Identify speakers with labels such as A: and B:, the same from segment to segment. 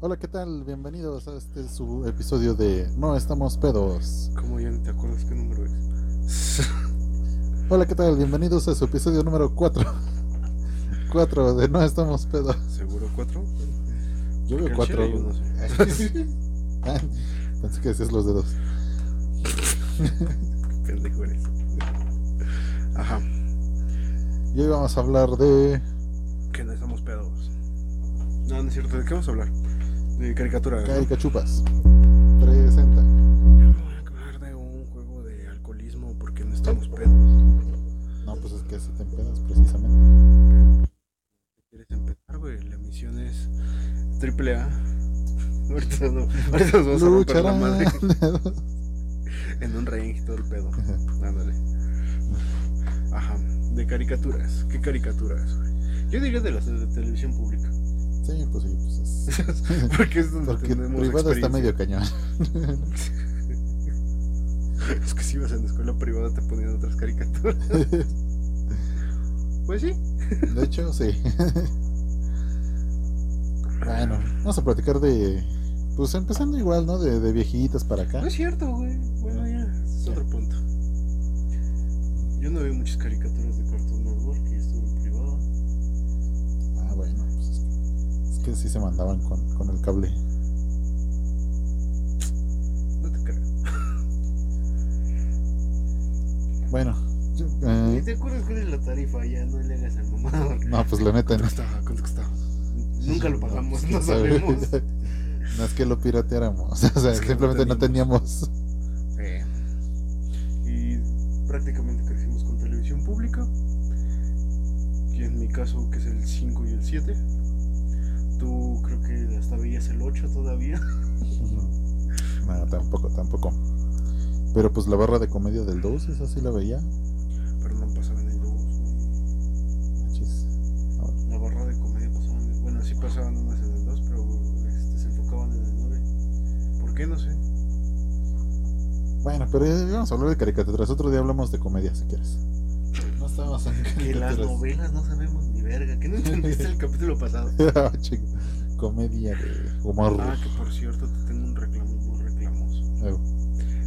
A: Hola, ¿qué tal? Bienvenidos a este su episodio de No estamos pedos.
B: Como ya ni te acuerdas qué número es.
A: Hola, ¿qué tal? Bienvenidos a su episodio número 4. 4 de No estamos pedos.
B: ¿Seguro cuatro?
A: Yo veo
B: Porque al
A: 4.
B: chile yo no
A: Ah, Pensé que decías los dedos.
B: Qué pendejo eres. Ajá.
A: Y hoy vamos a hablar de.
B: Que no estamos pedos. No, no es cierto. ¿De qué vamos a hablar? De caricatura. ¿no?
A: Caica Chupas. Presenta.
B: Yo me voy a acabar de un juego de alcoholismo porque no estamos pedos.
A: No, pues es que se te empedas precisamente.
B: ¿Quieres empezar, güey? La misión es triple A. Ahorita, no, ahorita nos vamos a romper la
A: Lucharán.
B: madre en un ring y todo el pedo. Ándale. Ajá. De caricaturas. ¿Qué caricaturas, güey? Yo diría de las de televisión pública.
A: sí, pues sí, pues es.
B: Porque es donde
A: Porque
B: tenemos
A: privado está
B: experiencia.
A: medio cañón.
B: Es que si ibas en la escuela privada te ponían otras caricaturas. Pues sí.
A: De hecho, sí. Bueno, vamos a platicar de. Pues empezando igual, ¿no? De, de viejitas para acá.
B: No es cierto, güey. Bueno, ya. ese Es
A: Ya.
B: otro punto. Yo no vi muchas caricaturas de Cartoon Network y estuve en privada.
A: Ah, bueno, pues es que, es que sí se mandaban con, con el cable.
B: No te creo.
A: Bueno, yo-
B: ¿Y
A: eh,
B: te acuerdas cuál es la tarifa? Ya no le hagas al mamá.
A: no, pues la neta.
B: ¿Cuánto
A: no.
B: costaba? ¿Cuánto costaba? Nunca lo pagamos,
A: pues,
B: no sabemos.
A: No es que lo pirateáramos, o sea,
B: Es que no
A: simplemente no teníamos.
B: Sí. Y prácticamente crecimos con televisión pública, que en mi caso que es el 5 y el 7. Tú creo que hasta veías el 8 todavía.
A: No, tampoco, tampoco. Pero pues la barra de comedia del 2, esa sí la veía.
B: Pero no pasaba en el 2. güey.
A: Manches.
B: La barra de comedia pasaba en el... Bueno, sí pasaban unas en el 2, pero este, se enfocaban en el 9. ¿Por qué? No sé.
A: Bueno, pero eh, vamos a hablar de caricaturas. Otro día hablamos de comedia, si quieres. No estábamos en
B: Que las novelas no sabemos ni verga. Que no entendiste el capítulo pasado.
A: Ah, chico. comedia de humor.
B: Ah, que por cierto, te tengo un reclamo muy reclamoso.
A: Eh,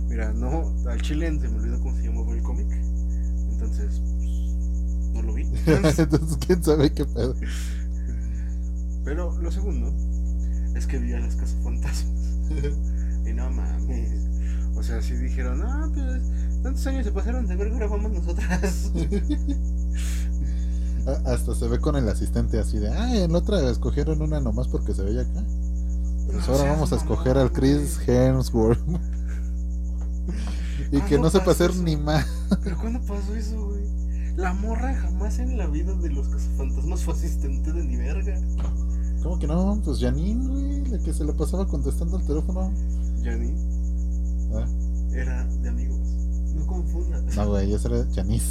B: Mira, no, al chile se me olvidó cómo se llamaba el cómic. Entonces, pues, no lo vi.
A: Entonces, quién sabe qué pedo.
B: Pero lo segundo es que vi a las casas fantasmas. y no mames. O sea, si dijeron, ah, pues, tantos años se pasaron de ver, ahora vamos nosotras.
A: Pues Ah, Hasta se ve con el asistente así de, ah, en la otra escogieron una nomás porque se veía acá. Pues
B: No
A: ahora
B: seas
A: vamos a escoger
B: mamón,
A: al Chris Hemsworth. y
B: Ah,
A: que
B: no
A: no sepa
B: pasa
A: hacer
B: eso.
A: ni más.
B: Pero ¿cuándo pasó eso, güey? La morra jamás en la vida de los cazafantasmas fue asistente de ni verga.
A: ¿Cómo que no? Pues Janine, güey, la que se la pasaba contestando al teléfono.
B: Janine
A: Ah,
B: era de amigos. No confundas.
A: no, güey, esa era Janice.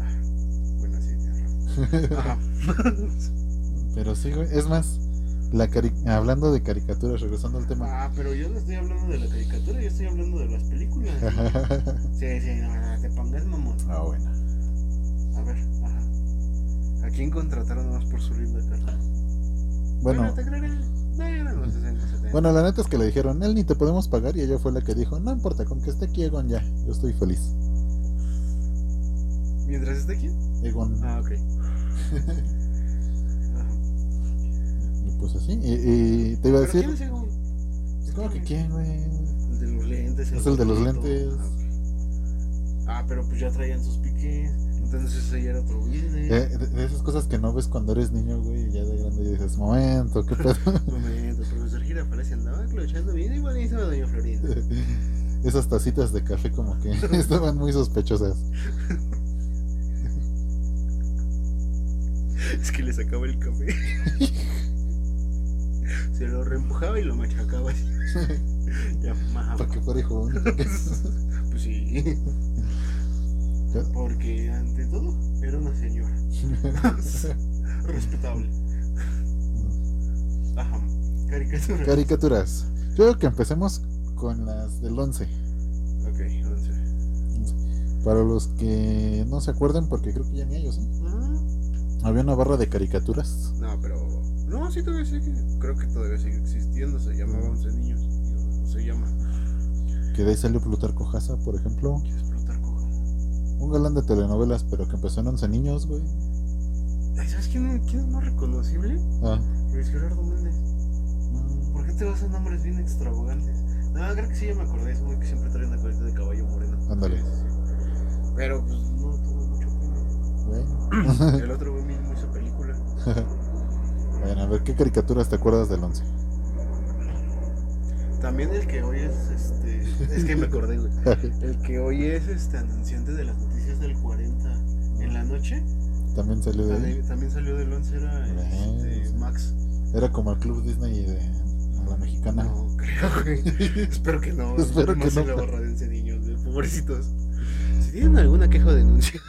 B: Ah, Bueno, sí, tienes razón. Ajá.
A: Pero sí, güey, es más, la cari- hablando de caricaturas, regresando al tema.
B: Ah, pero yo no estoy hablando de la caricatura, yo estoy hablando de las películas. Sí, sí, no, no, te pongas mamón.
A: ah, bueno.
B: A ver, ajá. ¿A quién contrataron más por su linda cara?
A: Bueno,
B: te creeré. No, eran los 60, 70.
A: bueno, la neta es que le dijeron, él ni te podemos pagar y ella fue la que dijo, no importa, con que esté aquí Egon ya, yo estoy feliz.
B: ¿Mientras esté aquí?
A: Egon.
B: Ah, ok. Ajá.
A: Y pues así. Y, y te iba a
B: ¿Pero quién
A: decir.
B: es Egon?
A: ¿Cómo que quién, güey?
B: El de los lentes.
A: Es el de los
B: gordito.
A: lentes.
B: Ah, ok. Ah, pero pues ya traían sus piques. Entonces ese ya era otro business.
A: Eh, de, de esas cosas que no ves cuando eres niño, güey, y ya de grande dices, momento, qué pedo.
B: Momento, profesor Girafales andaba clochando bien igualísimo a Doña Florinda.
A: Esas tacitas de café como que estaban muy sospechosas.
B: Es que le sacaba el café. Se lo reempujaba y lo machacaba así. Ya, maja.
A: Para que fuera hijo único.
B: Pues sí. Porque ante todo era una señora. Respetable. Ajá. Caricatura.
A: Caricaturas. Yo creo que empecemos con las del 11.
B: ok, once.
A: Para los que no se acuerden, porque creo que ya ni ellos, ¿eh?
B: Ah,
A: Había una barra de caricaturas.
B: No, pero. No, No, sí todavía sigue. Creo que todavía sigue existiendo. Se llamaba 11 niños. y no se llama.
A: Que de ahí salió Plutarco Jasa, por ejemplo.
B: ¿Quieres explotar coja?
A: Un galán de telenovelas, pero que empezó en 11 niños, güey.
B: Ay, ¿Sabes quién, quién es más reconocible?
A: Ah,
B: Luis Gerardo Méndez. ¿Por qué te vas a nombres bien extravagantes? No, creo que sí, ya me acordé. Es uno que siempre trae una coleta de caballo moreno.
A: Ándale.
B: Sí, sí, sí. Pero pues no tuvo mucho pena.
A: güey.
B: El otro güey mismo hizo película.
A: Bueno, a ver, ¿qué caricaturas te acuerdas del 11?
B: También el que hoy es este. Es que me acordé, güey. El que hoy es este anunciante de las noticias del 40 en la noche.
A: También salió de ahí.
B: También, también salió del 11 era
A: Ajá,
B: este,
A: sí.
B: Max.
A: Era como el Club Disney de a la mexicana.
B: No, creo, güey. Espero que no.
A: Espero
B: no
A: que
B: se
A: no.
B: la borra de ese niño, güey, pobrecitos. Si tienen alguna queja o denuncia.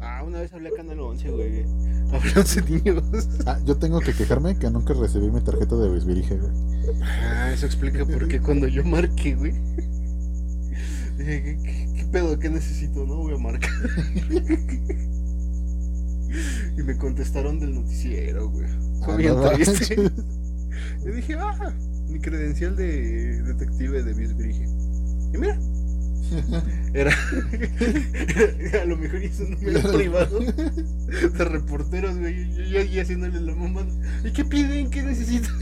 B: ah, una vez hablé a Canal 11, güey. Hablé a 11 niños.
A: Ah, yo tengo que quejarme que nunca recibí mi tarjeta de Bisbirige, güey.
B: Ah, eso explica por qué cuando yo marqué, güey. Dije, ¿qué, qué, qué pedo? ¿Qué necesito? No voy a marcar. y me contestaron del noticiero, güey. Fue
A: Ah,
B: bien
A: no
B: triste.
A: manches.
B: Y dije, ah, mi credencial de detective de Bisbirige. Y mira. Era, era- a lo mejor hizo un número privado de reporteros, güey. Yo, yo ahí haciéndole la mamá. ¿Y qué piden? ¿Qué necesitan?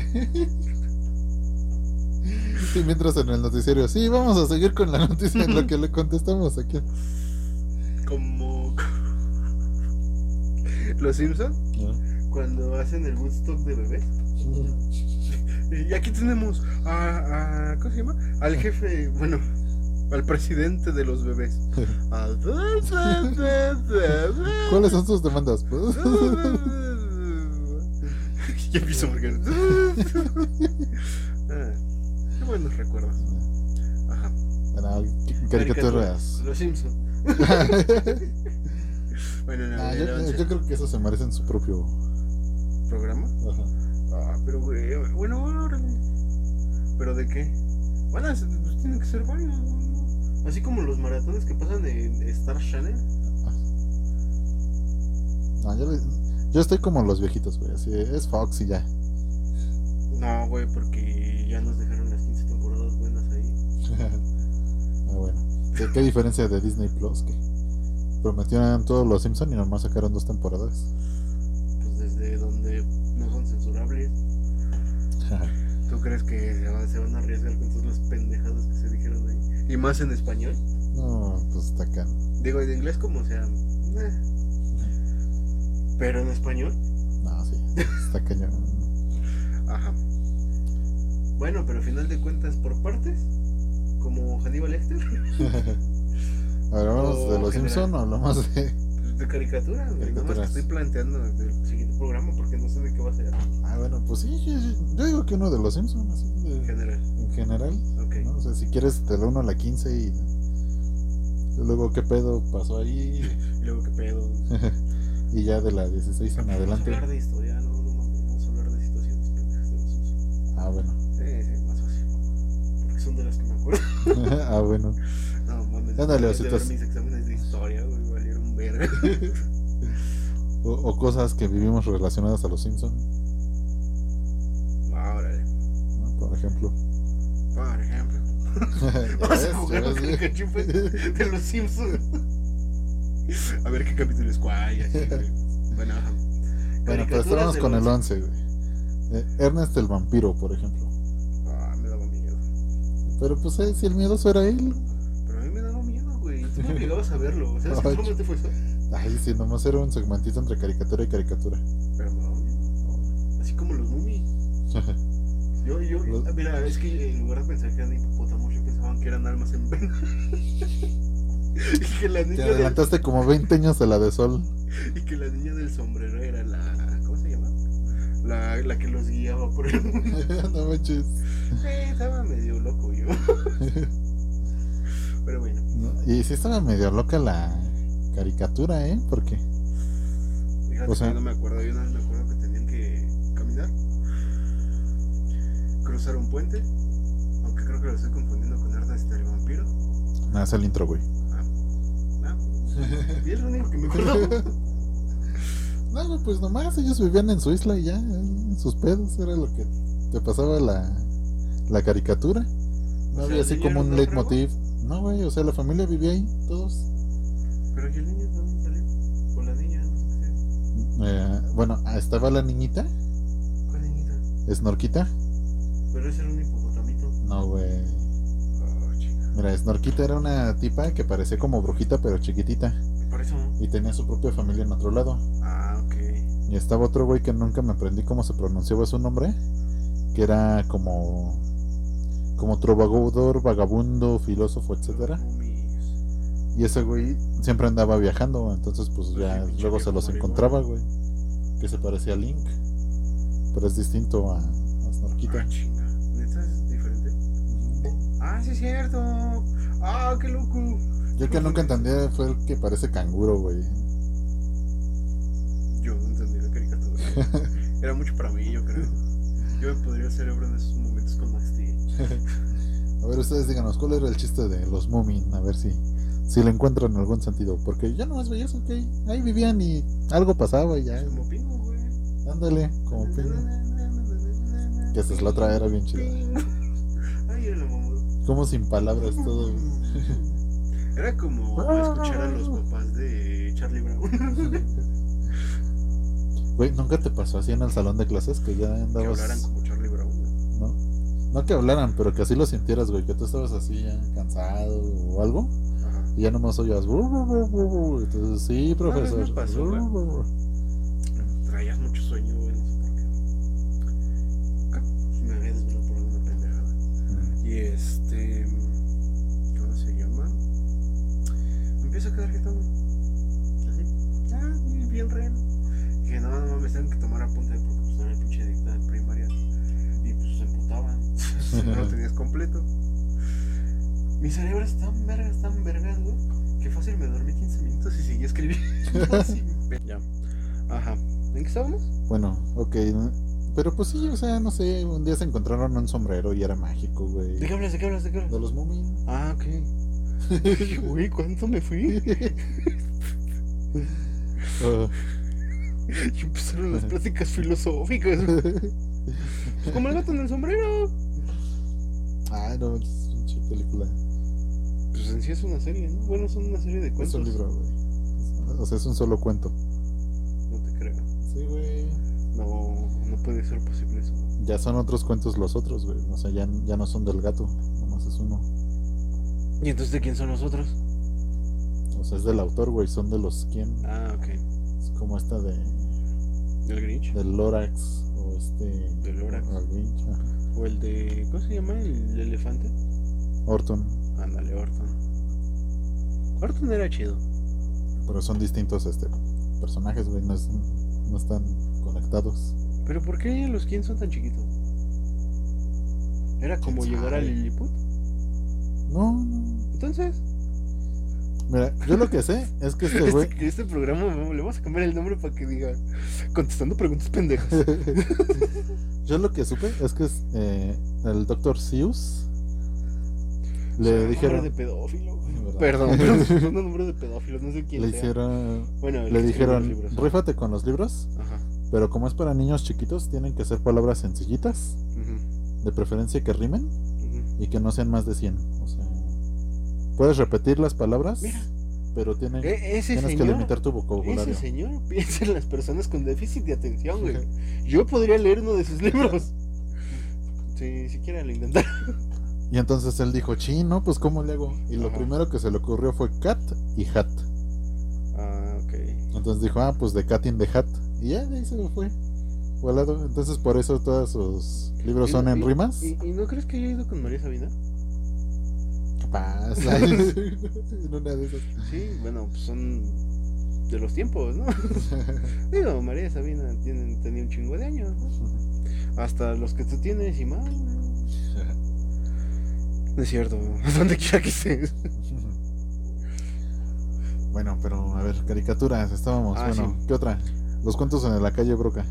A: Y mientras en el noticiero, sí, vamos a seguir con la noticia en lo que le contestamos aquí.
B: como los Simpson cuando hacen el Woodstock de bebés. Y aquí tenemos a, a- ¿cómo se llama? Al jefe, bueno, al presidente de los bebés.
A: ¿Cuáles son sus demandas? Pues?
B: Ya empiezo a marcar. Ah, Qué buenos recuerdos. Ajá.
A: Bueno, ¿qué- caricaturas.
B: Los Simpson. Bueno, no,
A: Ah,
B: el
A: yo,
B: once
A: yo creo que eso se merece en su propio.
B: programa.
A: Ajá.
B: Ah, pero güey, bueno, órale. ¿Pero de qué? Bueno, es- pues, tienen que ser varios, ¿no? Así como los maratones que pasan en Star Channel.
A: No, yo, le- yo estoy como los viejitos, güey. Así es Fox y ya.
B: No, güey, porque ya nos dejaron las 15 temporadas buenas ahí.
A: Ah, bueno. ¿Qué, qué diferencia de Disney Plus? Que prometieron todos los Simpsons y nomás sacaron dos temporadas.
B: Pues desde donde no son censurables. ¿Tú crees que se van, se van a arriesgar con todas las pendejadas que se dijeron ahí? Y más en español.
A: no, pues está acá.
B: Digo, en inglés como sea. eh. Pero en español.
A: No, sí. Está cañón.
B: Ajá. Bueno, pero al final de cuentas por partes, como Hannibal Lecter,
A: ¿Hablamos
B: Oh,
A: de los
B: general.
A: Simpsons o hablamos de.?
B: de caricaturas, güey. Nada más que
A: Caricaturas.
B: estoy planteando el siguiente programa porque no sé de qué va a ser
A: Ah, bueno, pues sí, sí, sí. Yo digo que uno de los Simpsons, así, de-
B: en general.
A: en general.
B: Ok.
A: ¿no? O sea, si quieres, te lo uno a la 15 y. y Luego, ¿qué pedo pasó ahí?
B: Y luego, ¿qué pedo?
A: y ya de la 16 en
B: Vamos a
A: adelante.
B: hablar de historia, no, no mames. Vamos a hablar de situaciones pendejas de los Simpsons.
A: Ah, bueno.
B: Sí, sí, más fácil. Porque son de las que me acuerdo.
A: ah, bueno.
B: No mames.
A: Ándale,
B: después de ver
A: ositos.
B: mis exámenes de historia, güey, valieron verga.
A: O, o cosas que vivimos relacionadas a los Simpsons,
B: Ah, Órale.
A: por ejemplo.
B: Por ejemplo.
A: Ya
B: Vamos
A: ves,
B: a
A: ya
B: jugar
A: ves,
B: con el
A: güey.
B: cachupes de los Simpsons. A ver qué capítulo es cuál. y así, güey. Bueno, ajá.
A: Bueno, pero
B: Caricaturas
A: estábamos
B: del
A: con el
B: once.
A: 11, güey. Eh, Ernest el vampiro, por ejemplo.
B: Ah, me daba miedo.
A: Pero pues eh, si el miedoso era él.
B: Pero a mí me daba miedo, güey. Tú me obligabas a verlo. O sea, es que
A: Ay.
B: solamente fue eso.
A: Ay, sí, nomás era un segmentito entre caricatura y caricatura.
B: Pero me daba miedo. Así como los Mummies. Yo, yo,
A: Los-
B: ah, mira, es que en lugar de pensar que eran hipopótamos, yo pensaban que eran almas en pena. y, que la
A: Te
B: niña del,
A: adelantaste como 20 años a la de Sol.
B: y que la niña del sombrero era la. ¿Cómo se llama? La, la que los guiaba por el mundo.
A: no manches.
B: Sí, estaba medio loco yo. Pero bueno,
A: No, Y sí estaba medio loca la caricatura, ¿eh? Porque
B: fíjate
A: O sea-
B: que no me acuerdo. Yo no me acuerdo que tenían que caminar, cruzar un puente. Aunque creo que lo estoy confundiendo con Ernest el vampiro.
A: me hace el intro, güey.
B: Ah, no. Y es lo único que me acuerdo.
A: No, güey, pues nomás ellos vivían en su isla y ya, en sus pedos, era lo que te pasaba la, la caricatura. No
B: O sea,
A: había así
B: ¿el
A: como
B: niño era un
A: un
B: náufrago?
A: leitmotiv. No, güey, o sea, la familia vivía ahí, todos.
B: Pero ¿y el niño también salió? O la niña, no sé qué sea.
A: Eh, bueno, ah, estaba la niñita,
B: ¿Cuál niñita?
A: Snorquita.
B: Pero ese era un hipopotamito.
A: No, güey.
B: Ah, chinga.
A: Mira, Snorquita era una tipa que parecía como brujita, pero chiquitita.
B: Por eso.
A: Y tenía su propia familia en otro lado.
B: Ah, ok.
A: Y estaba otro güey que nunca me aprendí cómo se pronunciaba su nombre, que era como como trovador, vagabundo, filósofo, etcétera.
B: Los roomies.
A: Y ese güey siempre andaba viajando, entonces pues
B: Pues
A: ya
B: sí, pinche
A: luego se
B: viejo
A: los
B: marihuana.
A: encontraba, güey. Que se parecía a Link, pero es distinto a, a
B: Ah,
A: Snorquita.
B: chinga. ¿Neta es diferente? Ah, sí es cierto. Ah, qué loco.
A: Yo el que nunca entendí fue el que parece canguro, güey.
B: Yo no entendí la caricatura. Era mucho para mí, yo creo. Yo me podría cerebro en esos momentos con Max Steel.
A: A ver, ustedes díganos, ¿cuál era el chiste de los Moomin? A ver si, si le encuentran algún sentido. Porque yo nomás veía eso, ok. Ahí vivían y algo pasaba y ya.
B: Es como pingo, güey.
A: Ándale, como pino. Que esa es la otra era bien chida.
B: Pingo. Ay, era la mamá.
A: Como sin palabras todo.
B: Era como escuchar a los papás de Charlie Brown.
A: Güey, ¿nunca te pasó así en el salón de clases que ya
B: que hablaran
A: andabas...
B: como Charlie Brown. güey.
A: No, no que hablaran, pero que así lo sintieras, güey. Que tú estabas así ya cansado o algo.
B: Ajá.
A: Y ya nomás oías... "Bu, bu, bu, bu, bu". Entonces, sí,
B: Una vez me
A: profesor.
B: pasó,
A: Bu,
B: güey.
A: bu, bu".
B: Traías mucho sueño, güey, no sé por qué. pues, Me había desvelado por una pendejada. Y este. ¿Cómo se llama? Me empiezo a quedar jetón. Así. Ah, bien, bien real. Dije, no, no mames, tengo que tomar apunte porque pues era el pinche dicta de primaria. Y pues se emputaban. no lo tenías completo. Mi cerebro es tan verga, es tan vergas, güey, que fácil me dormí 15 minutos y seguí escribiendo. así, pe- ya. Ajá. ¿En qué estábamos?
A: Bueno, ok. ¿no? Pero pues sí, o sea, no sé. Un día se encontraron un sombrero y era mágico, güey.
B: ¿De qué
A: De
B: hablas? ¿De qué hablas? ¿De qué hablas?
A: los Moomin.
B: Ah, ok. Dije, Güey, ¿cuánto me fui?
A: Ah.
B: Y empezaron las pláticas filosóficas. Como el gato en el sombrero.
A: Ah, no, es pinche película.
B: Pues en sí es una serie, ¿no? Bueno, son una serie de cuentos.
A: Es un libro, güey. O sea, es un solo cuento.
B: No te creo.
A: Sí, güey.
B: No, no puede ser posible eso.
A: Ya son otros cuentos los otros, güey. O sea, ya, ya no son del gato. Nomás es uno.
B: ¿Y entonces de quién son los otros?
A: O sea, es del autor, güey. Son de los quién.
B: Ah, ok.
A: Es como esta de.
B: ¿El Grinch?
A: Del Lorax. O este.
B: Del Lorax.
A: o el Grinch, ajá.
B: ¿O el de. ¿Cómo se llama? ¿El elefante?
A: Orton.
B: Ándale, Orton. Orton era chido.
A: Pero son distintos este personajes, güey. No, es- no están conectados.
B: ¿Pero por qué los quién son tan chiquitos? ¿Era como
A: ¿Quién
B: llegar a
A: sabe?
B: Lilliput?
A: No, no.
B: Entonces,
A: Mira, yo lo que sé es que este güey.
B: este, este programa vamos- le vamos a cambiar el nombre para que diga contestando preguntas pendejas.
A: Yo lo que supe es que es, eh, el doctor Seuss le
B: Suena
A: dijeron,
B: Nombre de pedófilo. güey.
A: ¿Verdad?
B: Perdón, pero es un nombre de pedófilos, no sé quién
A: le
B: sea.
A: hicieron,
B: Bueno, el
A: le
B: que escribe los
A: dijeron,
B: libros.
A: rífate con los libros,
B: Ajá.
A: pero como es para niños chiquitos, tienen que ser palabras sencillitas,
B: ujú,
A: de preferencia que rimen
B: ujú.
A: y que no sean más de 100. O sea, puedes repetir las palabras,
B: Mira.
A: pero tienen,
B: E- ese
A: tienes que
B: señor,
A: limitar tu vocabulario.
B: ese señor piensa en las personas con déficit de atención, güey. Yo podría leer uno de sus libros. Si siquiera lo intentar.
A: Y entonces él dijo, chino, pues ¿cómo le hago? Y lo
B: Ajá.
A: primero que se le ocurrió fue cat y hat.
B: Ah, ok.
A: Entonces dijo, ah, pues de Cat in the Hat. Y ya, de ahí se fue. Volado. Entonces por eso todos sus libros
B: ¿Y-
A: son en
B: y-
A: rimas.
B: ¿Y, y no crees que haya ido con María Sabina?
A: ¿Qué pasa? en una de esas.
B: Sí, bueno, pues son de los tiempos, ¿no? Digo, María Sabina tiene, tenía un chingo de años, ¿no? Hasta los que tú tienes y más, ¿no? No es cierto, donde quiera que estés.
A: bueno, pero a ver, caricaturas, estábamos.
B: Ah,
A: bueno,
B: sí.
A: ¿qué otra? Los cuentos en la calle Broca.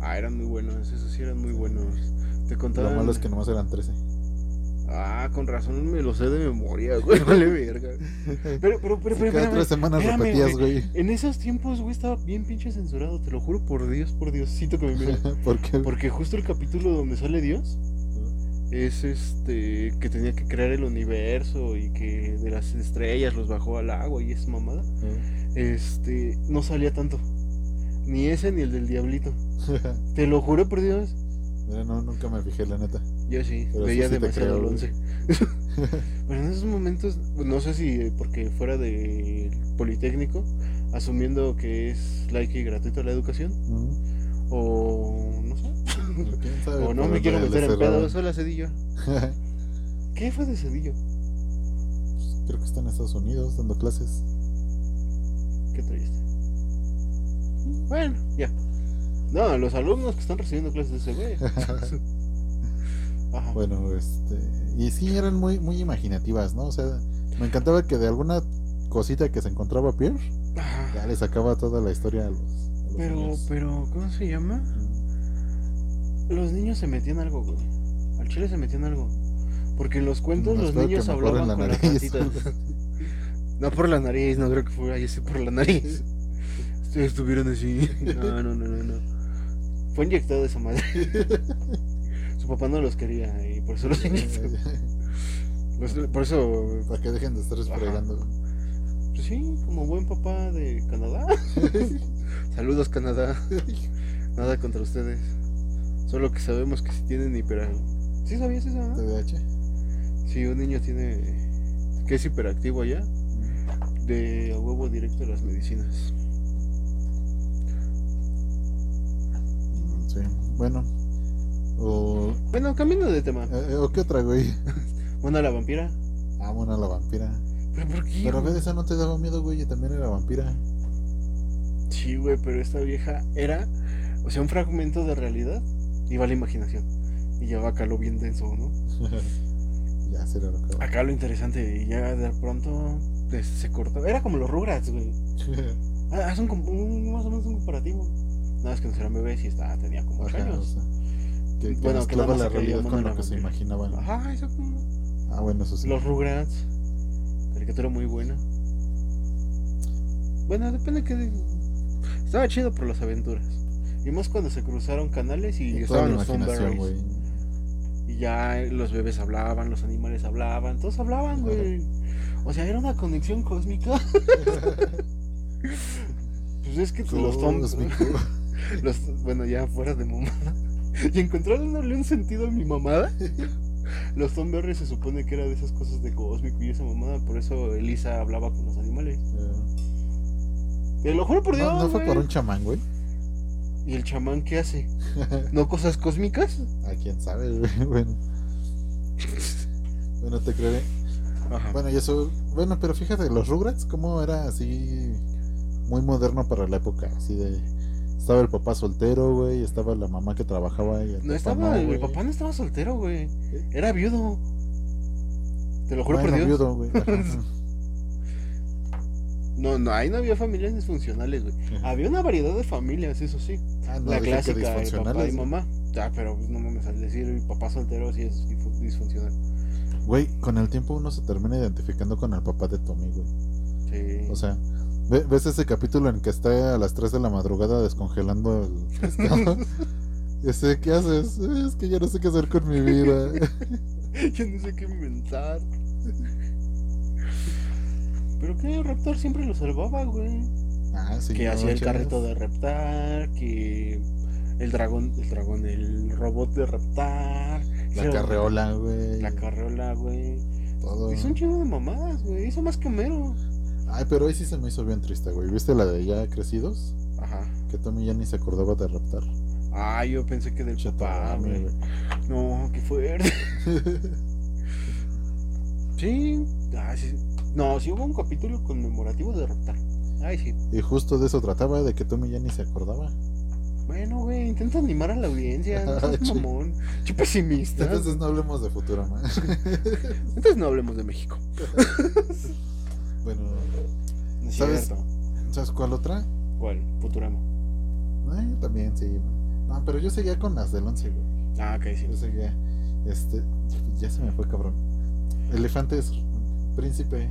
B: Ah, eran muy buenos, esos sí eran muy buenos. Te
A: Lo
B: contaban.
A: malo es que nomás eran 13.
B: Ah, con razón me lo sé de memoria, güey. Vale verga. Pero, pero, pero, pero,
A: Cada
B: espérame.
A: tres semanas
B: espérame,
A: repetías, güey.
B: En esos tiempos, güey, estaba bien pinche censurado, te lo juro por Dios, por Diosito que me mira.
A: Porque
B: Porque justo el capítulo donde sale Dios es este que tenía que crear el universo y que de las estrellas los bajó al agua y esa mamada. Este, no salía tanto. Ni ese ni el del diablito. Te lo juro por Dios.
A: Mira, no, nunca me fijé, la neta.
B: Yo sí,
A: Pero
B: veía
A: sí, sí te
B: demasiado
A: creo,
B: el
A: güey.
B: 11. Pero en esos momentos, no sé si eh, porque fuera del Politécnico, asumiendo que es laica y gratuita la educación,
A: Mm,
B: o no sé,
A: ¿Quién sabe?
B: o Eh, no
A: Pero
B: me quiero
A: le- le
B: meter en
A: cerraron.
B: pedos, hola Cedillo. ¿Qué fue de Cedillo?
A: Pues, Creo que está en Estados Unidos dando clases.
B: Qué triste. Bueno, ya. No, los alumnos que están recibiendo clases de ese güey. Ajá.
A: Bueno, este. Y sí, eran muy, muy imaginativas, ¿no? O sea, me encantaba que de alguna cosita que se encontraba Pierre,
B: Ajá.
A: ya le sacaba toda la historia a los. a los
B: Ah, Pero, pues,
A: niños.
B: pero, ¿cómo se llama? Los niños se metían algo, güey. Al chile se metían algo. Porque en los cuentos
A: No,
B: los
A: espero que
B: niños
A: me borren
B: hablaban
A: la
B: con las
A: nariz.
B: patitas. No por la nariz, no creo que fuera así por la nariz. Est- Estuvieron así. No, no, no, no, no. Fue inyectado esa madre. Su papá no los quería y por eso los inyectó. Los- Pues, Por eso,
A: Para que dejen de estar esperando.
B: pues sí, como buen papá de Canadá. Saludos Canadá. Nada contra ustedes. Solo que sabemos que si tienen hiper... ¿Sí sabías eso? ah? no?
A: TDAH.
B: Si un niño tiene que es hiperactivo allá, de a huevo directo a las medicinas.
A: Mm, Sí. Bueno. O,
B: Bueno, cambiando de tema.
A: eh, ¿O qué otra, güey?
B: Bueno, la vampira.
A: Ah, bueno, la vampira.
B: ¿Pero por qué?
A: Pero a
B: güey?
A: veces esa no te daba miedo, güey. y también era vampira.
B: Sí, güey, pero esta vieja era, o sea, un fragmento de realidad y va la imaginación. Y ya va acá lo bien denso, ¿no?
A: ya se le acabó.
B: Acá lo interesante, y ya de pronto pues, se cortó. Era como los Rugrats, güey. Ah, Haz un, com- un- más o menos un comparativo. Nada, es que no eran bebés y estaba, tenía como ocho
A: Ajá, o
B: años.
A: sea, que, que
B: Bueno, que
A: mezclaba
B: nada más
A: la
B: se creía
A: realidad
B: mono
A: con
B: la
A: lo que se
B: vampira.
A: imaginaban.
B: Ajá, eso como...
A: Ah, bueno, eso sí.
B: Los Rugrats. Caricatura muy buena. Bueno, depende que. Estaba chido por las aventuras. Y más cuando se cruzaron canales y,
A: Y toda
B: estaban
A: la
B: los
A: imaginación,
B: Thunberries.
A: güey.
B: Y ya los bebés hablaban, los animales hablaban, todos hablaban,
A: Ajá.
B: güey. O sea, era una conexión cósmica. pues es que los Thunberries.
A: Cósmico.
B: Los- bueno, ya fuera de mamada. Y encontrándole un sentido a mi mamada. Los Thunberries se supone que era de esas cosas de cósmico y esa mamada. Por eso Elisa hablaba con los animales.
A: Eh,
B: Te lo juro por Dios.
A: No, no fue
B: güey.
A: por un chamán, güey.
B: ¿Y el chamán qué hace? ¿No cosas cósmicas?
A: A Ah, quién sabe, güey. Bueno. Bueno, te creeré.
B: Ajá.
A: Bueno, y eso. Bueno, pero fíjate, los Rugrats, cómo era así. Muy moderno para la época. Así de. Estaba el papá soltero, güey. Estaba la mamá que trabajaba. Y el
B: no
A: papá
B: estaba, el
A: güey.
B: papá no estaba soltero, güey. Era viudo. Te lo juro
A: Bueno,
B: por Dios.
A: viudo, güey. Ajá.
B: No, no, ahí no había familias disfuncionales, güey. Había una variedad de familias, eso sí.
A: Ah, no,
B: La
A: dije que
B: clásica, el papá y
A: disfuncionales,
B: mamá. Ah, pero pues, no mames, al decir el papá soltero sí es difu- disfuncional.
A: Güey, con el tiempo uno se termina identificando con el papá de Tommy, güey.
B: Sí.
A: O sea, ve- ¿ves ese capítulo en que está a las 3 de la madrugada descongelando el pescado? Y Ese, ¿qué haces? Es que ya no sé qué hacer con mi vida.
B: yo no sé qué inventar. Pero que Raptor siempre lo salvaba, güey.
A: Ah, sí.
B: que
A: no
B: hacía el
A: manches.
B: carrito de Reptar, que el dragón, el dragón, el robot de Reptar.
A: La
B: Hicieron
A: carreola, güey.
B: La carreola, güey.
A: Todo.
B: Hizo un chingo de mamadas, güey. Hizo más que Homero.
A: Ay, pero hoy sí se me hizo bien triste, güey. ¿Viste la de ya crecidos?
B: Ajá.
A: Que Tommy ya ni se acordaba de raptar.
B: Ah, yo pensé que del papá,
A: Chetarame,
B: güey. No, qué fuerte. Sí, ah, sí. No, sí hubo un capítulo conmemorativo de Reptar. Ay, sí.
A: Y justo de eso trataba, de que Tommy ya ni se acordaba.
B: Bueno, güey, intenta animar a la audiencia. No seas
A: Sí.
B: mamón. Qué pesimista. Entonces,
A: Entonces no hablemos de Futurama.
B: no hablemos de México.
A: bueno,
B: No es
A: ¿Sabes?
B: cierto.
A: ¿sabes cuál otra?
B: ¿Cuál? Futurama.
A: Eh, también, sí. No, pero yo seguía con las del 11, güey.
B: Ah, ok, sí.
A: Yo seguía. Este, ya se me fue, cabrón. Elefante es príncipe.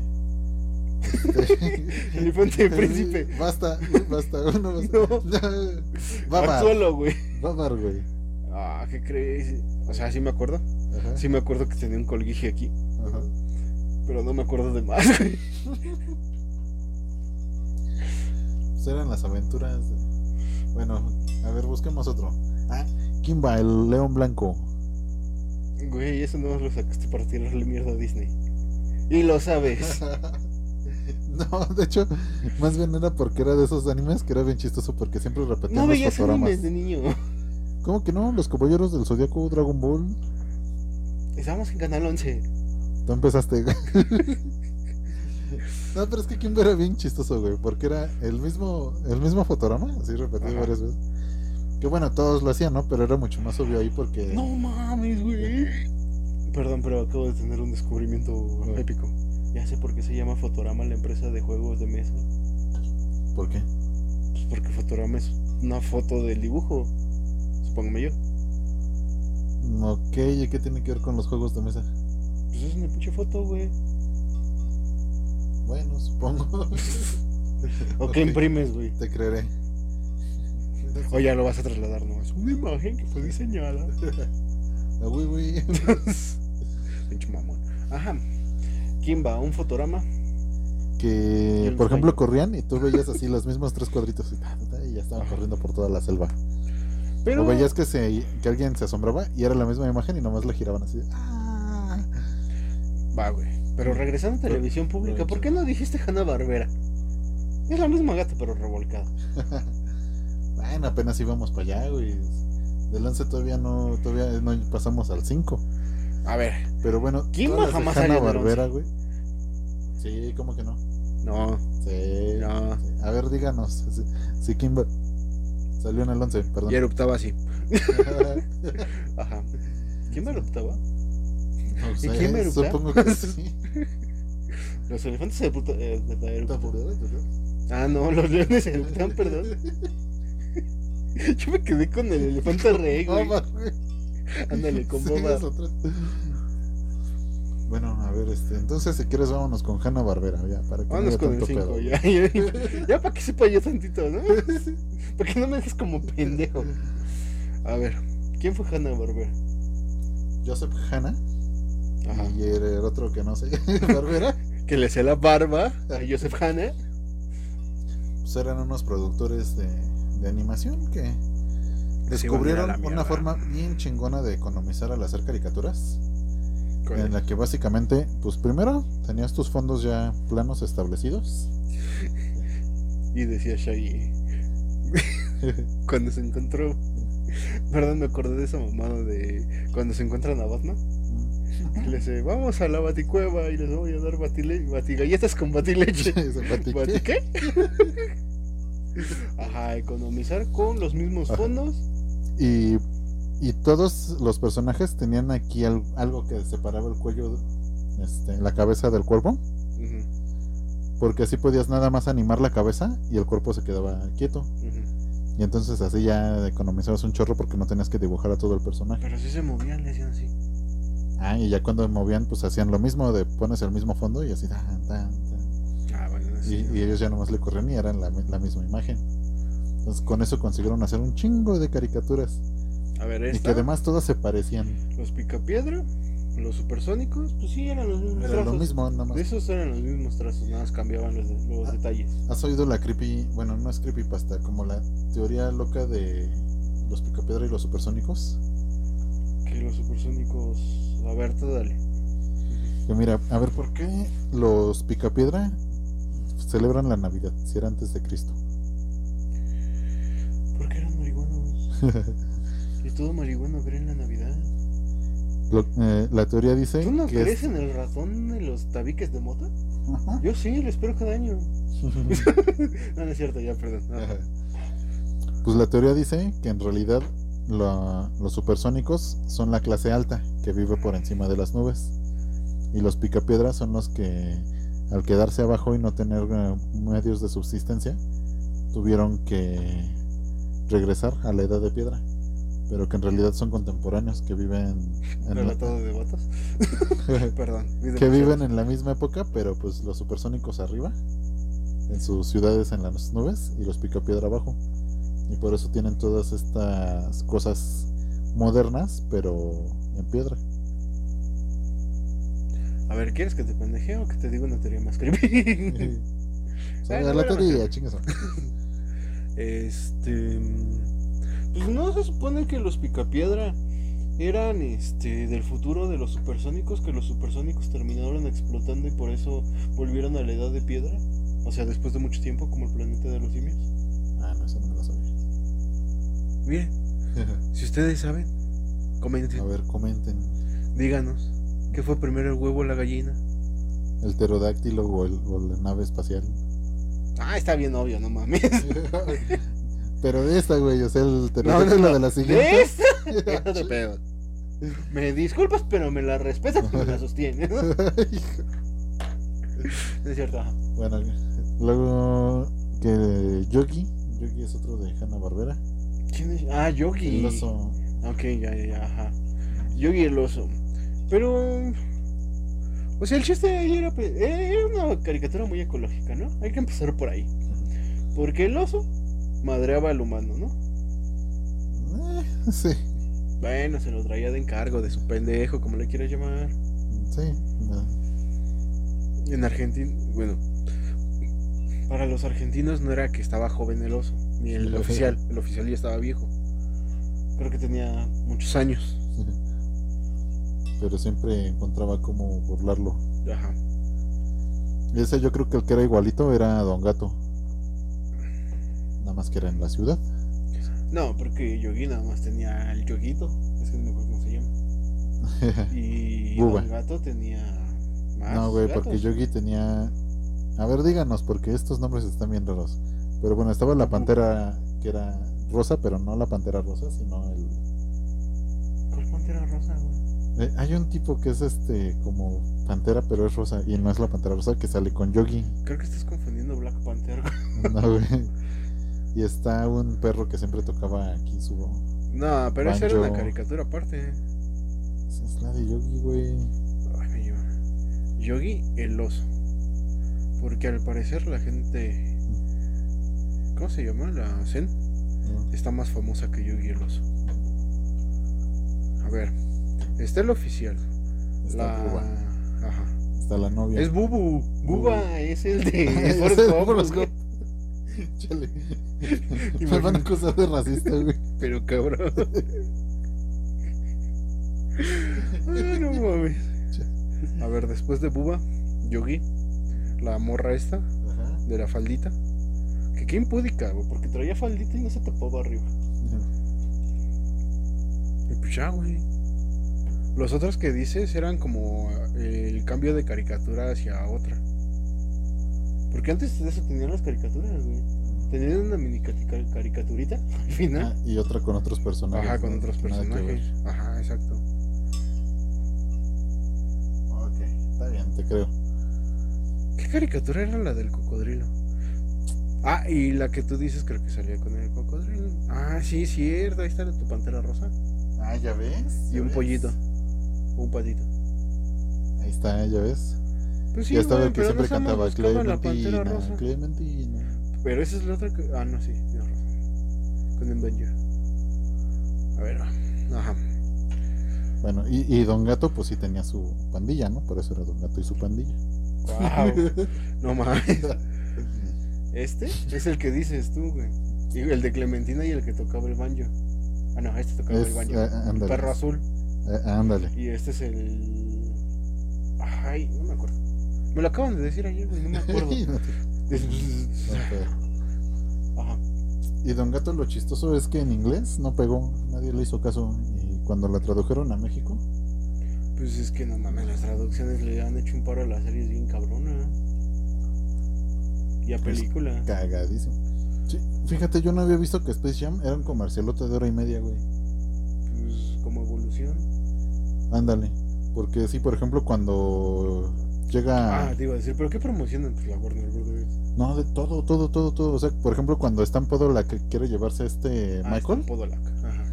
A: Este,
B: Elefante príncipe.
A: Basta, basta, uno basta.
B: No.
A: Babar,
B: solo, güey.
A: Babar, güey.
B: Ah, ¿qué crees? O sea, sí me acuerdo.
A: Ajá,
B: Sí me acuerdo que tenía un colguije aquí.
A: ajá.
B: Pero no me acuerdo de más, güey.
A: Pues eran las aventuras. de- Bueno, a ver, busquemos otro. Ah, Kimba, el león blanco.
B: Güey, eso no lo sacaste para tirarle mierda a Disney. Y lo sabes.
A: No, de hecho, más bien era porque era de esos animes que era bien chistoso porque siempre repetían
B: No
A: los
B: veías
A: fotogramas.
B: animes de niño.
A: ¿Cómo que no? Los Caballeros del Zodiaco, Dragon Ball.
B: Estábamos en Canal 11.
A: Tú empezaste. güey. no, pero es que Kimba era bien chistoso, güey, porque era el mismo el mismo fotorama, así repetido
B: Ajá.
A: varias veces. Que bueno, todos lo hacían, ¿no? Pero era mucho más obvio ahí porque
B: No mames, güey. Perdón, pero acabo de tener un descubrimiento
A: Güey.
B: épico. Ya sé por qué se llama Fotorama la empresa de juegos de mesa.
A: ¿por qué?
B: Pues porque Fotorama es una foto del dibujo. Supóngame yo.
A: Ok, ¿y qué tiene que ver con los juegos de mesa?
B: Pues es una pinche foto, güey.
A: Bueno, supongo.
B: O
A: Ok.
B: que imprimes, güey.
A: Te creeré.
B: O ya lo vas a trasladar, no. Es una imagen que fue diseñada.
A: Ah, güey, güey.
B: Pinche mamón. Ajá. Kimba, un fotorama.
A: que
B: el
A: por ejemplo
B: baño.
A: corrían y tú veías así los mismos tres cuadritos y, ta, ta, ta, y ya estaban corriendo por toda la selva.
B: Pero.
A: O veías que se que alguien se asombraba y era la misma imagen y nomás la giraban así. Ah.
B: Va, güey. Pero regresando a
A: Pero-
B: televisión pública, ¿por qué no dijiste Hanna Barbera? Es la misma gata, pero revolcada.
A: bueno, apenas íbamos para allá, güey. Del 11 todavía no todavía no pasamos al 5,
B: A ver.
A: pero bueno,
B: ¿Quién
A: todas las
B: más
A: de
B: jamás salió del
A: Hanna-Barbera, güey. Sí, ¿cómo que no?
B: No,
A: Sí.
B: no.
A: sí. A ver, díganos si, si Kimba salió en el 11,
B: Y
A: perdón.
B: eruptaba así. Ajá. ¿Quién me eruptaba?
A: No
B: ¿Y quién
A: sé,
B: eructa?
A: supongo que sí.
B: Los elefantes se puta- eh, puta- eruptan.
A: Perdón.
B: Ah, no, los leones eruptan, perdón. Yo me quedé con el elefante rey, güey.
A: Boba, güey.
B: Ándale, con
A: Sí,
B: boba.
A: es otra. Bueno, a ver, este, entonces si quieres vámonos con Hanna Barbera, ya, para que no
B: Vámonos
A: haya
B: con el
A: tanto
B: 5,
A: pedo.
B: ya, ya, para que sepa yo tantito, ¿no? Para que no me dejes como pendejo. A ver, ¿quién fue Hanna Barbera?
A: Joseph Hanna y el, el otro que no sé, Barbera,
B: Que le hacía la barba a Joseph Hanna.
A: pues eran unos productores de, de animación que
B: se iban a ir a la
A: descubrieron
B: mierda.
A: una forma bien chingona de economizar al hacer caricaturas.
B: Con
A: En la que básicamente, pues primero tenías tus fondos ya planos establecidos.
B: el- Y decía Shaggy. cuando se encontró. Perdón, me acordé de esa mamada de cuando se encuentran a Batman. que Le dice, vamos a la baticueva y les voy a dar batile- batigalletas con batileche.
A: Se platicó.
B: ¿Bati qué? Ajá, economizar con los mismos
A: Ajá.
B: fondos.
A: Y, y todos los personajes tenían aquí al- algo que separaba el cuello, este, la cabeza del cuerpo,
B: Ujú,
A: porque así podías nada más animar la cabeza y el cuerpo se quedaba quieto.
B: ujú.
A: Y entonces así ya economizabas un chorro porque no tenías que dibujar a todo el personaje.
B: Pero si se movían, le hacían así.
A: Ah, y ya cuando movían, pues hacían lo mismo, de pones el mismo fondo y así. tan, tan, tan.
B: Ah, bueno,
A: Y, y ellos ya nomás le corrían y eran la, mi- la misma imagen. Entonces con eso consiguieron hacer un chingo de caricaturas.
B: A ver,
A: Y que
B: esta,
A: además todas se parecían.
B: los picapiedra, los supersónicos, pues sí, eran los mismos
A: Era lo
B: trazos.
A: mismo, nada más.
B: De esos eran los mismos trazos, nada más cambiaban los, de- los
A: Ah.
B: detalles.
A: ¿Has oído la creepy, bueno, no es creepypasta, como la teoría loca de los picapiedra y los supersónicos?
B: Que los supersónicos. A ver, tú dale.
A: Que mira, a ver, ¿por qué los picapiedra celebran la Navidad si era antes de Cristo?
B: ¿Por qué eran marihuanos? Y todo marihuano cree en la Navidad.
A: Lo- eh, la teoría dice
B: ¿Tú no
A: que
B: crees
A: es-
B: en el ratón de los tabiques de mota?
A: Ajá.
B: Yo sí, lo espero cada año. No, no es cierto, ya, perdón. Ah,
A: Pues la teoría dice que en realidad la- los supersónicos son la clase alta que vive por encima de las nubes y los picapiedras son los que al quedarse abajo y no tener eh, medios de subsistencia tuvieron que regresar a la edad de piedra pero que en realidad son contemporáneos, que viven en la-
B: Relatados de vatos. Perdón. mis
A: que
B: demasiados.
A: viven en la misma época, pero pues los supersónicos arriba, en sus ciudades en las nubes, y los picapiedra abajo. Y por eso tienen todas estas cosas modernas, pero en piedra.
B: A ver, ¿quieres que te pendeje o que te diga una teoría más creepy?
A: O sea,
B: Bueno,
A: la
B: bueno,
A: teoría, chingues.
B: este. Pues no se supone que los picapiedra eran este del futuro de los supersónicos, que los supersónicos terminaron explotando y por eso volvieron a la edad de piedra. O sea, después de mucho tiempo, como el planeta de los simios.
A: Ah, no, eso no me lo sabía.
B: Miren, si ustedes saben,
A: A
B: comenten,
A: ver, comenten.
B: díganos, ¿qué fue primero el huevo o la gallina?
A: ¿El pterodáctilo o, el- o la nave espacial?
B: Ah, está bien obvio, no mames.
A: pero de esta, güey, o sea, el pterodáctilo de la siguiente.
B: ¿Ves? Es otro pedo. Me disculpas, pero me la respetas y me la sostienes. ¿no? ¿Eh? Es cierto, ajá.
A: Bueno, luego que Yogi, Yogi es otro de Hanna Barbera.
B: ¿Quién es? Ah, Yogi.
A: El oso.
B: Ok, ya, ya, ya, ajá. Yogi el oso. Pero. O sea, el chiste de ahí era, pues, eh, era una caricatura muy ecológica, ¿no? Hay que empezar por ahí. Porque el oso madreaba al humano, ¿no?
A: Eh, sí,
B: Bueno, se lo traía de encargo, de su pendejo, como le quieras llamar.
A: sí. no.
B: En Argentina, bueno, para los argentinos no era que estaba joven el oso, ni el
A: Sí, lo sé.
B: oficial, el oficial ya estaba viejo. Creo que tenía muchos años.
A: Pero siempre encontraba cómo burlarlo.
B: Ajá.
A: Y ese yo creo que el que era igualito era Don Gato. Nada más que era en la ciudad.
B: No, porque Yogi nada más tenía el yoguito, es que no me acuerdo cómo se llama. Y
A: Buba.
B: el gato tenía más.
A: no, güey,
B: gatos.
A: porque Yogi tenía... A ver, díganos, porque estos nombres están bien raros. Pero bueno, estaba la pantera que era rosa, pero no la pantera rosa, sino el...
B: ¿Cuál pantera rosa, güey?
A: Eh, hay un tipo que es este como pantera, pero es rosa. Y no es la pantera rosa que sale con Yogi.
B: Creo que estás confundiendo Black Panther. güey.
A: No, güey. Y está un perro que siempre tocaba aquí su.
B: No, pero esa era
A: Banjo.
B: una caricatura aparte. ¿eh?
A: Es la de Yogi, güey.
B: Ay, me lleva. Yogi el oso. Porque al parecer la gente. ¿Cómo se llama? La Zen.
A: No.
B: Está más famosa que Yogi el oso. A ver. Está el oficial.
A: Está
B: la.
A: Buba.
B: Ajá.
A: Está la novia.
B: Es Bubu.
A: Bubu.
B: Buba es el de.
A: Es
B: Forrest
A: el
B: Gump,
A: Forrest
B: güey.
A: Chale. Me van a acusar de racista, güey.
B: Pero cabrón. Ay, no mames. A ver, después de Buba, Yogi, la morra esta,
A: Ajá.
B: de la faldita. Que qué impúdica, güey, porque traía faldita y no se tapaba arriba. Y pues ya, güey. Los otros que dices eran como eh, el cambio de caricatura hacia otra. Porque antes de eso tenían las caricaturas, güey. Tenían una mini cari- cari- caricaturita al final.
A: Ah, y otra con otros personajes.
B: Ajá, con
A: ¿no?
B: otros
A: Nada que
B: personajes. Ajá, exacto.
A: ver. Ok, está bien, te creo.
B: ¿Qué caricatura era la del cocodrilo? Ah, y la que tú dices creo que salía con el cocodrilo. Ah, sí, cierto. Ahí está tu pantera rosa.
A: Ah, ya ves.
B: Y
A: ¿Ya
B: un
A: ves?
B: pollito. O un patito.
A: Ahí está, ya ves.
B: Pues
A: ya estaba
B: güey,
A: el que
B: pero
A: siempre
B: nada más
A: cantaba
B: buscaba la pantera
A: Clementina.
B: rosa.
A: Clementina.
B: Pero esa es la otra que... Ah, no, sí, tienes razón. Con el Benjo. A ver, va. ajá.
A: Bueno, y, y Don Gato, pues sí tenía su pandilla, ¿no? Por eso era Don Gato y su pandilla.
B: Wow. no mames. Este es el que dices tú, güey. Y el de Clementina y el que tocaba el banjo. Ah, no, este tocaba
A: Es,
B: el banjo.
A: eh, ándale.
B: El perro azul.
A: Eh, ándale.
B: Y este es el. Ay, no me acuerdo. Me lo acaban de decir ayer, güey, no me acuerdo.
A: No, pero-
B: Ajá.
A: y Don Gato lo chistoso es que en inglés no pegó, nadie le hizo caso. Y cuando la tradujeron a México,
B: Pues es que no mames, las traducciones le han hecho un paro a las series bien cabrona. Y a
A: Pues,
B: película.
A: cagadísimo. Sí, fíjate, yo no había visto que Space Jam era un comercialote de hora y media, güey.
B: Pues como evolución.
A: Ándale. Porque sí, por ejemplo, cuando llega...
B: Ah, te iba a decir, ¿pero qué promocionan? Pues la Warner Brothers.
A: No, de todo, todo, todo, todo. O sea, por ejemplo, cuando está en Podo la que quiere llevarse a este
B: Ah,
A: Michael,
B: está Podolak. Ajá.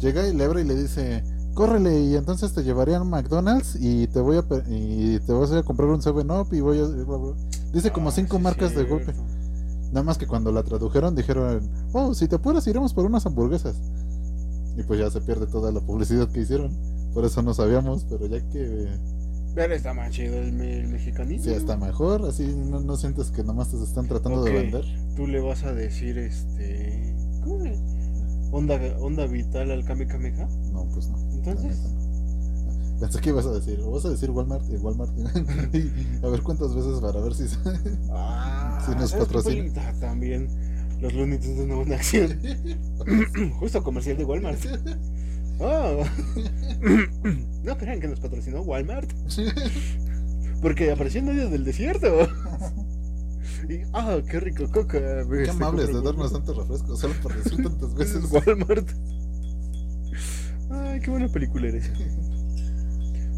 A: Llega y le abre y le dice, córrele y entonces te llevaré a un McDonald's y te voy a pe- y te vas a ir a comprar un 7-Up y voy a... bla, bla". Dice como
B: Ah,
A: cinco
B: sí,
A: marcas de
B: cierto.
A: golpe. Nada más que cuando la tradujeron dijeron, oh, si te apuras iremos por unas hamburguesas. Y pues ya se pierde toda la publicidad que hicieron. Por eso no sabíamos, pero ya que eh,
B: Pero está más chido el, me- el mexicanito.
A: sí está mejor, así no, no sientes que nomás te están tratando
B: Ok.
A: de vender.
B: Tú le vas a decir este. ¿Cómo le? Onda, onda vital al Kame Kameha.
A: No, pues no. la
B: Entonces.
A: neta no. Pensé que ibas a decir, o vas a decir Walmart y Walmart. y a ver cuántas veces para ver si.
B: Ah,
A: Sí, nos
B: ¿sabes qué
A: patrocina.
B: película? Ah, También los Looney Tunes de una buena acción. Justo comercial de Walmart. Oh. no crean que nos patrocinó Walmart. Porque apareció en medio del desierto. Y, ah, qué rico coca.
A: Qué amables de darnos tantos refrescos, solo por decir tantas veces.
B: veces Walmart. Ay, qué buena película eres.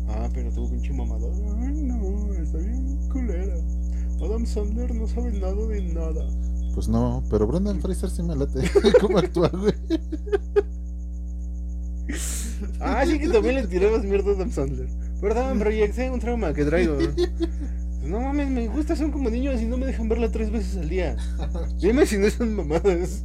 B: Ah, pero tuvo pinche mamador. Ay, no, está bien culera. Adam Sandler no sabe nada de nada.
A: Pues no, pero Brendan Fraser sí me late. ¿Cómo actúa, güey?
B: Ah, sí que también le tirabas mierda a Adam Sandler. Perdón, proyecté un trauma que traigo. No mames, me gusta, son como niños y no me dejan verla tres veces al día. Dime si no son mamadas.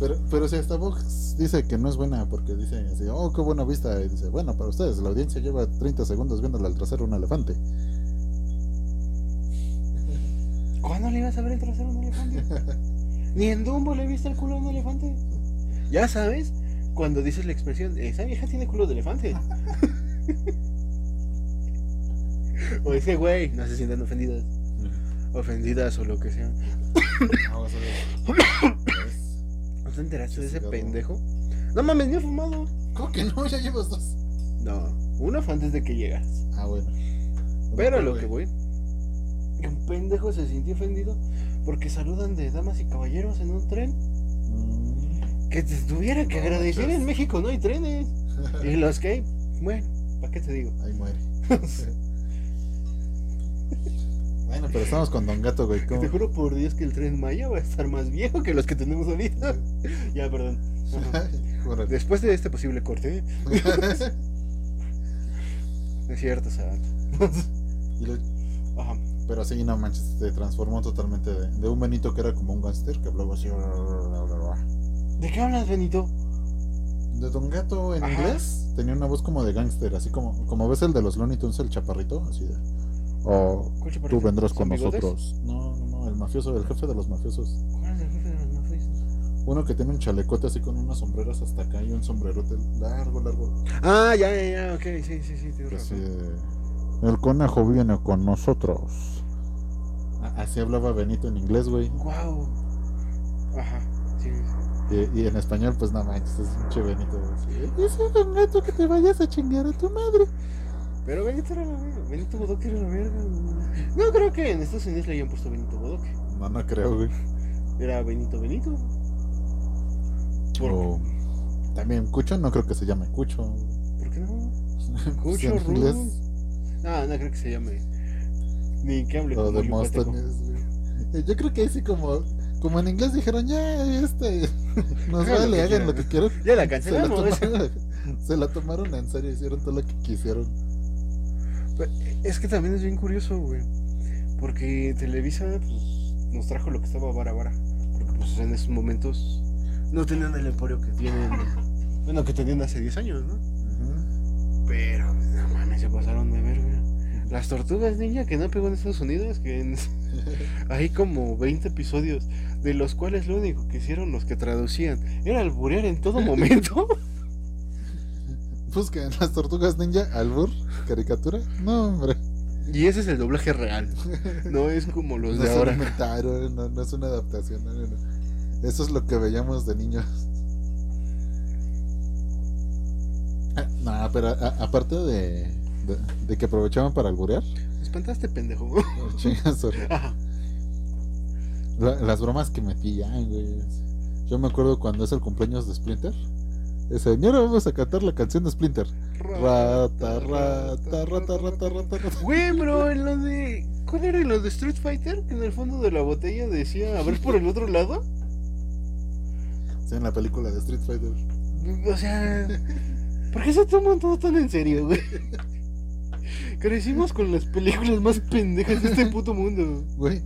A: Pero, pero si hasta Vox dice que no es buena porque dice así, oh, qué buena vista. Y dice, bueno, para ustedes, la audiencia lleva 30 segundos viéndole al trasero a un elefante.
B: ¿Cuándo le ibas a ver el trasero a un elefante? Ni en Dumbo le viste el culo a un elefante. Ya sabes, cuando dices la expresión, esa vieja tiene culo de elefante. o ese güey, no se sientan ofendidas. Ofendidas o lo que sea.
A: Vamos Ah, a ver.
B: ¿No te enteraste de ese
A: Cigarro.
B: pendejo? No mames, ni he fumado.
A: ¿Cómo que no? Ya llevas dos.
B: No, uno fue antes de que llegas.
A: Ah, bueno. pues,
B: Pero a lo que voy. que Un pendejo se sintió ofendido porque saludan de damas y caballeros en un tren.
A: Mm,
B: Que te tuviera que
A: No
B: agradecer
A: manches.
B: en México, no hay trenes. y los que hay, bueno, ¿para qué te digo?
A: Ahí muere. bueno, pero estamos con Don Gato, güey.
B: Que
A: ¿cómo?
B: te juro por Dios que el tren Maya va a estar más viejo que los que tenemos ahorita. ya, perdón. Ajá.
A: Júrale.
B: Después de este posible corte, es cierto, o sea.
A: Y lo-
B: Ajá.
A: Pero así no manches, se transformó totalmente de, de un Benito que era como un gánster que hablaba así. bla, bla, bla, bla.
B: ¿De qué hablas, Benito?
A: De Don Gato en
B: Ajá.
A: inglés tenía una voz como de gánster, así como, como ves el de los Looney Tunes, el chaparrito, así de. O
B: ¿Cuál
A: tú
B: chaparrito?
A: vendrás con
B: ¿Sin bigotes?
A: nosotros. No, no, no, el mafioso, el jefe de los mafiosos.
B: ¿Cuál es el jefe de los mafiosos?
A: Uno que tiene un chalecote así con unas sombreras hasta acá y un sombrerote largo, largo.
B: Ah, ya, ya, ya, ok, sí, sí, sí, tienes
A: Así
B: razón.
A: de, El conejo viene con nosotros. A- Así hablaba Benito en inglés, güey.
B: Wow. Ajá, sí, sí.
A: Y, y en español, pues no manches, es un che Benito. Dice Don Gato que te vayas a chingar a tu madre.
B: Pero Benito era la verga, Benito Bodoque era la verga. güey. No creo que en Estados Unidos le hayan puesto Benito Bodoque.
A: No, no creo, güey.
B: Era Benito Benito. ¿Por,
A: O también Cucho, no creo que se llame Cucho.
B: ¿por qué no?
A: Pues,
B: Cucho
A: en
B: Rules. Ah, no creo que se llame. Ni que hable
A: Lo
B: como
A: de
B: yucateco.
A: Móstones, güey. Yo creo que ahí sí como, como en inglés dijeron, ya, este, nos
B: Hagan lo
A: vale,
B: que
A: hagan
B: quieran".
A: lo que quieran.
B: Ya la
A: Se la,
B: cancelamos. ¿eh?
A: tomaron, se la tomaron en serio, hicieron todo lo que quisieron.
B: Es que también es bien curioso, güey. Porque Televisa pues, nos trajo lo que estaba vara vara. Porque pues en esos momentos no tenían el emporio que tienen. bueno, que tenían hace 10 años, ¿no? Pero no mames, se pasaron de verga. Las tortugas ninja que no pegó en Estados Unidos, que en- hay como 20 episodios, de los cuales lo único que hicieron los que traducían era alburear en todo momento.
A: Busquen Pues las tortugas ninja, albur, caricatura. No, hombre.
B: y ese es el doblaje real. No es como los
A: no
B: Pues de
A: se
B: ahora.
A: alimentaron, no, no es una adaptación. no, no, no. Eso es lo que veíamos de niños. Ah, No, pero a- aparte de, de, de que aprovechaban para alburear,
B: Me espantaste, pendejo.
A: chingas, o- la- las bromas que metían, güey. Yo me acuerdo cuando es el cumpleaños de Splinter. Ese, y ahora vamos a cantar la canción de Splinter. Rata, rata, rata, rata, rata, rata.
B: Güey, bro, en lo de. ¿Cuál era en lo de Street Fighter? Que en el fondo de la botella decía a ver por el otro lado.
A: Sí, en la película de Street Fighter.
B: O sea, ¿por qué se toman todo tan en serio, güey? Crecimos con las películas más pendejas de este puto mundo.
A: Güey.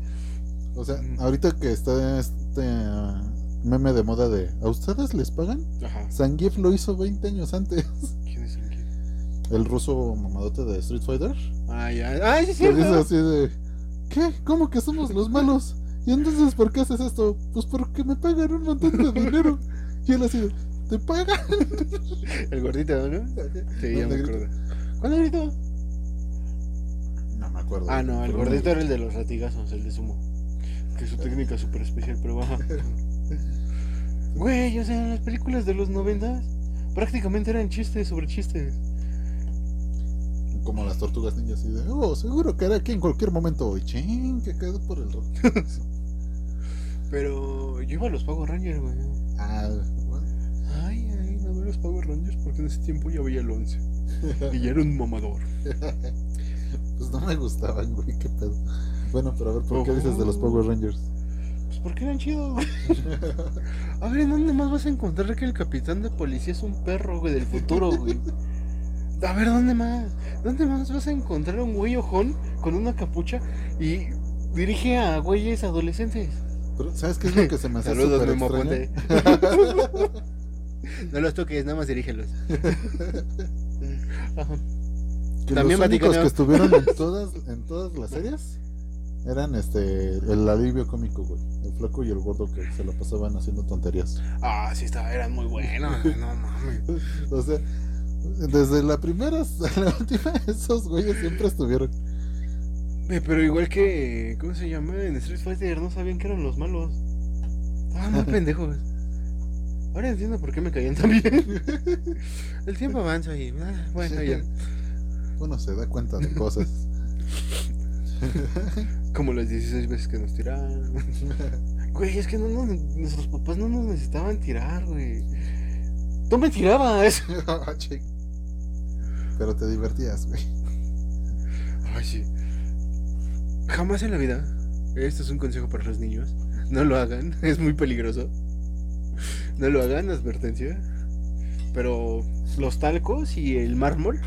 A: O sea,
B: Mm.
A: ahorita que está este ah, meme de moda de ¿A ustedes les pagan?
B: Ajá.
A: Zangief lo hizo 20 años antes.
B: ¿Quién es el que?
A: El ruso mamadote de Street Fighter.
B: Ah, ya. Ay, sí, es
A: Lo dice
B: cierto.
A: así de ¿Qué? ¿Cómo que somos los malos? ¿Y entonces por qué haces esto? Pues porque me pagan un montón de dinero. Y él así de, ¿te pagan?
B: El gordito, ¿no? Sí,
A: No,
B: ya me
A: negrito.
B: acuerdo. ¿Cuál negrito?
A: No me acuerdo.
B: Ah, no, el
A: Pero
B: gordito era el de los latigazos, el de sumo. Que su técnica es súper especial, pero baja. Güey, o sea, en las películas de los noventas prácticamente eran chistes sobre chistes.
A: Como las tortugas ninjas así de, oh, seguro que hará aquí en cualquier momento. Y ching, que quedó por el ro-".
B: Pero yo iba a los Power Rangers, güey.
A: Ah, bueno.
B: Ay, ay, no veo los Power Rangers porque en ese tiempo ya veía el 11. Y ya era un mamador.
A: Pues no me gustaban, güey, qué pedo. Bueno, pero a ver, ¿por qué
B: Ujú.
A: dices de los Power Rangers?
B: Pues porque eran chidos, güey. A ver, ¿en dónde más vas a encontrar que el capitán de policía es un perro, güey, del futuro, güey? A ver, ¿dónde más? ¿Dónde más vas a encontrar un güey ojón con una capucha y dirige a güeyes adolescentes?
A: Pero, ¿Sabes qué es lo que se me hace súper extraño?
B: no los toques, nada más dirígelos.
A: Que
B: También
A: los únicos
B: Vaticano.
A: que estuvieron en todas, en todas las series eran este el alivio cómico, güey. El flaco y el gordo que se la pasaban haciendo tonterías.
B: Ah, sí, estaba, eran muy buenos. No mames.
A: O sea, desde la primera hasta la última, esos güeyes siempre estuvieron.
B: Eh, Pero igual que, ¿cómo se llama? En Street Fighter no sabían que eran los malos. Estaban más pendejos. Ahora entiendo por qué me caían tan bien. El tiempo avanza y. ah, bueno, ya.
A: Uno se da cuenta de cosas.
B: Como las 16 veces que nos tiraron. Güey, es que no nos- nuestros papás no nos necesitaban tirar, güey. Tú me tirabas.
A: Ah, chic. Pero te divertías, güey.
B: Ay, sí. Jamás en la vida. Esto es un consejo para los niños. No lo hagan, es muy peligroso. No lo hagan, advertencia. Pero los talcos y el mármol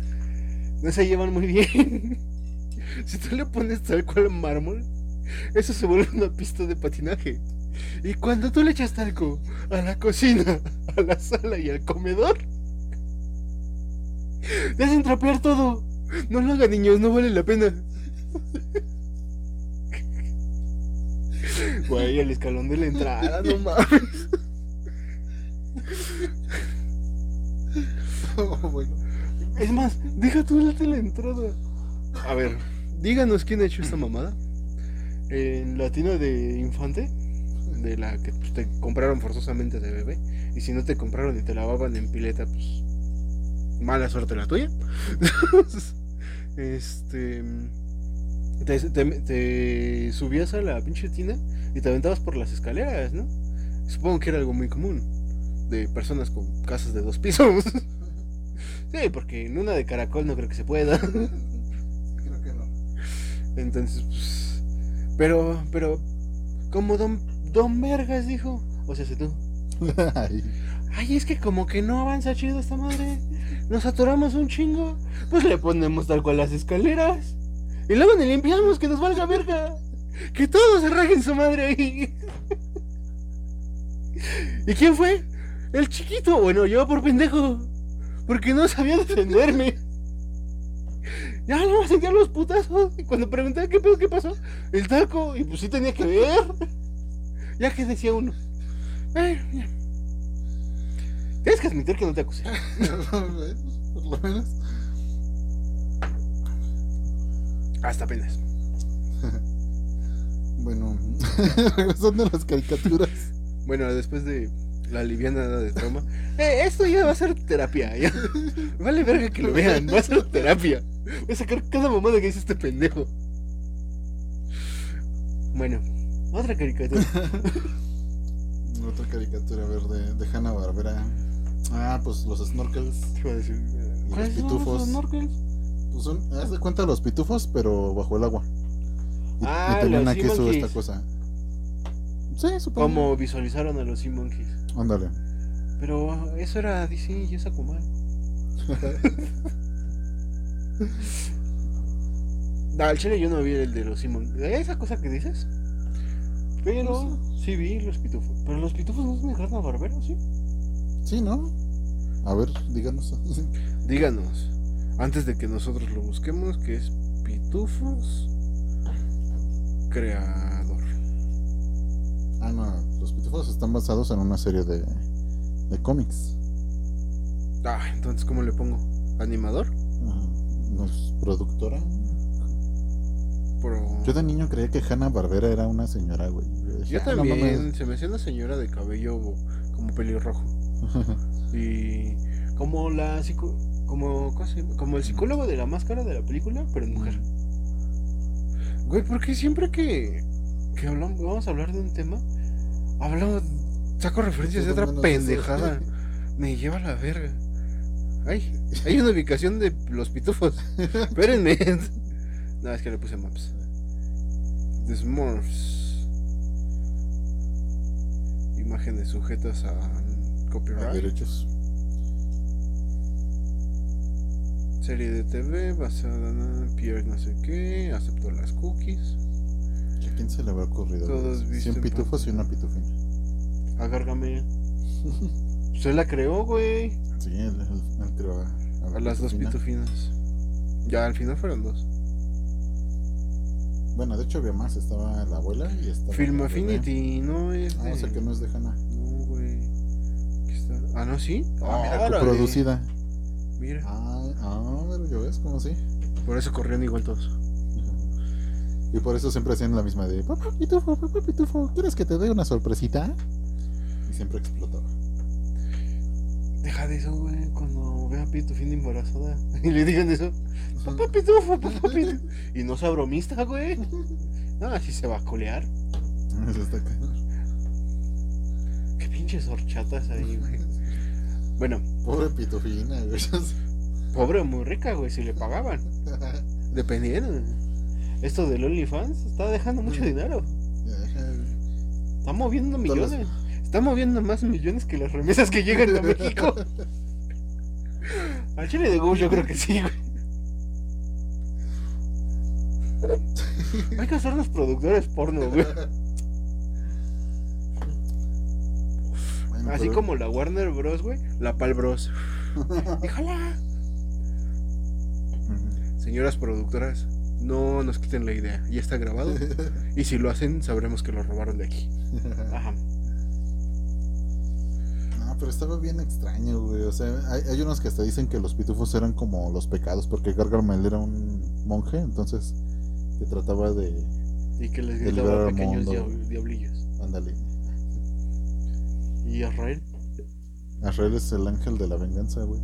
B: no se llevan muy bien. Si tú le pones talco al mármol, eso se vuelve una pista de patinaje. Y cuando tú le echas talco a la cocina, a la sala y al comedor, te hacen trapear todo. No lo hagan, niños, no vale la pena. Güey, el escalón de la entrada, no mames.
A: Oh, bueno.
B: Es más, deja tú el de la entrada. A ver, díganos quién ha hecho esta mamada. En la tina de infante, de la que pues, te compraron forzosamente de bebé. Y si no te compraron y te lavaban en pileta, pues. Mala suerte la tuya. este. Te, te- te subías a la pinche tina y te aventabas por las escaleras, ¿no? Supongo que era algo muy común. De personas con casas de dos pisos. Sí, porque en una de caracol no creo que se pueda.
A: Creo que no.
B: Entonces, pues. Pero, pero. Como Don, don Vergas dijo. O sea, si tú.
A: Ay,
B: Ay, es que como que no avanza chido esta madre. Nos atoramos un chingo. Pues le ponemos tal cual las escaleras. Y luego ni limpiamos, que nos valga verga. Que todos se rajen su madre ahí. ¿Y quién fue? El chiquito. Bueno, yo por pendejo. Porque no sabía defenderme. Ya no me sentía los putazos. Y cuando preguntaba qué pedo, qué pasó, el taco. Y pues sí tenía que ver. Ya que decía uno. Bueno, ya. Tienes que admitir que no te acusé.
A: Por lo menos.
B: Hasta apenas.
A: Bueno, regresando a las caricaturas.
B: Bueno, después de la liviana de trauma. Eh, esto ya va a ser terapia. ya. Vale verga que lo vean. Va a ser terapia. Voy a sacar cada mamada que dice este pendejo. Bueno, otra caricatura.
A: Otra caricatura verde de Hanna Barbera. Ah, pues los snorkels.
B: Te iba a decir, eh,
A: Y
B: ¿Cuáles
A: los
B: son
A: pitufos.
B: los snorkels?
A: Pues son, haz de cuenta los pitufos, pero bajo el agua. Y,
B: Ah,
A: y tenían
B: los
A: aquí su
B: Seamonkeys.
A: esta cosa. Sí, supongo.
B: Como visualizaron a los Sea Monkeys.
A: Ándale.
B: Pero eso era DC y es Akuman. Nah, al chile yo no vi el de los Sea Monkeys. Esa cosa que dices. Pero sí vi los pitufos. Pero los pitufos no son de Hanna Barbero, ¿sí?
A: Sí, ¿no? A ver, díganos.
B: Díganos, antes de que nosotros lo busquemos, que es Pitufos Creador.
A: ah, no. Los pitufos están basados en una serie de, de cómics.
B: Ah, entonces, ¿cómo le pongo? ¿Animador?
A: Ah, ¿No es productora?
B: Pro-
A: Yo de niño creía que Hanna Barbera era una señora, güey. Yo,
B: Yo
A: decía, "Ah, no
B: también, se me hacía una señora de cabello como pelirrojo.
A: mames".
B: Y como la psico- como, ¿cómo se llama? como el psicólogo de la máscara de la película, pero en mujer. Güey, porque siempre que, que hablamos, vamos a hablar de un tema, hablamos, saco referencias de otra
A: Menos eso.
B: pendejada. Me lleva a la verga. Ay, hay una ubicación de los pitufos. Espérenme. No, es que le puse maps. The Smurfs. Imágenes sujetas a
A: A
B: copyright.
A: derechos.
B: Serie de TV basada en Pierre no sé qué, aceptó las cookies.
A: ¿A quién se le habrá ocurrido?
B: Todos
A: güey?
B: visten
A: 100 pitufos y
B: pantalones.
A: una pitufina.
B: Agárgame. Se la creó, güey.
A: Sí, él, él- él creó a, a la
B: A las dos
A: pitufina.
B: pitufinas. Ya al final fueron dos.
A: Bueno, de hecho había más. Estaba la abuela y estaba.
B: Film
A: la bebé.
B: Affinity no es.
A: Ah, o sea
B: de-
A: que no es de Hanna.
B: No, güey. Aquí está. Ah, no, sí.
A: Ah, mira,
B: Órale.
A: coproducida.
B: Mira.
A: Ah, ah, pero yo ves, ¿cómo así?
B: Por eso corrían igual todos.
A: Y por eso siempre hacían la misma de Papá Pitufo, papá Pitufo, ¿quieres que te dé una sorpresita? Y siempre explotaba.
B: Deja de eso, güey. Cuando vea a Pitufina embarazada y le digan eso. Papá Pitufo, papá Pitufo. Y no sea bromista, güey. Ah, sí se va a colear.
A: Eso está cabrón.
B: Qué pinches horchatas ahí, güey. Bueno,
A: Pobre Pitufina, güey.
B: pobre o muy rica, güey, si le pagaban. Dependiendo. Esto del OnlyFans está dejando mucho dinero. Está moviendo
A: Mm. Todos los-
B: millones. Está moviendo más millones que las remesas que llegan a México. Al chile de Gus yo creo que sí, güey. Hay que hacernos productores porno, güey.
A: Bueno,
B: Así
A: pero-
B: como la Warner Bros, güey, la Pal Bros. Híjala. Señoras productoras, no nos quiten la idea. Ya está grabado. Y si lo hacen, sabremos que lo robaron de aquí. Ajá.
A: No, pero estaba bien extraño, güey. O sea, hay, hay unos que hasta dicen que los pitufos eran como los pecados, porque Gargamel era un monje, entonces, que trataba de.
B: Y que les
A: El
B: gritaba
A: ver al
B: pequeños
A: mundo.
B: diab- diablillos.
A: Ándale.
B: Y Israel.
A: Azrael es el ángel de la venganza, güey.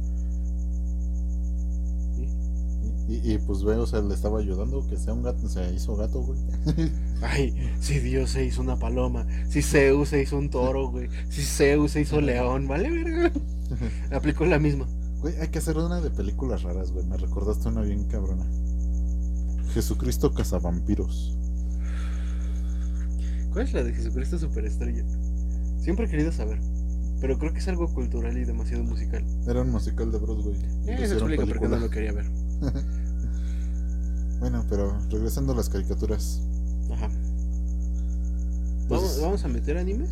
A: Y, y- y, pues ve, o sea, le estaba ayudando que sea un gato, se hizo gato, güey.
B: Ay, si Dios se hizo una paloma, si Zeus se hizo un toro, güey, si Zeus se hizo león, vale, verga. Aplicó la misma.
A: Güey, hay que hacer una de películas raras, güey. Me recordaste una bien cabrona. Jesucristo cazavampiros.
B: ¿Cuál es la de Jesucristo Superestrella? Siempre he querido saber, pero creo que es algo cultural y demasiado musical.
A: Era un musical de Broadway. y le
B: Eh, Eso
A: hicieron
B: explica por qué no
A: Pues película.
B: lo quería ver.
A: Bueno, pero regresando a las caricaturas.
B: Ajá.
A: Pues-
B: ¿Vamos, vamos a meter animes?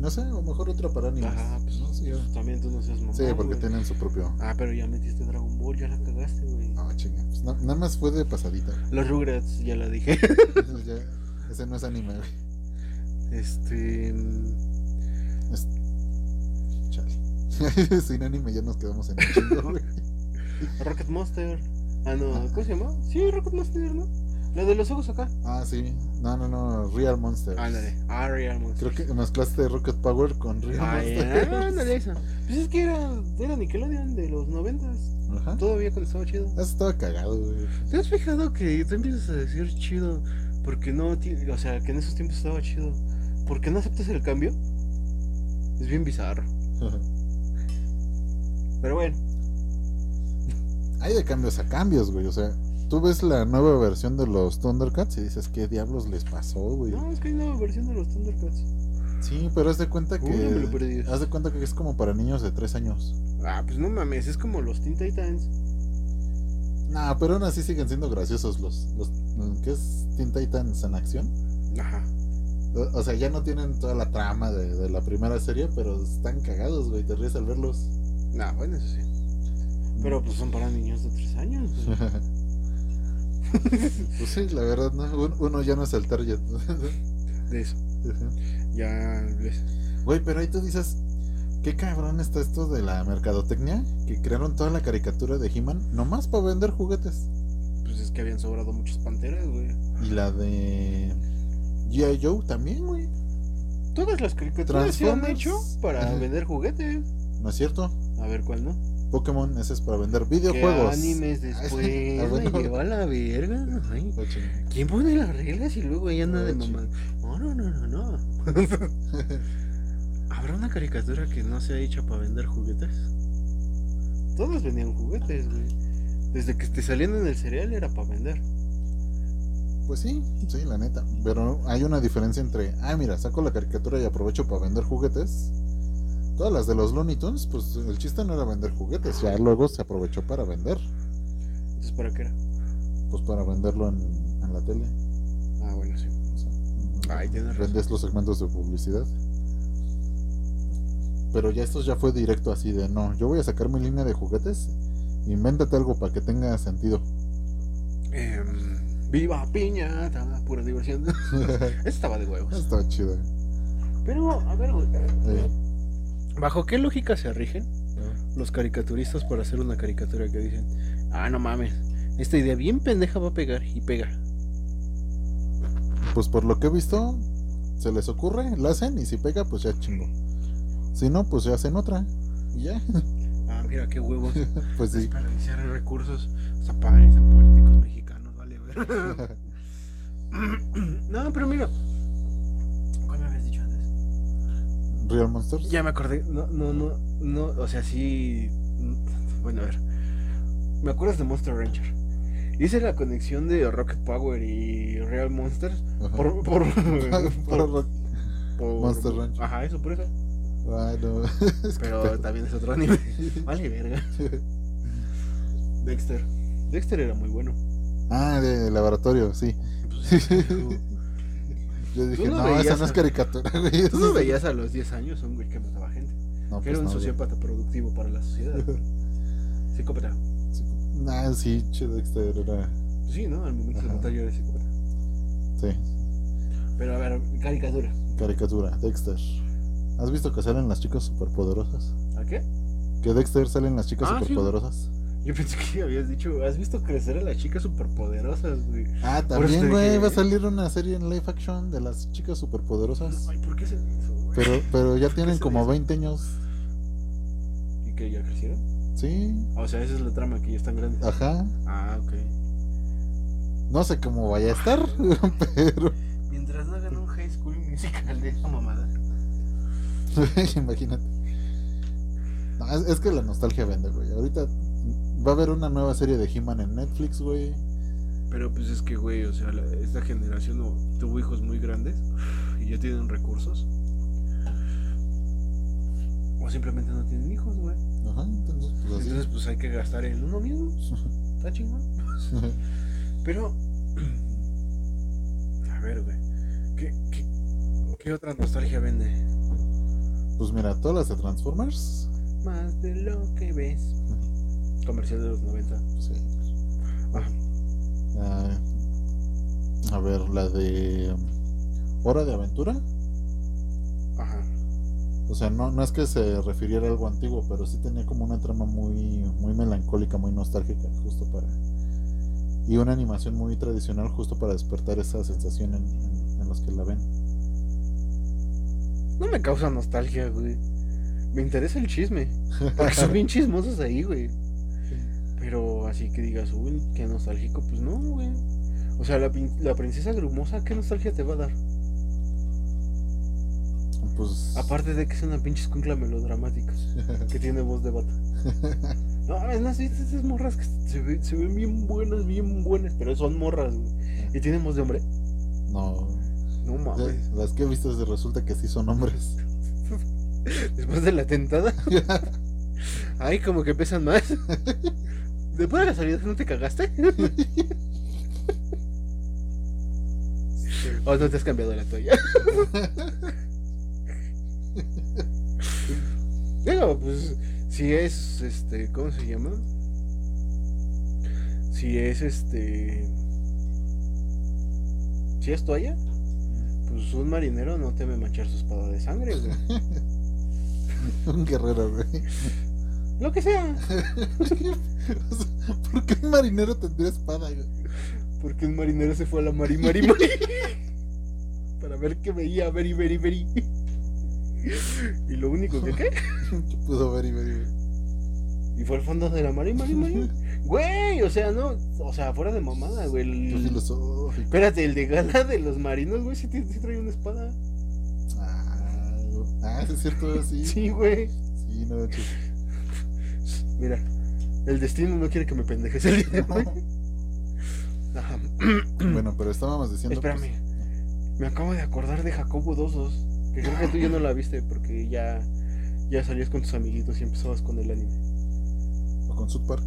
A: No sé, a lo mejor otra para animes.
B: Ajá, pues
A: No sé, yo-
B: También tú no seas mamón.
A: Sí, porque
B: güey.
A: tienen su propio.
B: Ah, pero ya metiste Dragon Ball, ya la cagaste, güey.
A: Ah, chinga. Pues na- nada más fue de pasadita.
B: Los Rugrats, ya la dije.
A: Eso ya- ese no es anime, güey.
B: Este. mm,
A: Chale. Sin anime ya nos quedamos en un chingo, güey.
B: Rocket Monster. Ah, no, ¿cómo se llama? Sí, Rocket Monster, ¿no? La de los ojos acá.
A: Ah, sí. No, no, no. Real Monsters.
B: Ah, la de Ariel Monster.
A: Creo que mezclaste Rocket Power con Real
B: Ah,
A: Monsters.
B: ya, ándale, esa. Pues es que era, era Nickelodeon de los noventas.
A: Ajá.
B: Todavía cuando estaba chido.
A: Eso estaba cagado, güey.
B: ¿Te has fijado que tú empiezas a decir chido? Porque no, ti- o sea, que en esos tiempos estaba chido. ¿Por qué no aceptas el cambio? Es bien bizarro. Pero bueno,
A: Hay de cambios a cambios, güey. O sea, tú ves la nueva versión de los Thundercats y dices, ¿qué diablos les pasó, güey?
B: No, es que hay nueva versión de los Thundercats.
A: Sí, pero haz de cuenta
B: Uy, ya me lo
A: que.
B: perdí.
A: Haz de cuenta que es como para niños de 3 años.
B: Ah, pues no mames, es como los Teen Titans.
A: Nah, pero aún así siguen siendo graciosos los. los mm, ¿Qué es Teen Titans en acción?
B: Ajá.
A: O, o sea, ya no tienen toda la trama de, de la primera serie, pero están cagados, güey. Te ríes al verlos.
B: Nah, bueno, eso sí. Pero pues son para niños de 3 años. güey.
A: pues sí, la verdad, ¿no? Un- Uno ya no es el target.
B: De eso. Ya les.
A: Güey, pero ahí tú dices, qué cabrón está esto de la mercadotecnia, que crearon toda la caricatura de He-Man nomás para vender juguetes.
B: Pues es que habían sobrado muchas panteras, güey.
A: Y la de G.I. Joe también, güey.
B: Todas las caricaturas se han
A: Transformers.
B: hecho para
A: Ajá.
B: vender juguetes.
A: ¿No es cierto?
B: A ver cuál no.
A: Pokémon, ese es para vender
B: ¿Qué
A: videojuegos.
B: animes después?
A: Ah,
B: Me
A: bueno.
B: lleva a la verga. Ay,
A: Oh, ching.
B: ¿Quién pone las reglas y luego ella anda de
A: Ah,
B: mamá? No, no, no, no, no. ¿Habrá una caricatura que no sea hecha para vender juguetes? Todos vendían juguetes, güey. Desde que te salían en el cereal era para vender.
A: Pues sí, sí, la neta. Pero hay una diferencia entre, ah, mira, saco la caricatura y aprovecho para vender juguetes. Todas las de los Looney Tunes, pues el chiste no era vender juguetes, ya luego se aprovechó para vender.
B: Entonces, ¿para qué era?
A: Pues para venderlo en, en la tele.
B: Ah, bueno, sí.
A: O sea,
B: Ay, tienes razón.
A: vendes los segmentos de publicidad. Pero ya esto ya fue directo así de no, yo voy a sacar mi línea de juguetes, invéntate algo para que tenga sentido.
B: Em, Viva piñata, pura diversión. Esa Estaba de huevos.
A: Está chido.
B: Pero, a ver, güey.
A: Eh,
B: ¿Bajo qué lógica se rigen los caricaturistas para hacer una caricatura que dicen, ah, no mames, esta idea bien pendeja va a pegar y pega?
A: Pues por lo que he visto, se les ocurre, la hacen y si pega, pues ya chingo. Si no, pues ya hacen otra. Y ya,
B: Ah, mira qué huevos.
A: pues sí.
B: Desperdiciar recursos hasta padres a políticos mexicanos, vale. ver. no, pero mira. ¿Cuál me habías dicho antes?
A: Real Monsters.
B: Ya me acordé. No, no, no, no. O sea, sí. Bueno, a ver. ¿Me acuerdas de Monster Rancher? Hice la conexión de Rocket Power y Real Monsters
A: Ajá.
B: por, por,
A: Por rock.
B: por-
A: Monster Rancher.
B: Ajá, eso por eso.
A: Ay, no.
B: Pero también es otro anime. Vale, verga. Dexter. Dexter era muy bueno.
A: Ah, de laboratorio, sí. Pues, Yo dije,
B: lo
A: no,
B: veías
A: esa no es
B: a-
A: caricatura, güey.
B: Tú lo veías a los 10 años, un güey que mataba gente.
A: No,
B: Era
A: pues
B: un
A: no, güey.
B: sociópata productivo para la sociedad. psicópata.
A: Sí. Ah, sí, che Dexter era.
B: Sí, ¿no? Al momento de
A: Ajá.
B: matar yo era psicópata.
A: Sí,
B: Pero a ver, caricatura.
A: caricatura, Dexter. ¿Has visto que salen las chicas superpoderosas?
B: ¿A qué?
A: Que Dexter salen las chicas
B: Ah, sí.
A: superpoderosas.
B: Yo pensé que habías dicho, has visto crecer a las chicas superpoderosas, güey.
A: Ah,
B: Por este eso
A: también,
B: te
A: güey,
B: dije-
A: va a salir una serie en live action de las chicas superpoderosas.
B: Ay, ¿por qué se hizo, güey?
A: Pues, Pero, pero ya tienen
B: se
A: como
B: dice?
A: 20 años.
B: ¿Y que ya crecieron?
A: Sí,
B: Ah, O sea, esa es la trama, que ya están grandes.
A: ajá.
B: Ah, ok.
A: No sé cómo vaya a estar, pero
B: Mientras no hagan un high school musical de esa mamada.
A: imagínate. No, es, es que la nostalgia vende, güey. Ahorita va a haber una nueva serie de He-Man en Netflix, güey.
B: Pero pues es que, güey, o sea, la- esta generación o, tuvo hijos muy grandes y ya tienen recursos. O simplemente no tienen hijos, güey.
A: Ajá, entonces, pues así.
B: Entonces, pues hay que gastar en uno mismo. Está chingón. Pero, a ver, güey. ¿qué, qué, qué otra nostalgia vende?
A: Pues mira, todas las de Transformers.
B: Más de lo que ves. Comercial de los 90.
A: pues, sí.
B: Ah,
A: Ah, a ver, la de um, Hora de Aventura.
B: ajá.
A: O sea, no, no es que se refiriera a algo antiguo, pero sí tenía como una trama muy, muy melancólica, muy nostálgica, justo para... Y una animación muy tradicional justo para despertar esa sensación en, en- en los que la ven.
B: No me causa nostalgia, güey. Me interesa el chisme. Porque son bien chismosos ahí, güey. Pero así que digas, uy, qué nostálgico, pues no, güey. O sea, la, pin- la princesa grumosa, ¿qué nostalgia te va a dar?
A: Pues...
B: Aparte de que es una pinche escuincla melodramática. Que tiene voz de bata. No, a ver, ¿no has visto esas morras que se, ve- se ven bien buenas, bien buenas, pero son morras, güey? Y tenemos de hombre.
A: No.
B: No mames.
A: Las que he visto se resulta que sí son hombres.
B: Después de la tentada. Ay, como que pesan más. Después de la salida, ¿no te cagaste? ¿O no te has cambiado la toalla? Digo, pues, si es, este, ¿cómo se llama? Si es, este, si es toalla, pues un marinero no teme manchar su espada de sangre, güey.
A: Un guerrero, güey.
B: Lo que sea.
A: O sea, ¿Por qué un marinero tendría espada, güey?
B: Porque un marinero se fue a la mari, mari, mari. Para ver qué veía, ver y ver y ver y. Y lo único que qué.
A: Que pudo ver y ver y ver.
B: Y fue al fondo de la mari, mari, mari. Güey, o sea, no. O sea, fuera de mamada, güey. el-
A: Qué filosófico.
B: Espérate, el de gala de los marinos, güey, sí, te- sí trae una espada.
A: Ah, ah, sí es cierto, sí. Sí,
B: Sí, güey.
A: no manches.
B: Mira, el destino no quiere que me pendejes el día de hoy. Ajá.
A: Bueno, pero estábamos diciendo. pues,
B: Espérame. Me acabo de acordar de Jacobo 22. Que creo que tú ya no la viste porque ya, ya salías con tus amiguitos y empezabas con el anime.
A: o con South Park.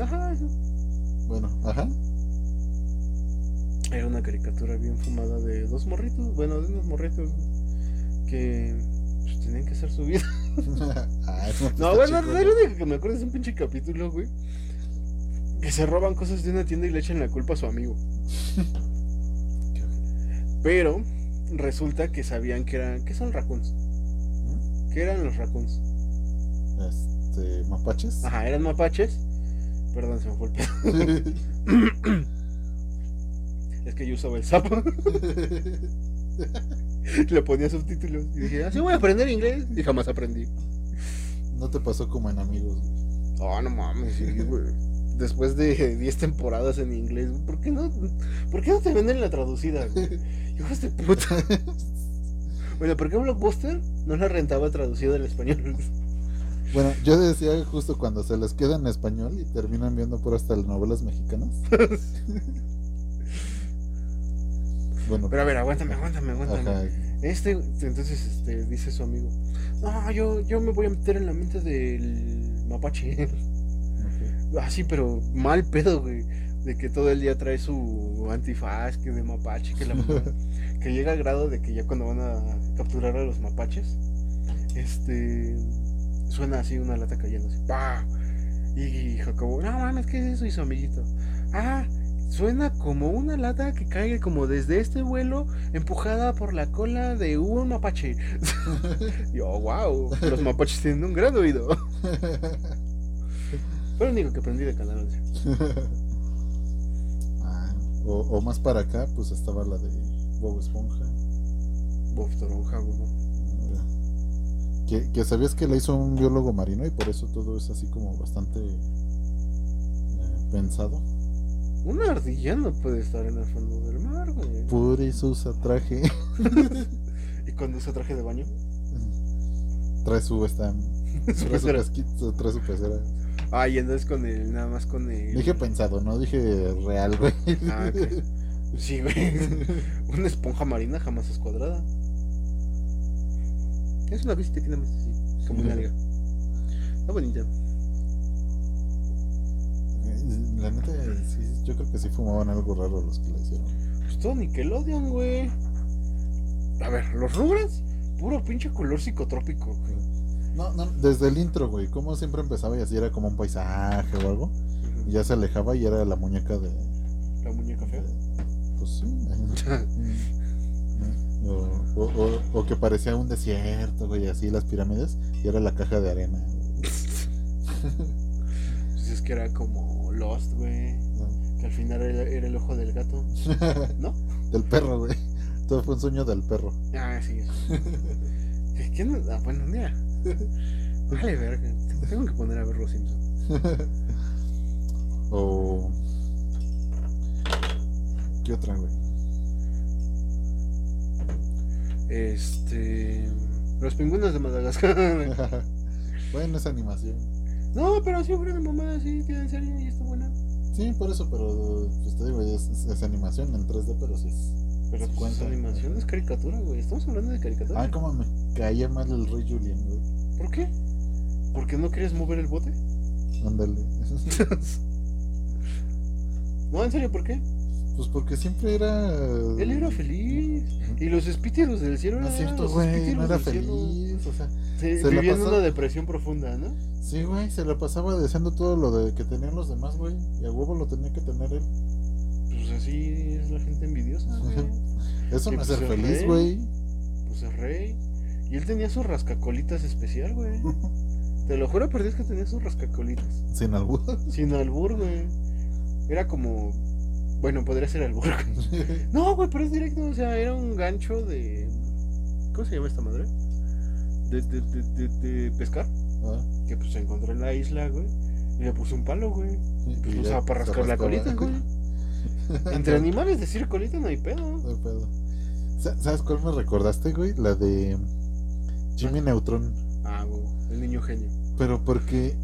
B: Ajá, eso.
A: bueno, ajá. Ah,
B: Era una caricatura bien fumada de dos morritos. Bueno, de unos morritos que pues, tenían que hacer su vida.
A: Ah, eso
B: No,
A: está
B: bueno,
A: chido,
B: de lo único que me acuerdo es un pinche capítulo, güey. Que se roban cosas de una tienda y le echan la culpa a su amigo. Pero resulta que sabían que eran. ¿Qué son raccoons? ¿Qué eran los raccoons?
A: ¿no? Este, mapaches.
B: Ajá, eran mapaches. Perdón, se me fue el pedo. Es que yo usaba el sapo. Le ponía subtítulos. Y dije, así voy a aprender inglés. Y jamás aprendí.
A: no te pasó como en amigos. güey.
B: Oh, no mames, sí, güey. Después de 10 temporadas en inglés, güey, ¿por qué no, ¿por qué no te venden la traducida? güey? Hijos de puta. Bueno, ¿por qué Blockbuster no la rentaba traducida al español?
A: Bueno, yo decía justo cuando se les queda en español y terminan viendo puras telenovelas mexicanas. bueno,
B: Pero a ver, aguántame, aguántame, aguántame.
A: ajá.
B: Este, entonces, este, dice su amigo, no, yo, yo me voy a meter en la mente del mapache.
A: ok.
B: Ah, sí, pero mal pedo, güey. De que todo el día trae su antifaz, que de mapache, que la mamá. que llega al grado de que ya cuando van a capturar a los mapaches, este. Suena así una lata cayéndose. ¡Pa! Y Jacobo, no mames, ¿qué es eso? Y su amiguito, ah, suena como una lata que cae como desde este vuelo, empujada por la cola de un mapache. Yo, wow, los mapaches tienen un gran oído. Fue lo único que aprendí de Canal 11.
A: Ah, o, o más para acá, pues estaba la de Bob Esponja.
B: Bob Toronja, güey.
A: Que, que sabías que la hizo un biólogo marino y por eso todo es así como bastante eh, pensado.
B: Una ardilla no puede estar en el fondo del mar, güey.
A: Por eso usa traje.
B: Y cuando usa traje de baño,
A: Trae su esta.
B: su
A: Trae su
B: pecera.
A: casquito, trae su pecera.
B: Ah, y andas con el, nada más con el.
A: Dije pues. pensado, no dije real, güey.
B: Ah, ok. Sí, güey. Una esponja marina jamás es cuadrada. Es una bici que tiene más así, como una alga. Está bonita.
A: La neta, sí, yo creo que sí fumaban algo raro los que la hicieron.
B: Pues todo Nickelodeon, güey. A ver, los rubras, puro pinche color psicotrópico, güey.
A: No, no, desde el intro, güey. Como siempre empezaba y así era como un paisaje o algo. Y ya se alejaba y era la muñeca de.
B: La muñeca fea.
A: Pues sí. O, o- o- o que parecía un desierto, güey, así las pirámides, y era la caja de arena. güey.
B: Pues es que era como Lost, güey. Que al final era, era el ojo del gato. ¿No?
A: Del perro, güey. Todo fue un sueño del perro.
B: Ah, sí. eso. ¿Qué- ¿Qué no? Ah, bueno, mira. Vale, verga. Tengo que poner a ver los Simpsons.
A: o. ¿Qué otra, güey?
B: Este. Los pingüinos de Madagascar.
A: bueno, es animación.
B: No, pero sí fue una mamada, sí, tiene en serio y está buena.
A: Sí, por eso, pero pues, te digo, es, es- es animación en 3D, pero sí es.
B: Pero
A: Sí,
B: pues,
A: cuenta.
B: es animación, es caricatura, güey. Estamos hablando de caricatura.
A: Ay, cómo me caía mal el Rey Julian, güey.
B: ¿Por qué? ¿Por qué no querías mover el bote?
A: Ándale.
B: No, en serio, ¿por qué?
A: pues porque siempre era.
B: Él era feliz. Y los espíritus del cielo
A: No es
B: eran
A: cierto,
B: los
A: güey, no
B: espíritus
A: era
B: del cielo.
A: feliz, o sea.
B: Se-
A: Se la
B: vivía en
A: pasa-
B: una depresión profunda, ¿no?
A: Sí, güey, se la pasaba deseando todo lo de que tenían los demás, güey. Y a huevo lo tenía que tener él.
B: Pues así es la gente envidiosa, güey.
A: Eso
B: Que
A: no es
B: pues
A: ser
B: el
A: feliz,
B: rey.
A: güey.
B: Pues es rey. Y él tenía sus rascacolitas especial, güey. Te lo juro, perdí es que tenía sus rascacolitas.
A: Sin albur.
B: Sin albur, güey. Era como. Bueno, podría ser albur, güey. No, güey, pero es directo, o sea, era un gancho de. ¿Cómo se llama esta madre? De, de, de, de- de pescar.
A: Ah,
B: Que pues se encontró en la isla, güey. Y le puso un palo, güey.
A: sí,
B: Pues
A: y
B: lo
A: ya
B: usaba para
A: se
B: rascar la
A: rascaba.
B: colita, güey. Entre animales decir colita no hay pedo.
A: No hay pedo. Sa- ¿Sabes cuál me recordaste, güey? La de Jimmy Neutron.
B: Ah, güey. El niño genio.
A: Pero porque.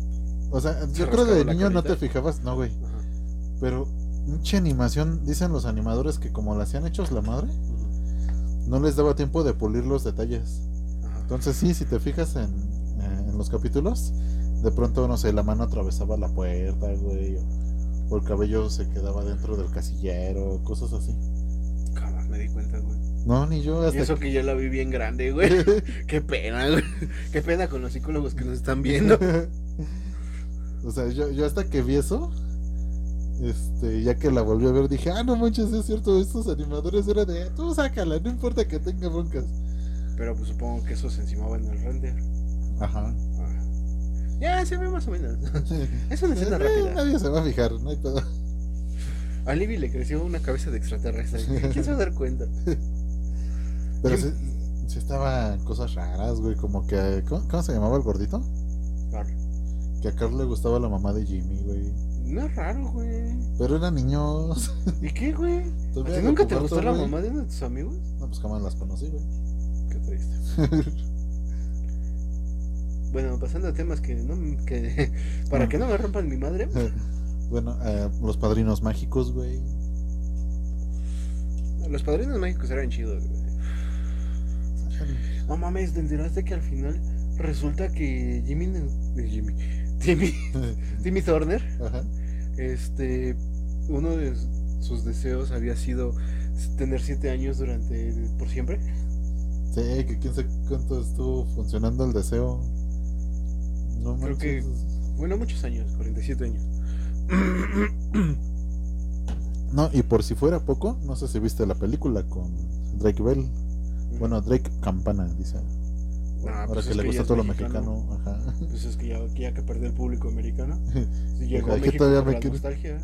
A: O sea, yo creo
B: rascaba
A: de
B: la
A: niño no
B: colita?
A: te fijabas, no, güey.
B: Ajá.
A: Pero mucha animación, dicen los animadores que como la hacían hechos la madre, no les daba tiempo de pulir los detalles.
B: Ajá.
A: Entonces sí, si te fijas en, eh, en los capítulos, de pronto, no sé, la mano atravesaba la puerta, güey, o, o el cabello se quedaba dentro del casillero, cosas así.
B: Jamás me di cuenta, güey.
A: No, ni yo
B: Y
A: hasta
B: eso que yo la vi bien grande, güey. Qué pena, güey. Qué pena con los psicólogos que nos están viendo.
A: o sea, yo, yo hasta que vi eso, este, ya que la volví a ver, dije, ah, no manches, es cierto, estos animadores eran de, tú sácala, no importa que tenga broncas.
B: Pero pues supongo que eso se encimaba en el render.
A: Ajá.
B: Ajá. Ya se ve más o menos.
A: Eh,
B: Es una escena rápida.
A: nadie se va a fijar, no hay pedo.
B: A Libby le creció una cabeza de extraterrestre. ¿Quién se va a dar cuenta?
A: Pero
B: Jim-
A: sí, sí estaban cosas raras, güey, como que, ¿cómo, cómo se llamaba el gordito?
B: Gar-
A: Que a Carl le gustaba la mamá de Jimmy, güey.
B: No es raro, güey.
A: Pero eran niños.
B: ¿Y qué, güey? ¿A
A: ¿Tú
B: ti nunca te gustó la mamá de uno de tus amigos?
A: No, pues jamás las conocí, güey.
B: Qué triste. Bueno, pasando a temas que no. Que, para que no me rompan mi madre.
A: bueno, eh, los padrinos mágicos, güey.
B: Los padrinos mágicos eran chidos, güey. No mames, ¿te enteraste que al final resulta que Jimmy. Neu- eh, Jimmy. Timmy. Timmy Turner.
A: Ajá.
B: Este. Uno de sus deseos había sido tener siete años durante. por siempre.
A: Sí, que quién sabe cuánto estuvo funcionando el deseo. No
B: Creo que-
A: manches.
B: Bueno, muchos años, 47 años.
A: No, y por si fuera poco, no sé si viste la película con Drake Bell. Bueno, Drake Campana, dice.
B: Mm. Ah,
A: Ahora
B: pues
A: que
B: es
A: le
B: que
A: gusta
B: ya
A: todo
B: es
A: lo
B: mexicano.
A: mexicano. Ajá.
B: Pues es que ya, que ya que perdió el público americano. Si llegó
A: Ojalá
B: a
A: que
B: México
A: todavía
B: por
A: me
B: la
A: quede.
B: nostalgia.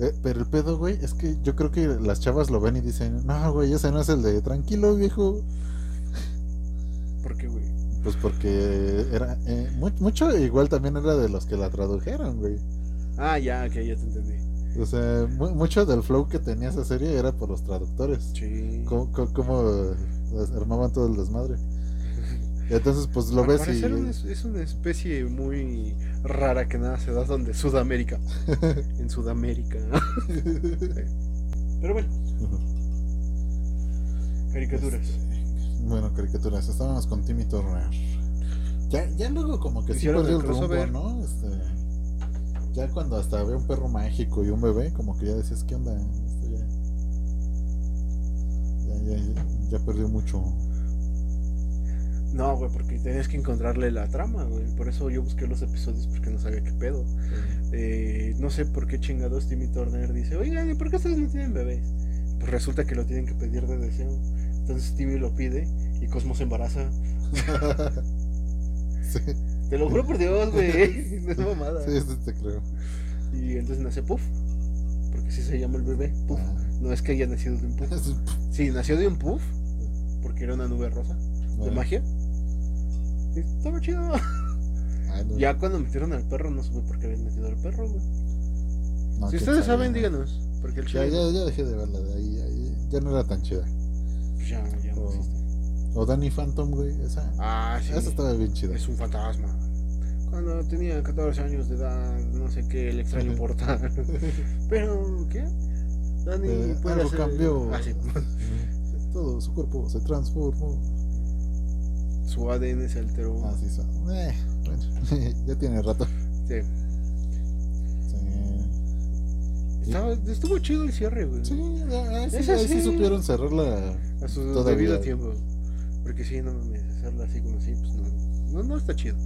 A: Eh, pero el pedo, güey, es que yo creo que las chavas lo ven y dicen, no, güey, ese no es el de tranquilo, viejo.
B: ¿Por qué, güey?
A: Pues porque era. eh, mu- mucho igual también era de los que la tradujeron, güey.
B: Ah, ya, que ya te entendí.
A: O sea, mu- mucho del flow que tenía esa serie era por los traductores.
B: Sí.
A: ¿Cómo, cómo- cómo, eh, armaban todo el desmadre? Y entonces, pues lo
B: Al
A: ves y.
B: parecer es, es una especie muy rara que nada se da donde Sudamérica. en Sudamérica. Pero bueno, caricaturas.
A: Este, bueno, caricaturas. Estábamos con Timmy Turner. Ya, ya luego, como que sí
B: Hicieron
A: perdió
B: el
A: el rumbo,
B: crossover.
A: ¿no? Este, ya cuando hasta ve un perro mágico y un bebé, como que ya decías, ¿qué onda? Esto ya. Ya, ya, ya, ya perdió mucho.
B: No, güey, porque tenías que encontrarle la trama, güey. Por eso yo busqué los episodios porque no sabía qué pedo. Eh, no sé por qué chingados Timmy Turner dice, oigan, ¿y por qué ustedes no tienen bebés? Pues resulta que lo tienen que pedir de deseo. Entonces Timmy lo pide y Cosmo se embaraza.
A: sí,
B: Te lo juro por Dios, güey. No es mamada.
A: sí, sí, te creo.
B: Y entonces nace Puff. Porque sí se llama el bebé. Puff. No es que haya nacido de un
A: Ah,
B: puff. Sí, nació de un puff. Porque era una nube rosa. De magia. Y estaba chido.
A: Ay, no,
B: Ya cuando metieron al perro, no supe por qué habían metido al perro, güey.
A: no,
B: si
A: Ah, quién
B: ustedes
A: sabe,
B: saben,
A: ¿no?
B: díganos. Porque el
A: Ya,
B: chile.
A: ya, ya dejé de verla de ahí, ya, ya- ya no era tan chida.
B: pues ya, ya, no
A: Oh.
B: existe.
A: O Danny Phantom, güey, esa.
B: Ah, sí.
A: Esa estaba bien chida.
B: Es un fantasma. Cuando tenía 14 años de edad, no sé qué le extraño portar. Pero, ¿qué? Dani
A: Eh,
B: puede
A: algo
B: hacer-
A: cambió.
B: Ah, sí.
A: Todo su cuerpo se transformó.
B: Su ADN se alteró.
A: Así son. Eh, bueno, ya tiene rato.
B: Sí.
A: Sí,
B: Estaba- estuvo chido el cierre, güey.
A: sí, ahí sí,
B: Eso
A: ahí sí
B: sí.
A: supieron cerrarla.
B: A su
A: Todavía.
B: debido tiempo. Porque sí, no mames, hacerla así como así, pues no. No, no está chido.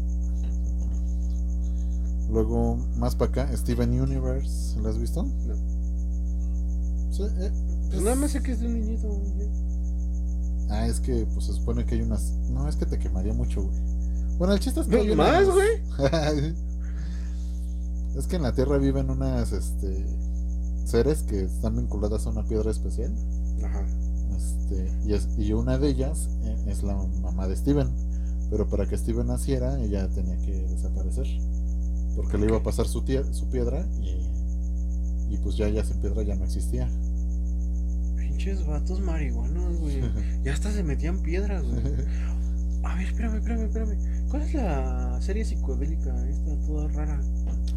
A: Luego, más para acá, Steven Universe. ¿La has visto?
B: No.
A: Sí, eh,
B: Pues
A: pues-
B: nada más sé que es de un niñito, güey.
A: Ah, es que pues se supone que hay unas. No, es que te quemaría mucho, güey. Bueno, el chiste es que.
B: No,
A: hay
B: más,
A: unas-
B: güey.
A: es que en la Tierra viven unas este, seres que están vinculadas a una piedra especial.
B: Ajá.
A: Este, y, es- y una de ellas eh, es la mamá de Steven. Pero para que Steven naciera, ella tenía que desaparecer. Porque le iba a pasar su, tie- su piedra y, y pues ya ya sin piedra ya no existía.
B: Pinches vatos marihuanos, güey. Ya hasta se metían piedras, güey. A ver, espérame, espérame, espérame. ¿Cuál es la serie psicodélica esta toda rara?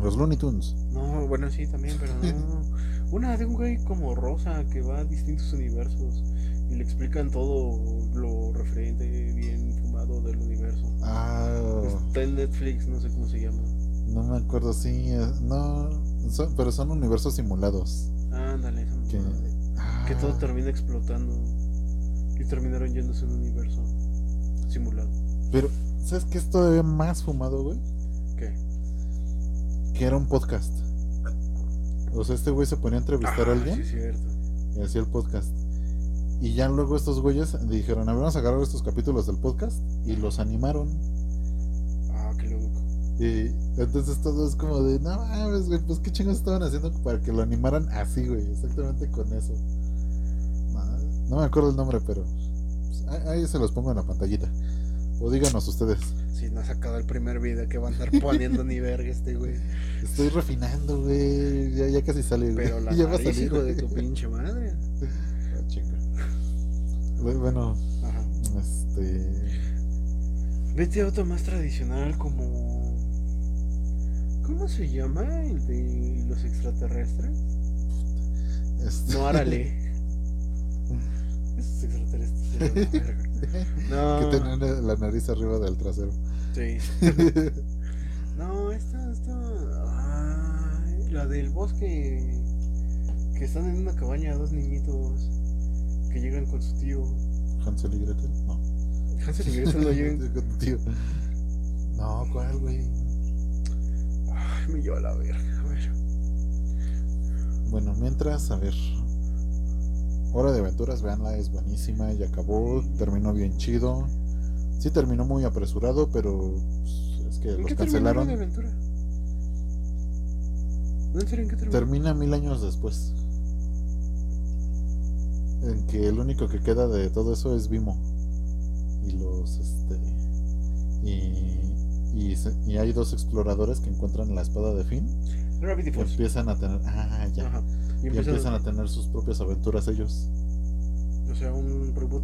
A: Los Looney Tunes.
B: No, bueno, sí, también, pero no. Una de un güey como Rosa que va a distintos universos y le explican todo lo referente bien fumado del universo.
A: Ah,
B: Está en Netflix, no sé cómo se llama.
A: no me acuerdo, sí. eh, No, son- pero son universos simulados.
B: Ándale, esa
A: ¿Qué?
B: mamada de- Que todo
A: Ah.
B: termina explotando y terminaron yéndose a un universo simulado.
A: Pero, ¿sabes qué es todavía más fumado, güey?
B: ¿Qué?
A: Que era un podcast. O sea, este güey se ponía a entrevistar a
B: Ah,
A: alguien
B: Sí, es cierto.
A: y hacía el podcast. Y ya luego estos güeyes dijeron, a ver, vamos a agarrar estos capítulos del podcast y los animaron.
B: Ah, qué loco.
A: Y entonces todo es como de, no mames, güey, pues qué chingos estaban haciendo para que lo animaran así, güey, exactamente con eso. No, no me acuerdo el nombre, pero pues, ahí- ahí se los pongo en la pantallita. O díganos ustedes.
B: Si no ha sacado el primer video que va a andar poniendo ni verga este güey.
A: Estoy refinando, güey. Ya, ya casi sale, güey.
B: Pero la
A: ya va a
B: nariz,
A: salir,
B: hijo de
A: güey.
B: tu pinche madre.
A: Ah, chinga. Bu- Bueno,
B: Ajá.
A: este.
B: Vete a otro más tradicional como... ¿Cómo se llama el de los extraterrestres?
A: este-
B: No, árale. Esos extraterrestres. son una verga. No.
A: que tener la nariz arriba del trasero.
B: Sí. No, esta, esta. ay, la del bosque. Que están en una cabaña dos niñitos. Que llegan con su tío.
A: Hansel y Gretel. No.
B: Hansel y Gretel no llegan.
A: Con tu tío. No, ¿cuál, güey?
B: Ay, me lleva la verga. A ver.
A: Bueno, mientras, a ver. Hora de aventuras, veanla, es buenísima. Ya acabó, terminó bien chido. Sí, terminó muy apresurado, pero pues, es que
B: ¿En
A: los
B: qué
A: cancelaron.
B: terminaron la aventura? No, en serio, ¿en qué terminó?
A: Termina mil años después. En que el único que queda de todo eso es Vimo. Y los este. Y. Y, se- y hay dos exploradores que encuentran la espada de Finn
B: Gravity
A: y
B: Falls.
A: empiezan a tener. Ah, ya.
B: Ajá.
A: Y empiezan a tener sus propias aventuras ellos.
B: O sea, un reboot.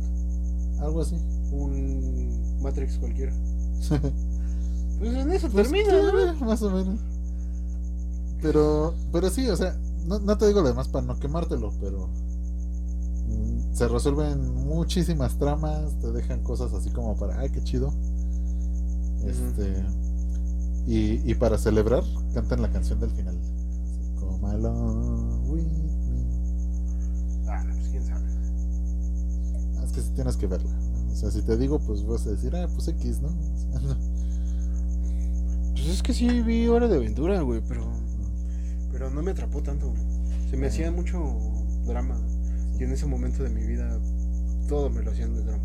A: Algo así.
B: Un Matrix cualquiera. Pues en eso
A: Pues,
B: termina,
A: sí,
B: ¿no?
A: Más o menos. Pero, pero sí, o sea, no, no te digo lo demás para no quemártelo, pero mm, se resuelven muchísimas tramas, te dejan cosas así como para, ay, qué chido. Este, y, y para celebrar, cantan la canción del final. Así como along with me.
B: Ah, no, pues quién sabe.
A: Ah, Es que sí tienes que verla. O sea, si te digo, pues vas a decir, ah, pues X, ¿no? O sea, no.
B: Pues es que sí vi Hora de Aventura, güey, pero. Pero no me atrapó tanto, güey. Se me hacía mucho drama. Y en ese momento de mi vida, todo me lo hacían de drama.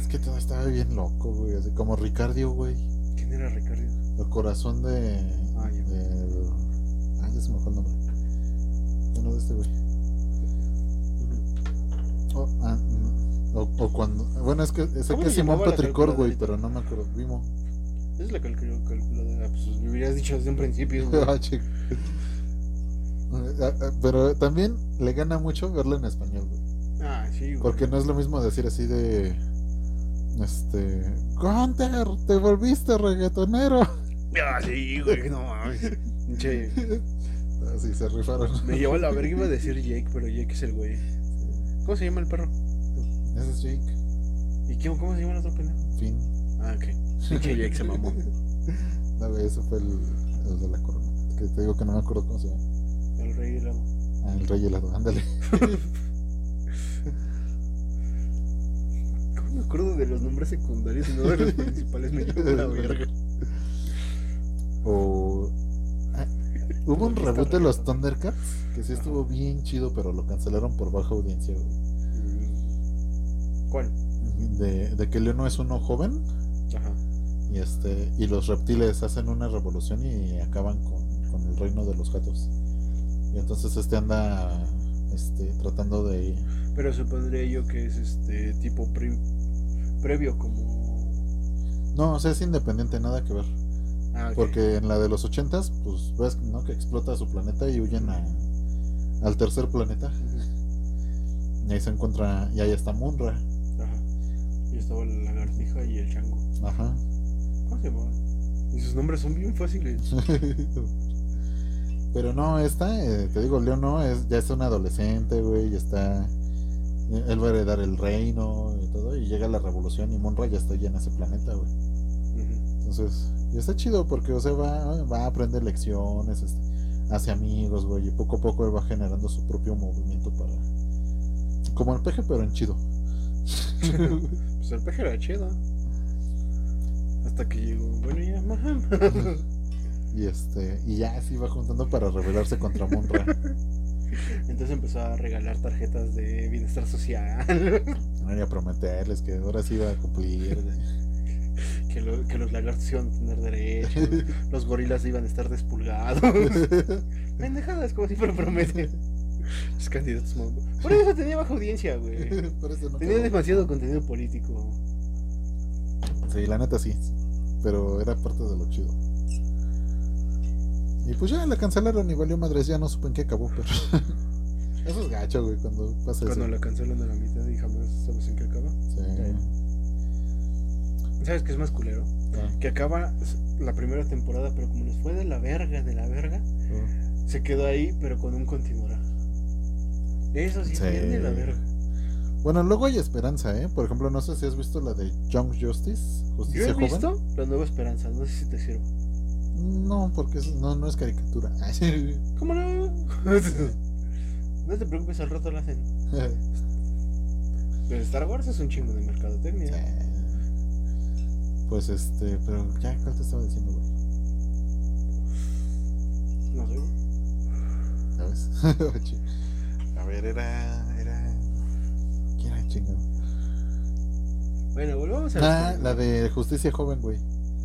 A: Es que todo estaba bien loco, güey. Así como Ricardio, güey.
B: ¿Quién era Ricardo?
A: El corazón de.
B: Ah, ya.
A: del- Ah, ya se me fue el nombre. Bueno, de este güey. O, ah, mm, o, o cuando. Bueno, es que sé
B: ¿Cómo
A: que es
B: se
A: Simón
B: llamaba la
A: Patricor, güey,
B: calculadora?
A: pero no me acuerdo. Vimo.
B: Es la calcul- calculadora. Pues me hubieras dicho desde un principio, güey.
A: Ah, chico. Ah, ah, Pero también le gana mucho verla en español, güey.
B: Ah, sí, güey.
A: Porque no es lo mismo decir así de. Este. Gunter, te volviste reggaetonero.
B: Ah, sí, güey, no mames. Pinche,
A: Ah, sí, se rifaron.
B: Me llevó a la verga, iba a decir Jake, pero Jake es el güey. ¿Cómo se llama el perro?
A: Ese es Jake.
B: ¿Y quién, cómo se llama el otro pendejo?
A: Fin.
B: Ah, ok. Pinche Jake se mamó.
A: No, güey, ese fue el, el de la corona. Que te digo que no me acuerdo cómo se llama.
B: El rey de la...
A: Ah, el rey helado, ándale.
B: ¿Cómo me acuerdo de los nombres secundarios y no de los principales? Me llevó a la verga.
A: O. ah, hubo un
B: Está
A: reboot de los
B: raro.
A: Thundercats que sí estuvo bien chido, pero lo cancelaron por baja audiencia, güey.
B: ¿Cuál?
A: De, de que Leono es uno joven
B: Ajá.
A: y este y los reptiles hacen una revolución y acaban con, con el reino de los gatos. Y entonces este anda este, tratando de.
B: Pero supondría yo que es este tipo pre- previo como...
A: No, o sea, es independiente, nada que ver.
B: Ah, ok.
A: Porque en la de los ochentas, pues ves ¿no? que explota su planeta y huyen a- al tercer planeta.
B: Ujú.
A: Y ahí se encuentra, y ahí está Munra.
B: Ajá. Y estaba la lagartija y el chango.
A: Ajá.
B: ¿Cómo se llamaba? Y sus nombres son bien fáciles.
A: Pero no, esta, eh, te digo, Leo no, es, ya es un adolescente, güey, ya está. eh, Él va a heredar el reino y todo, y llega la revolución y Munra ya está ya en ese planeta, güey.
B: Ujú.
A: Entonces, y está chido porque, o sea, va, va a aprender lecciones, este, hace amigos, güey, y poco a poco él va generando su propio movimiento para. Como el peje, pero en chido.
B: Pues el peje era chido. Hasta que llegó, bueno, ya, majam.
A: Y este, y ya así va juntando para rebelarse contra Munra.
B: Entonces empezó a regalar tarjetas de bienestar social.
A: No era prometerles que ahora sí iba a cumplir.
B: Que, lo- que los lagartos iban a tener derechos. Los gorilas iban a estar despulgados. Pendejadas, como siempre promete. Los candidatos mambo. Por eso tenía baja audiencia, güey.
A: Por eso no
B: Tenía
A: quedó.
B: demasiado contenido político.
A: Sí, la neta sí. Pero era parte de lo chido. Y pues ya la cancelaron y valió madres, ya no supe en qué acabó, pero. Eso es gacho, güey, cuando pasa
B: Cuando
A: eso.
B: la cancelan a la mitad y jamás sabes en qué acaba.
A: Sí.
B: ¿Sabes qué es más culero?
A: Ah,
B: Que acaba la primera temporada, pero como les fue de la verga, de la verga,
A: ah.
B: se quedó ahí, pero con un continuará. Eso sí,
A: Sí.
B: bien de la verga.
A: Bueno, luego hay esperanza, ¿eh? Por ejemplo, no sé si has visto la de Young Justice.
B: Yo
A: Justicia
B: he
A: Joven.
B: visto La Nueva Esperanza, no sé si te sirve.
A: No, porque es- no, no es caricatura.
B: ¿Cómo no? no te preocupes, al rato la hacen. Pero Star Wars es un chingo de mercadotecnia.
A: Pues este, pero ya, ¿cuál te estaba diciendo, güey?
B: No sé, güey.
A: ¿Sabes? A ver, era. era... ¿Quién era chingado?
B: Este, Bueno, volvamos a
A: Ah, la de Justicia Joven, güey.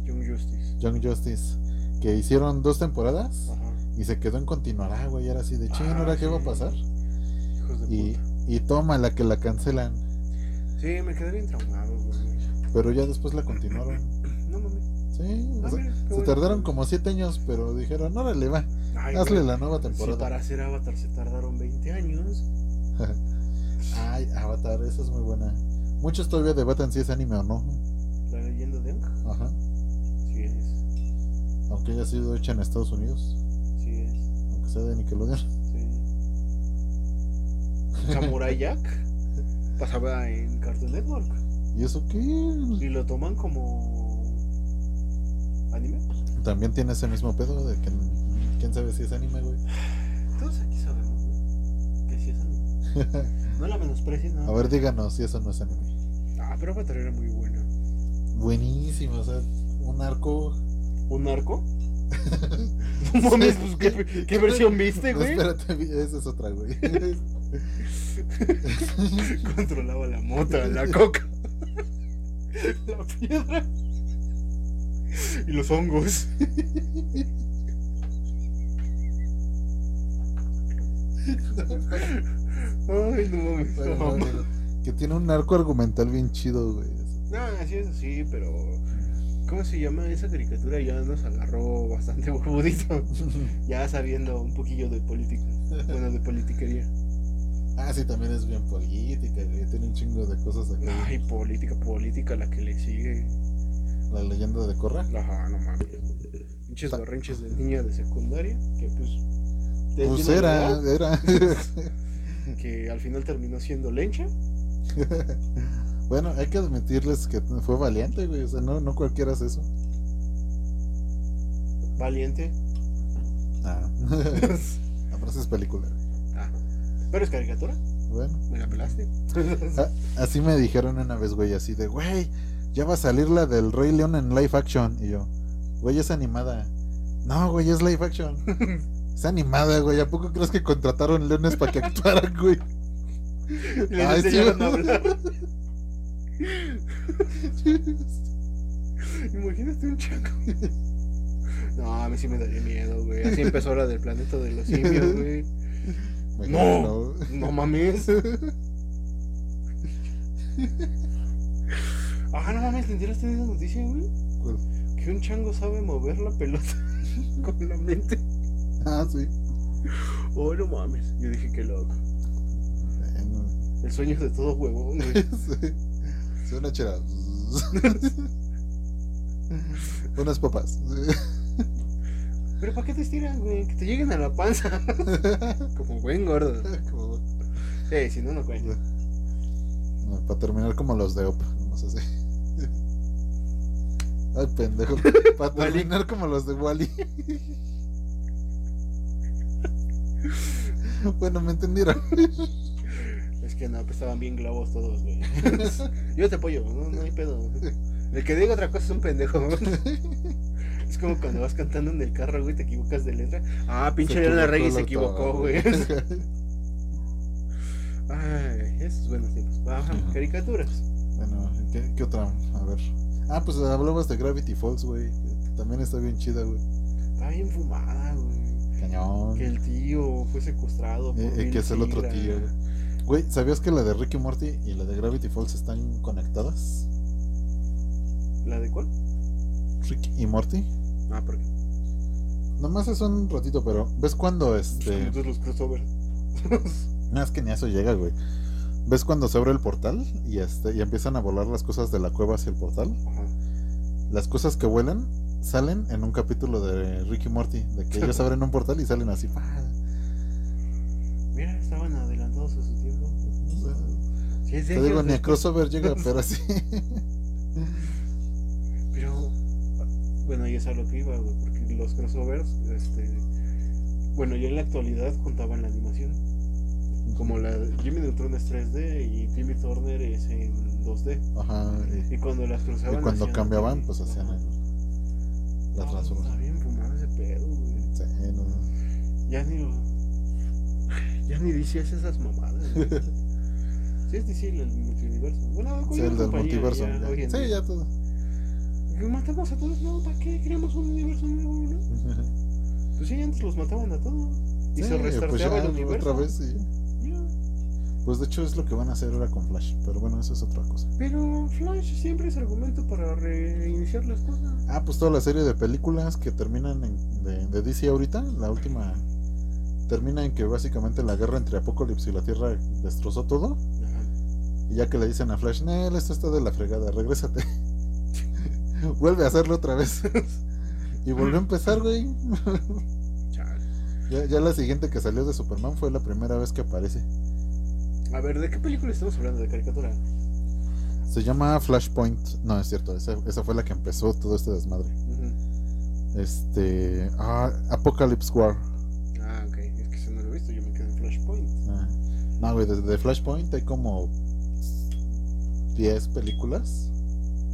B: Young Justice.
A: Young Justice. Que hicieron dos temporadas
B: Ajá.
A: y se quedó en continuará, güey. Era así de ching,
B: Ah,
A: ¿ahora qué va a
B: sí.
A: pasar?
B: Hijos de
A: Y,
B: puta.
A: y toma la que la cancelan.
B: Sí, me quedé bien traumado, güey.
A: Pero ya después la continuaron.
B: No mames.
A: Sí, o
B: Ah,
A: sea,
B: mira, qué
A: se
B: bueno.
A: tardaron como siete años, pero dijeron, órale, va,
B: Ay,
A: hazle
B: güey,
A: la nueva
B: Si
A: temporada.
B: para hacer Avatar se tardaron 20 años.
A: Ay, Avatar, esa es muy buena. Muchos todavía debaten si es anime o no.
B: La leyenda de Ang.
A: Ajá.
B: Sí es.
A: Aunque haya sido hecha en Estados Unidos.
B: Sí es.
A: Aunque sea de Nickelodeon.
B: Sí. Samurai Jack pasaba en Cartoon Network.
A: ¿Y eso qué?
B: Y lo toman como. anime.
A: También tiene ese mismo pedo de que quién sabe si es anime, güey.
B: Todos aquí sabemos, güey, Que sí es anime. No la menosprecies, no.
A: A ver, díganos si eso no es anime.
B: Ah, pero Avatar era muy buena.
A: Buenísimo, o sea, un arco.
B: ¿Un narco? No mames, pues, ¿qué, qué versión viste,
A: No,
B: güey?
A: espérate, esa es otra, güey.
B: Controlaba la mota, la coca, la piedra y los hongos. Ay, no mames.
A: Bueno, no,
B: no mames.
A: no, que tiene un arco argumental bien chido, güey.
B: No, así es así, pero. ¿Cómo se llama? Esa caricatura ya nos agarró bastante huevudito. Ya sabiendo un poquillo de política. Bueno, de politiquería.
A: Ah, sí, también es bien política, güey. Tiene un chingo de cosas acá.
B: Ay, política, política, la que le sigue.
A: La leyenda de Corra.
B: Ajá, no mames. Pinches berrinches del niño de secundaria, que pues. te
A: Pues
B: llenan de
A: era,
B: edad,
A: era.
B: Que al final terminó siendo lencha.
A: bueno, hay que admitirles que fue valiente, güey. O sea, no, no cualquiera hace eso.
B: Valiente.
A: Ah. La frase es película, güey.
B: Ah, Pero es caricatura,
A: Bueno.
B: me la pelaste.
A: Ah, Así me dijeron una vez, güey, así de, güey, ya va a salir la del Rey León en live action. Y yo, güey, es animada. No, güey, es live action. Es animada, güey. ¿A poco crees que contrataron leones para que actuaran, güey?
B: Les
A: Ay, sí,
B: enseñaron a
A: ¿verdad?
B: hablar. Imagínate un chaco. No, a mí sí me daría miedo, güey. Así empezó la del planeta de los simios, güey.
A: Me
B: No.
A: dijeron,
B: No mames. Ah, no mames, ¿te enteraste de esa noticia, güey?
A: ¿Cuál?
B: Que un chango sabe mover la pelota con la mente.
A: Ah, sí.
B: Oh, no mames. Yo dije que loco.
A: Bueno,
B: El sueño de todo huevón, güey.
A: sí. Suena chera. Unas papas.
B: Pero ¿para qué te estiran, güey? Que te lleguen a la panza. Como buen gordo.
A: Como-
B: Sí, si no, no cuenta.
A: No, para Ah, terminar como los de OP, nomás así. Ay, pendejo. Para
B: Wall-E.
A: terminar como los de Wally. bueno, me entendieron.
B: Es que no, pues estaban bien globos todos, güey. Yo te apoyo, no, no hay pedo. El que diga otra cosa es un pendejo. Es como cuando vas cantando en el carro, güey, te equivocas de letra. Ah, pinche
A: Se
B: Leona Reyes se
A: equivocó la
B: equivocó,
A: octava,
B: güey. Ay, esos buenos tiempos. Bajan
A: Ajá.
B: caricaturas.
A: bueno, ¿qué, qué otra? A ver. Ah, pues hablabas de Gravity Falls, güey. que También está bien chida, güey.
B: Está bien fumada, güey.
A: Cañón.
B: Que el tío fue secuestrado. por
A: Eh, eh,
B: Bill
A: que es el otro
B: Finger.
A: tío, güey. Güey, ¿sabías que la de Ricky Morty y la de Gravity Falls están conectadas?
B: ¿La de cuál?
A: Ricky y Morty.
B: Ah, porque.
A: Nomás es un ratito, pero ¿ves cuando este
B: Entonces los crossovers.
A: No, es que ni a eso llega, güey. ¿Ves cuando se abre el portal y, este, y empiezan a volar las cosas de la cueva hacia el portal?
B: Ajá.
A: Las cosas que vuelan salen en un capítulo de Ricky Morty, de que ellos abren un portal y salen así. pa.
B: Mira, estaban adelantados a su tiempo. Sí, es de
A: Te digo,
B: ellos,
A: ni
B: es-
A: a crossover llega, pero así.
B: Pero. Bueno, y es a lo que iba, güey, porque los crossovers, este. Bueno, ya en la actualidad juntaban la animación. Como la Jimmy Neutron es 3D y Timmy Turner es en 2D.
A: Ajá. Y,
B: Y cuando las
A: y
B: cruzaban.
A: cuando
B: hacían-
A: cambiaban, pues hacían
B: Ajá.
A: el- la
B: No, Está
A: transformación.
B: bien fumado ese pedo, güey.
A: Sí, no.
B: Ya ni lo- Ya ni dices esas mamadas, güey. Sí, es decir, el multiverso. Bueno,
A: Sí,
B: cualquier
A: el del
B: compañía,
A: multiverso.
B: ya
A: ya.
B: hoy en
A: Sí,
B: día.
A: ya todo.
B: Que Matamos a todos, no, ¿para qué? Creamos un universo nuevo, ¿no? Pues sí, antes los mataban a todos. Y
A: Sí,
B: se restarteaba
A: pues ya,
B: el universo.
A: otra vez, sí.
B: Ya.
A: Pues de hecho es lo que van a hacer ahora con Flash, pero bueno, eso es otra cosa.
B: Pero Flash siempre es argumento para reiniciar las cosas.
A: Ah, pues toda la serie de películas que terminan en- de, de DC ahorita, la última termina en que básicamente la guerra entre Apocalipsis y la Tierra destrozó todo. Y ya que le dicen a Flash, Nel, esto está de la fregada, regrésate. Vuelve a hacerlo otra vez. y volvió a empezar, güey.
B: Chale.
A: Ya, ya la siguiente que salió de Superman fue la primera vez que aparece.
B: A ver, ¿de qué película estamos hablando? ¿De caricatura?
A: Se llama Flashpoint. No, es cierto, esa, esa fue la que empezó todo este desmadre.
B: Ujú.
A: Este. Ah, Apocalypse War.
B: Ah, ok. Es que eso no lo he visto, yo me quedé en Flashpoint.
A: Ah. No, güey, desde Flashpoint hay como 10 películas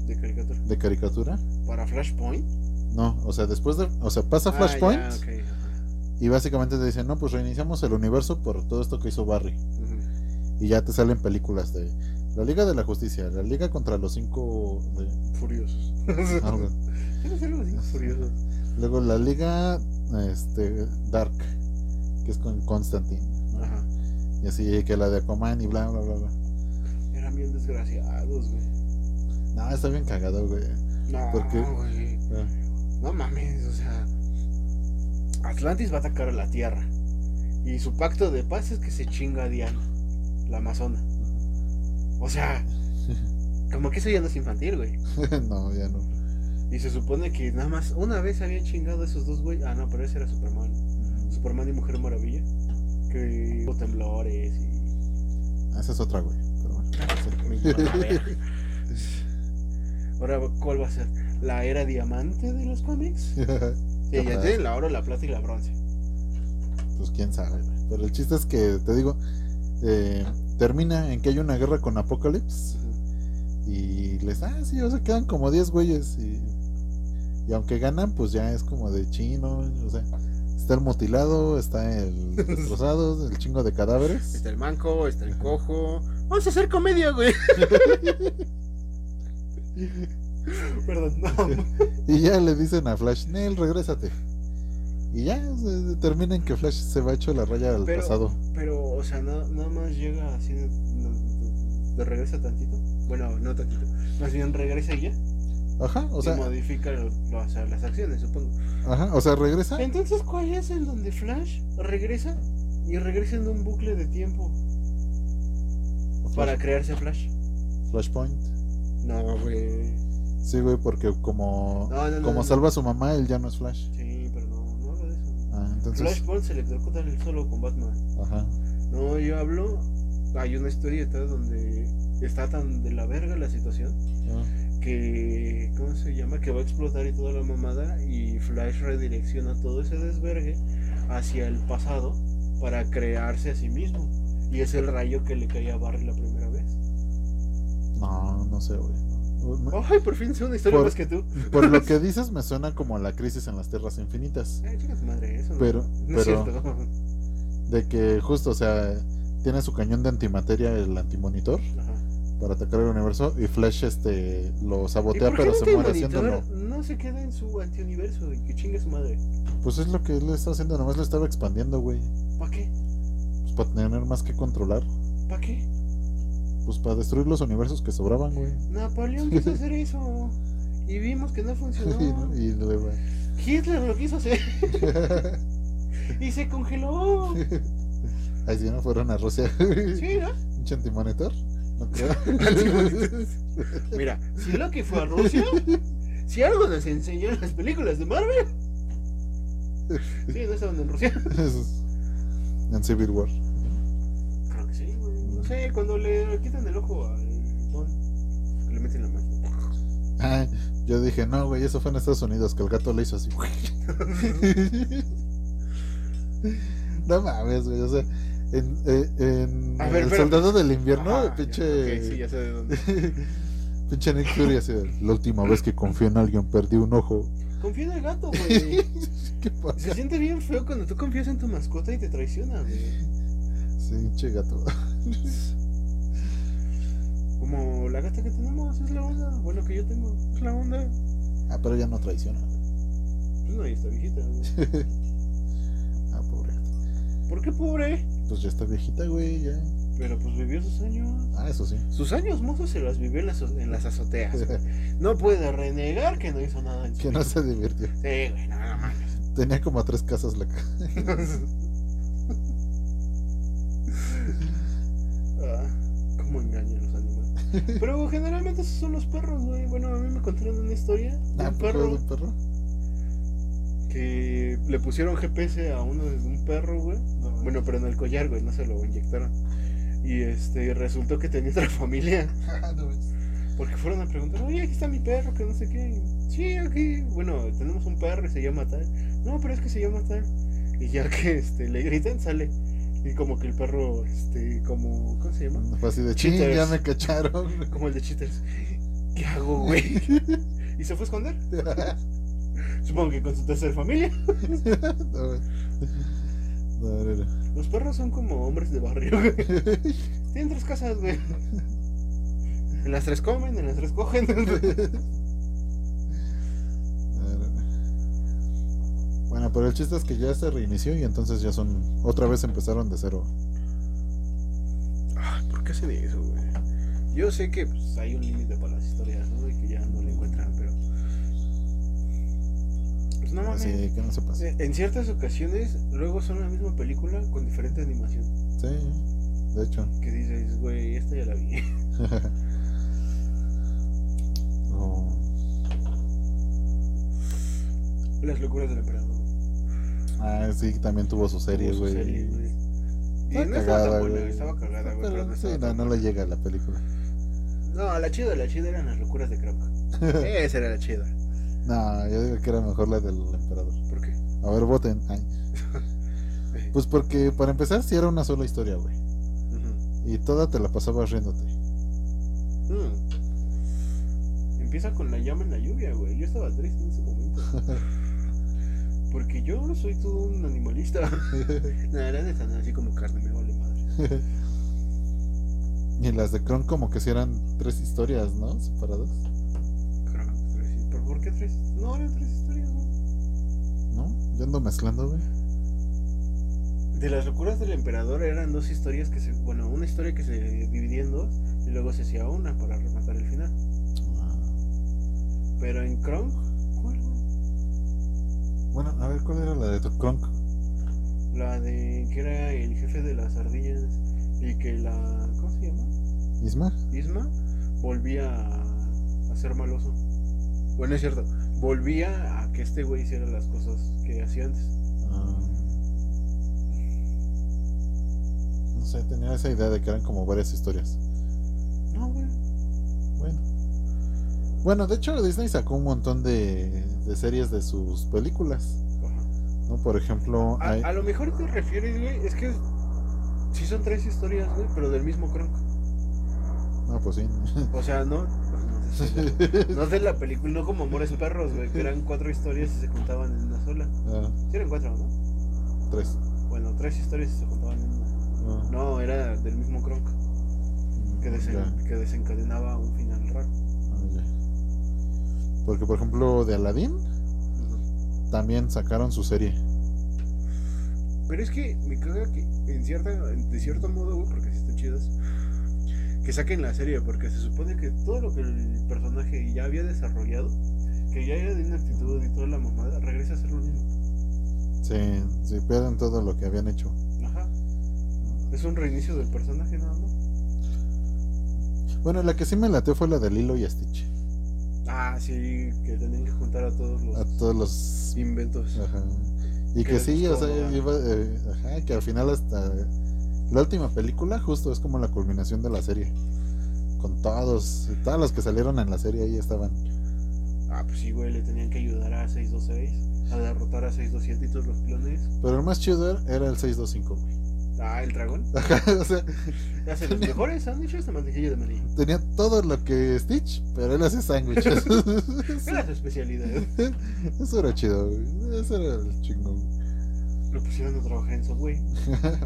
B: De caricatura.
A: de caricatura.
B: ¿Para Flashpoint?
A: No, o sea, después de. O sea, pasa
B: Ah,
A: Flashpoint
B: ya, ok, ajá.
A: y básicamente te dicen, no, pues reiniciamos el universo por todo esto que hizo Barry.
B: Ujú.
A: Y ya te salen películas de la Liga de la Justicia, la Liga contra los cinco. de-
B: Furiosos.
A: ah, güey.
B: ¿Qué es algo así? Furiosos.
A: Luego la Liga este, Dark, que es con Constantine. ¿no?
B: Ajá.
A: Y así que la de Aquaman y bla, bla, bla, bla.
B: Eran bien desgraciados, güey.
A: No, está bien cagado, güey.
B: No,
A: ¿Por qué?
B: güey.
A: Ah.
B: No mames, o sea. Atlantis va a atacar a la Tierra. Y su pacto de paz es que se chinga a Diana, la Amazona. O sea, como que eso ya no es infantil, güey.
A: no, ya no.
B: Y se supone que nada más una vez habían chingado a esos dos güeyes. Ah, no, pero ese era Superman. Superman y Mujer Maravilla. Que hubo temblores y.
A: Esa es otra, güey. Pero bueno,
B: Me
A: sí.
B: llevan a ver. Ahora, ¿cuál va a ser? ¿La era diamante de los cómics? Sí, ya
A: Capaz.
B: tienen la oro, la plata y la bronce.
A: pues quién sabe, güey. Pero el chiste es que, te digo, eh, termina en que hay una guerra con Apocalypse. Y les, ah, sí, o sea, quedan como 10 güeyes. Y, y aunque ganan, pues ya es como de chino. O sea, está el mutilado, está el destrozado, el chingo de cadáveres.
B: Está el manco, está el cojo. Vamos a hacer comedia, güey. Perdón, no.
A: Y ya le dicen a Flash, Nel, regrésate. Y ya o sea, determina en que Flash se va hecho la raya al
B: Pero-
A: pasado.
B: Pero, o sea, na- nada más llega así de, de- de regresa tantito. Bueno, no tantito. Más bien regresa y ya.
A: Ajá, o
B: O
A: sea,
B: modifica lo- lo- o sea, las acciones, supongo.
A: ajá, o sea, regresa.
B: Entonces, ¿cuál es el donde Flash regresa y regresa en un bucle de tiempo para
A: Flash-
B: crearse Flash?
A: Flashpoint.
B: No, güey.
A: Sí, güey, porque como,
B: No, no, no,
A: como
B: no, no.
A: salva a su mamá, él ya no es Flash.
B: Sí, pero no, no hablo de eso.
A: Ah, entonces,
B: Flashpoint se electrocuta en el solo con Batman.
A: ajá.
B: No, yo hablo. Hay una historieta donde está tan de la verga la situación
A: Ah,
B: que. ¿Cómo se llama? Que va a explotar y toda la mamada. Y Flash redirecciona todo ese desvergue hacia el pasado para crearse a sí mismo. Y es el rayo que le caía a Barry la primera vez.
A: No, no sé, güey. Me-
B: ¡Ay, por fin sé una historia
A: Por-
B: más que tú!
A: Por lo que dices, me suena como la crisis en las tierras infinitas.
B: Eh, chinga tu madre, eso no-
A: Pero-
B: no es
A: pero-
B: cierto.
A: De que justo, o sea, tiene su cañón de antimateria, el antimonitor,
B: Ajá.
A: para atacar el universo. Y Flash este lo
B: ¿Y
A: sabotea,
B: por qué
A: pero
B: no
A: se
B: te
A: muere
B: monitor
A: haciéndolo.
B: No se queda en su antiuniverso y que chingue su madre.
A: Pues es lo que él estaba haciendo, nomás lo estaba expandiendo, güey.
B: ¿Para qué?
A: Pues para tener más que controlar.
B: ¿Para qué?
A: Pues para destruir los universos que sobraban, güey.
B: Napoleón quiso hacer eso. Y vimos que no funcionó.
A: Y, le-
B: Hitler lo quiso hacer y se congeló.
A: Ahí sí, no fueron a Rusia.
B: Sí, ¿no?
A: ¿Un antimonitor? No creo.
B: Mira, si lo que fue a Rusia, si algo nos enseñó en las películas de Marvel. Sí, no estaban en Rusia.
A: Es- en Civil War.
B: Creo que sí, güey. No sé, cuando le quitan el ojo al don, le meten la mano.
A: Ah, yo dije, no, güey, eso fue en Estados Unidos, que el gato le hizo así. no mames, güey, o sea, en, eh, en
B: A
A: El
B: ver, espérame.
A: Soldado del Invierno,
B: Ajá,
A: pinche...
B: ya, ok, sí, ya sé de dónde.
A: pinche Nick Fury así de, La última vez que confié en alguien perdí un ojo.
B: Confía en el gato, güey.
A: ¿Qué pasa?
B: Se siente bien feo cuando tú confías en tu mascota y te traiciona, güey.
A: Sí, pinche gato.
B: Como la gata que tenemos, es la onda. Bueno, que yo tengo, es la onda.
A: Ah, pero ya no traiciona. güey.
B: Pues no, y está viejita, güey.
A: Ah, pobre gato.
B: ¿Por qué pobre?
A: Pues ya está viejita, güey, ya.
B: Pero pues vivió sus años.
A: Ah, eso sí.
B: Sus años mozos se los vivió en las, en las azoteas. No puede renegar que no hizo nada en su
A: que no
B: vida.
A: se divirtió.
B: Sí, güey, no, no mames.
A: Tenía como tres casas la ca-
B: Ah, ¿Cómo engañan los animales? Pero generalmente esos son los perros, güey. Bueno, a mí me contaron una historia de
A: Ah, ¿por
B: un
A: qué
B: perro
A: de un perro?
B: que le pusieron GPS a uno de un perro, güey. Bueno, pero en el collar, güey, no se lo inyectaron. Y este, resultó que tenía otra familia. Porque fueron a preguntar, oye, aquí está mi perro, que no sé qué. Sí, aquí, bueno, tenemos un perro y se llama tal. No, pero es que se llama tal. Y ya que este, le gritan, sale. Y como que el perro, este, como, ¿cómo se llama?
A: Fue así de ching,
B: Cheaters.
A: ya me cacharon.
B: Como el de cheaters. ¿Qué hago, güey? y se fue a esconder. Supongo que con su tercera familia.
A: No, güey. No, no, no.
B: Los perros son como hombres de barrio, güey. Tienen tres casas, güey. En las tres comen, en las tres cogen.
A: No, no, no. Bueno, pero el chiste es que ya se reinició y entonces ya son. Otra vez empezaron de cero.
B: Ay, ¿por qué hacen eso, güey? Yo sé que pues, hay un límite para las historias, ¿no? Y que ya no le encuentran, pero. Pues no mames.
A: Así que no se pasa.
B: Eh, En ciertas ocasiones, luego son la misma película con diferente animación.
A: Sí, de hecho.
B: Que dices, güey, esta ya la vi.
A: O-
B: Las locuras del emperador.
A: Ah, sí, también tuvo su serie,
B: Tuvo
A: güey.
B: su serie, güey. Y
A: Está
B: no estaba
A: cagada,
B: tan buena,
A: güey.
B: estaba cagada, güey. pero
A: Pero
B: no
A: sí,
B: estaba
A: no,
B: tan
A: no le llega a la película.
B: No, la chida, la chida eran las locuras de Croc. Esa era la chida.
A: No, yo digo que era mejor la del emperador.
B: ¿Por qué?
A: A ver, voten. Ay. Pues porque, para empezar, sí era una sola historia, güey.
B: Ujú.
A: Y toda te la pasabas riéndote.
B: Mm. Empieza con la llama en la lluvia, güey. Yo estaba triste en ese momento. Porque yo soy todo un animalista. Nada, la neta, no, así como carne, me vale madre.
A: Y las de Kron como que si eran tres historias, ¿no? Separadas.
B: Croc, tres- ¿Pero por qué tres? No, eran tres historias, güey.
A: ¿No? Yo ando mezclando, güey.
B: De las locuras del emperador eran dos historias que se. Bueno, una historia que se dividía en dos y luego se hacía una para rematar el final.
A: Ah.
B: Pero en Kronk, ¿cuál, güey?
A: Bueno, a ver, ¿cuál era la de tu Kronk?
B: La de que era el jefe de las ardillas y que la. ¿Cómo se llama?
A: ¿Isma?
B: Isma volvía a, a ser maloso. Bueno, es cierto, volvía a que este güey hiciera las cosas que hacía antes.
A: Ah. No sé, tenía esa idea de que eran como varias historias.
B: No, güey.
A: Bueno. Bueno, de hecho Disney sacó un montón de, de series de sus películas.
B: Ajá.
A: ¿No? Por ejemplo,
B: A,
A: hay-
B: a lo mejor te refieres, güey, es que sí son tres historias, güey, pero del mismo Kronk.
A: No, pues sí.
B: O sea, no. No de la película, no como Amores Perros, güey, que eran cuatro historias y se juntaban en una sola.
A: Ah,
B: Sí eran cuatro, ¿no?
A: tres.
B: Bueno, tres historias y se juntaban en una.
A: Ah,
B: No, era del mismo Kronk, que, desen-
A: ya.
B: que desencadenaba un final raro.
A: Ah, ya. Porque, por ejemplo, de Aladdin también sacaron su serie.
B: Pero es que me caga que, en cierta, en- de cierto modo, güey, porque sí están chidas, que saquen la serie, porque se supone que todo lo que el personaje ya había desarrollado, que ya era de inactitud y toda la mamada, regresa a ser lo mismo.
A: Se, se pierden todo lo que habían hecho.
B: Ajá. Es un reinicio del personaje nada más.
A: Bueno, la que sí me lateó fue la de Lilo y Stitch.
B: Ah, sí, que tenían que juntar a todos los
A: A todos los
B: inventos.
A: Ajá. Y
B: Que
A: que,
B: les
A: sí, o
B: gustó,
A: sea,
B: ¿verdad?
A: iba, eh, ajá, que al final hasta la última película justo es como la culminación de la serie. Con todos, todos los que salieron en la serie ahí estaban.
B: Ah, pues sí, güey, le tenían que ayudar a 626 a derrotar a 627 y todos los clones.
A: Pero el más chido era- era el 625, güey.
B: Ah, el dragón.
A: Ajá, o sea,
B: Ya se los mejores sándwiches de mantequilla de maní.
A: tenía todo lo que Stitch, pero él hacía sándwiches.
B: Era su especialidad.
A: Eso era chido, güey. Eso era el chingón.
B: Lo pusieron a trabajar en Subway.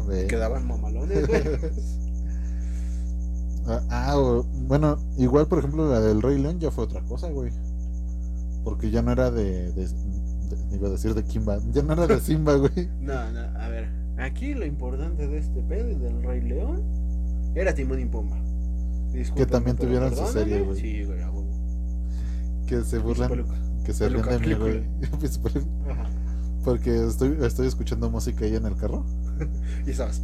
A: Ve.
B: Quedaban mamalones, güey.
A: Ah, ah, o- bueno, igual por ejemplo la del Rey León ya fue otra cosa, güey. Porque ya no era de, de- de- iba a decir de Kimba, ya no era de Simba, güey.
B: No, no, a ver. Aquí lo importante de este pedo y del Rey León era Timón y Pumba. Discúlpame,
A: también
B: pero
A: tuvieron su
B: perdóname.
A: serie, güey.
B: Sí, güey, a huevo.
A: Que se
B: Y su
A: burlan,
B: peluca.
A: que se ríen
B: peluca,
A: de mí, güey.
B: película.
A: Pues, por-
B: Ajá.
A: Porque estoy, estoy escuchando música ahí en el carro.
B: Y estabas.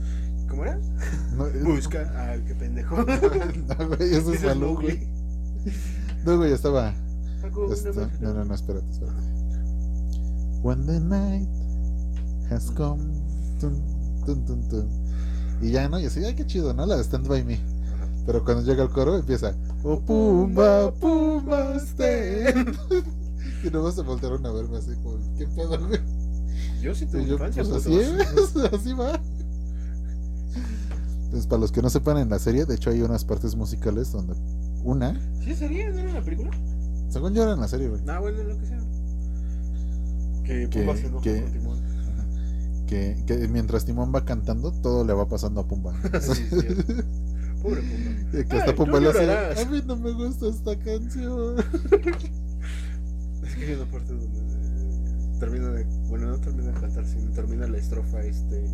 B: ¿Cómo era?
A: No, eh,
B: Busca. Ah, qué pendejo.
A: no, güey, eso es
B: Dices,
A: malo,
B: Mowgli.
A: güey. No, güey, estaba.
B: Paco, una
A: esta-
B: más.
A: no, no, no, espérate, espérate. When the night has come. tun, tun, tun, tun. Y ya, ¿no? Y así, ay, qué chido, ¿no? La de Stand By Me.
B: Ajá.
A: Pero cuando llega el coro empieza Oh Pumba, Pumba, stand Y nomás se voltearon a verme así como ¿Qué pedo, güey?
B: Yo sí tuve
A: Y yo, pues
B: infancia,
A: así
B: putos.
A: es, así va Entonces para los que no sepan en la serie De hecho hay unas partes musicales donde Una,
B: ¿Sí sería? ¿No era la película?
A: según yo era en la serie, güey
B: Nah, bueno, lo que sea. Que
A: Que-
B: Pumba se enoja
A: que-
B: con Timón.
A: que, que mientras Timón va cantando Todo le va pasando a Pumba
B: Sí, sí, Pobre Pumba.
A: Que
B: Ay,
A: hasta
B: tú
A: Pumba le hace
B: llorarás.
A: A mí no me gusta esta canción
B: Es que hay una parte donde eh, termina de. Bueno, no termina de cantar, sino termina la estrofa este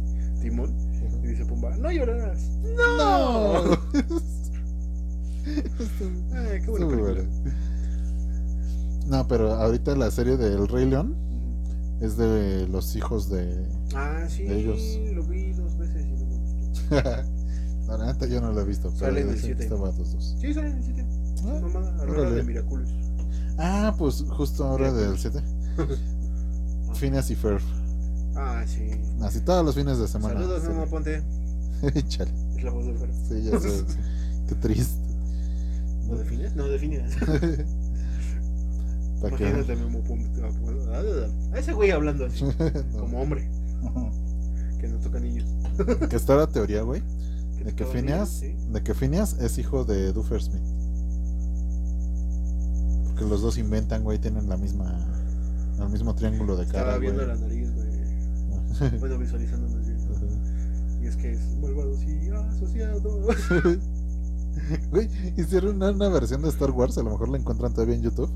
B: Timón. Y dice Pumba, no llorarás.
A: ¡No!
B: ¡No! Ay, qué buena
A: Muy
B: película.
A: bueno. No, pero ahorita la serie del Rey León
B: Ujú.
A: es de los hijos de.
B: Ah, sí,
A: De ellos.
B: lo vi dos veces y no me gustó.
A: no, la neta yo no lo he visto, pero
B: Sale en el
A: dicen que
B: siete.
A: estaba los dos.
B: Sí, sale en el 7. Mamada,
A: Ah, órale.
B: Aurora de Miraculous.
A: Ah, pues justo ahora
B: Mira,
A: del 7. Phineas y Ferb.
B: Ah, sí.
A: Así todos los fines de semana.
B: Saludos,
A: Sí.
B: Memo Ponte.
A: Chale,
B: Es la voz del perro.
A: sí, ya sé. Qué triste.
B: ¿Lo defines? No, defines.
A: Pa' que-
B: Imagínate a Memo Ponte. A ese güey hablando así,
A: No.
B: como hombre,
A: Ajá.
B: que no toca niños.
A: Que está la teoría, güey, de que
B: tocaba
A: Phineas,
B: niños,
A: de que Phineas es hijo de Duffersmith. Porque los dos inventan, güey, tienen la misma el mismo triángulo de
B: sí.
A: cara,
B: Estaba
A: güey.
B: viendo la nariz, güey. Bueno, visualizando más bien. Y es que es malvado y ah, asociado.
A: Güey, hicieron una, una versión de Star Wars, a lo mejor la encuentran todavía en YouTube.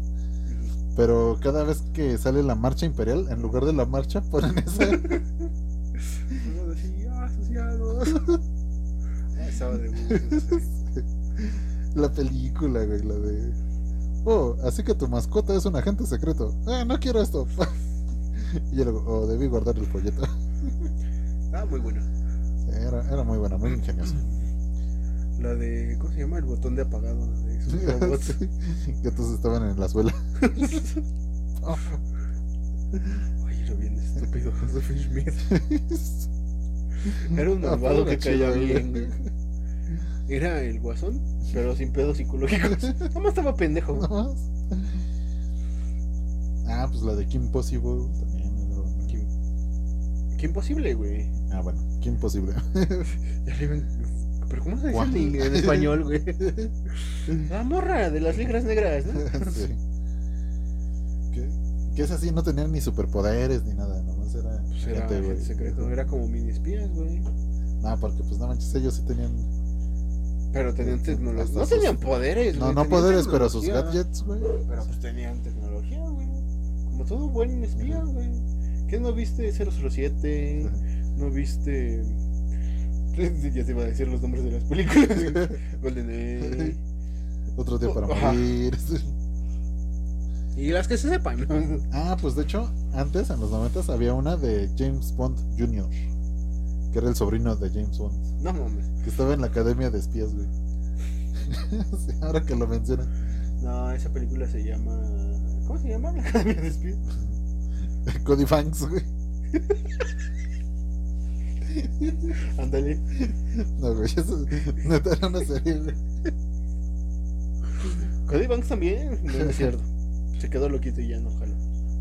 A: Pero cada vez que sale la marcha imperial, en lugar de la marcha, ponen esa.
B: malvado y asociado. Ah, Estaba de gusto.
A: La película, güey, la de. Oh, así que tu mascota es un agente secreto. Ah, no quiero esto. y yo luego, oh, debí guardar el folleto.
B: Ah, muy bueno.
A: Era, era muy buena, muy ingeniosa.
B: La de, ¿cómo se llama? El botón de apagado. la de esos robots.
A: que todos estaban en la suela. Oh.
B: Ay, era bien estúpido. Hans Schmidt. Era un
A: Ah,
B: malvado que
A: pobre
B: caía
A: chido,
B: bien.
A: güey.
B: güey. Era el guasón, pero sin pedos psicológicos. Nada más estaba pendejo.
A: Nada más. Ah, pues la de Kim Possible también. era buena.
B: Qué, qué imposible, güey.
A: Ah, bueno, Kim Possible.
B: Ya le iban- Pero ¿cómo se dice
A: Guau.
B: en, en español, güey? La morra de las ligras negras, ¿no?
A: Sí. Que, que es así, no tenían ni superpoderes ni nada, nomás era
B: Pues era
A: gente, güey.
B: agente secreto, era como mini espías, güey.
A: No, porque pues no manches, ellos sí tenían.
B: Pero tenían tecnología.
A: Hasta
B: No
A: sus-
B: tenían poderes,
A: No,
B: güey.
A: no
B: tenían
A: poderes, pero sus
B: tecnología.
A: gadgets, güey.
B: Pero pues tenían tecnología, güey. Como todo buen espía, güey. ¿Qué no viste 007? ¿No viste.? Ya te iba a decir los nombres de las películas. GoldenEye.
A: Otro día para
B: Ajá.
A: morir.
B: Y las que se sepan. ¿no?
A: Ah, pues de hecho, antes, en los 90 había una de James Bond Jr., que era el sobrino de James Bond,
B: No mames.
A: que estaba en la academia de espías, güey. Sí, ahora que lo mencionan,
B: No, esa película se llama. ¿Cómo se llama? La Academia de Espías.
A: Cody Fangs, güey.
B: Ándale.
A: No, güey, eso neta era una serie, güey.
B: Cody Banks también. No, no es cierto. Se quedó loquito y ya no, ojalá.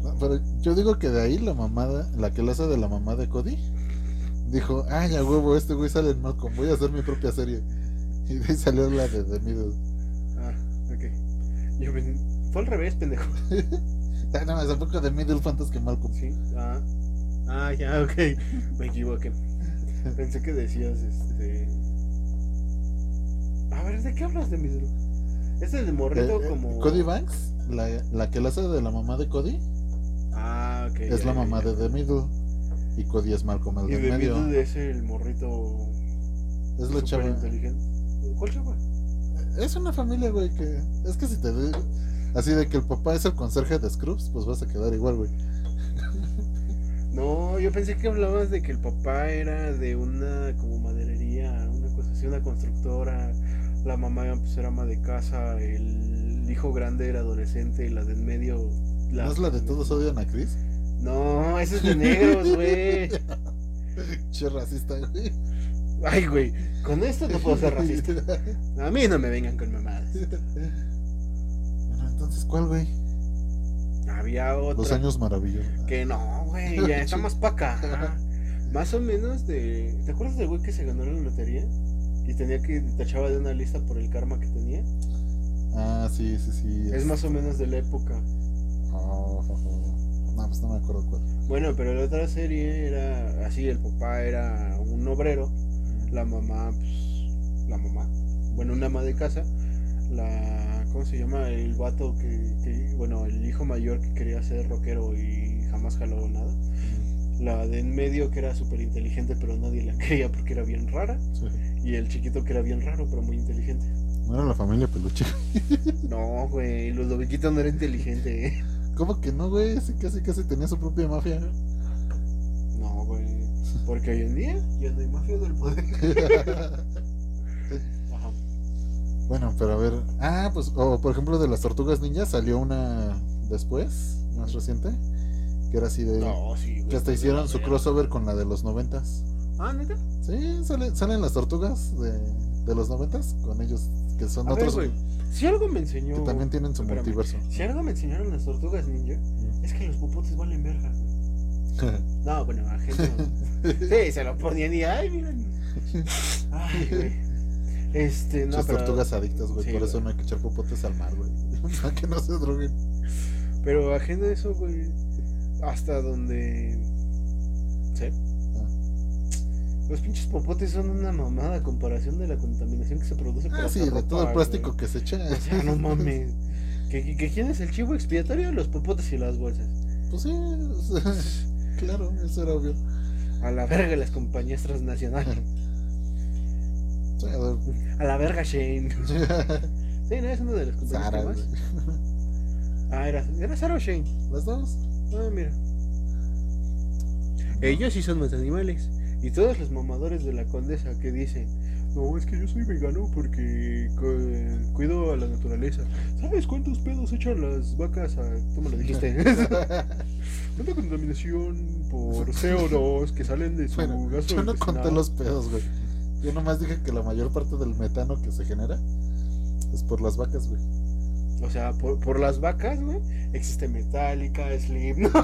A: No, pero yo digo que de ahí la mamada, la que la hace de la mamá de Cody, dijo, ay, a huevo, este güey sale en Malcolm, voy a hacer mi propia serie. Y de ahí salió la de The Middle.
B: Ah, ok. Yo me- Fue al revés, pendejo.
A: Ah, no, tampoco The Middle fue antes que Malcolm.
B: Sí, ah. Ah, ya, ok. Me equivoqué. Pensé que decías este. A ver, ¿de qué hablas de mis.? Es el de morrito
A: Eh, eh,
B: como.
A: Cody Banks, la, la que la hace de la mamá de Cody,
B: Ah, ok.
A: es
B: ya,
A: la
B: ya,
A: mamá
B: ya.
A: de The Middle. Y Cody es Malcolm, el
B: Y
A: del
B: de
A: medio.
B: Beatles es el morrito.
A: Es la
B: súper
A: chava.
B: inteligente. ¿Cuál chava?
A: Es una familia, güey, que. Es que si te. de- Así de que el papá es el conserje de Scrubs, pues vas a quedar igual, güey.
B: No, yo pensé que hablabas de que el papá era de una como maderería, una cosa así, una constructora. La mamá pues, era ama de casa, el hijo grande era adolescente y la de en medio.
A: ¿No es la de todos odian a Chris?
B: No, ese es de negros, güey.
A: Che racista, güey.
B: Ay, güey, con esto no puedo ser racista. A mí no me vengan con mamadas.
A: Bueno, entonces, ¿cuál, güey?
B: Había
A: Los
B: otra.
A: años maravillosos.
B: Que no, güey, ya está más pa' acá. Más o menos de. ¿Te acuerdas del güey que se ganó la lotería? Y tenía que tachaba de una lista por el karma que tenía.
A: Ah, sí, sí, sí.
B: Es más o menos de la época.
A: Oh, oh, oh. No, pues no me acuerdo cuál.
B: Bueno, pero la otra serie era así, el papá era un obrero, la mamá, pues, la mamá, bueno, una ama de casa, la, ¿cómo se llama? El vato que, que- bueno, el hijo mayor que quería ser rockero y jamás jaló nada, la de en medio que era súper inteligente pero nadie la quería porque era bien rara,
A: Sí.
B: y el chiquito que era bien raro pero muy inteligente.
A: No era la familia peluche.
B: No, güey, los lobiquitos no era inteligente, eh.
A: ¿Cómo que no, güey? Sí, casi, casi tenía su propia mafia. güey.
B: No, güey, porque hoy en día ya no hay mafia del poder. Ajá.
A: bueno, pero a ver. Ah, pues, o por ejemplo, de las tortugas ninjas salió una después, más reciente, que era así de...
B: No, sí, güey.
A: Que hasta
B: pues,
A: hicieron su
B: verga.
A: crossover con la de los noventas.
B: Ah, neta.
A: Sí, sale- salen las tortugas de, de los noventas con ellos, que son
B: A ver,
A: otros
B: güey. Si algo me enseñó.
A: que también tienen su
B: Espérame.
A: multiverso.
B: Si algo me enseñaron las tortugas ninja, es que los popotes valen verga, güey. No, bueno, a gente. sí, se lo ponían y ay, miren. Ay, güey. Este, no,
A: Muchas
B: pero,
A: tortugas adictas, güey.
B: Sí,
A: por eso
B: güey.
A: no hay que echar popotes al mar, güey. Para que no se droguen.
B: pero ajeno a eso, güey, hasta donde sé.
A: Ah.
B: Los pinches popotes son una mamada a comparación de la contaminación que se produce por
A: Ah,
B: la
A: sí, de
B: ropa,
A: todo el
B: güey.
A: plástico que se echa.
B: O sea, no mames. ¿Que, que, que quién es el chivo expiatorio? Los popotes y las bolsas.
A: Pues sí, o sea, claro, eso era obvio.
B: A la verga las compañías transnacionales.
A: O sea,
B: A la verga Shane. Sí, no, es una de las compañías
A: Sara,
B: que más.
A: güey.
B: Ah, era, era Sara o Shane.
A: Las dos.
B: Ah, mira. Ellos sí son más animales. Y todos los mamadores de la condesa que dicen, no, es que yo soy vegano porque cu- cuido a la naturaleza. ¿Sabes cuántos pedos echan las vacas a... Tú me lo dijiste. Tanta contaminación por CO2 que salen de su
A: Bueno,
B: gaso
A: yo no
B: intestinal.
A: conté los pedos, güey. Yo nomás dije que la mayor parte del metano que se genera es por las vacas, güey.
B: O sea, por, por las vacas, güey, existe Metallica, Slim, ¿no?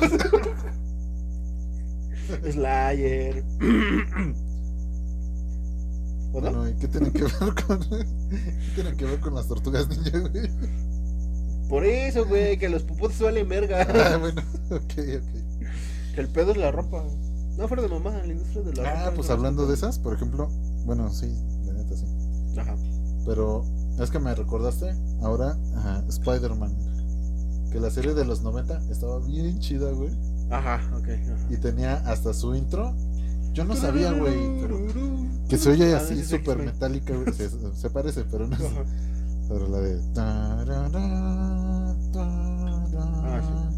B: Slayer. ¿O no?
A: Bueno, ¿y qué tienen que ver con, qué tienen que ver con las tortugas ninja, güey?
B: Por eso, güey, que los pupotes valen verga.
A: Ah, bueno, ok, ok.
B: Que el pedo es la ropa. No, fuera de mamá, la industria de la ropa.
A: Ah,
B: es
A: pues
B: la
A: hablando de
B: basura.
A: esas, por ejemplo, bueno, sí, la neta sí.
B: Ajá.
A: Pero es que me recordaste ahora a Spider-Man. Que la serie de los 90 estaba bien chida, güey.
B: Ajá, ok. Ajá.
A: Y tenía hasta su intro. Yo no sabía, güey. pero Que se oye
B: Ah,
A: así
B: ese es
A: súper
B: X-Men.
A: metálica, güey. Se, se parece, pero no es.
B: Ajá.
A: Pero la de. tarara, tarara.
B: Ah,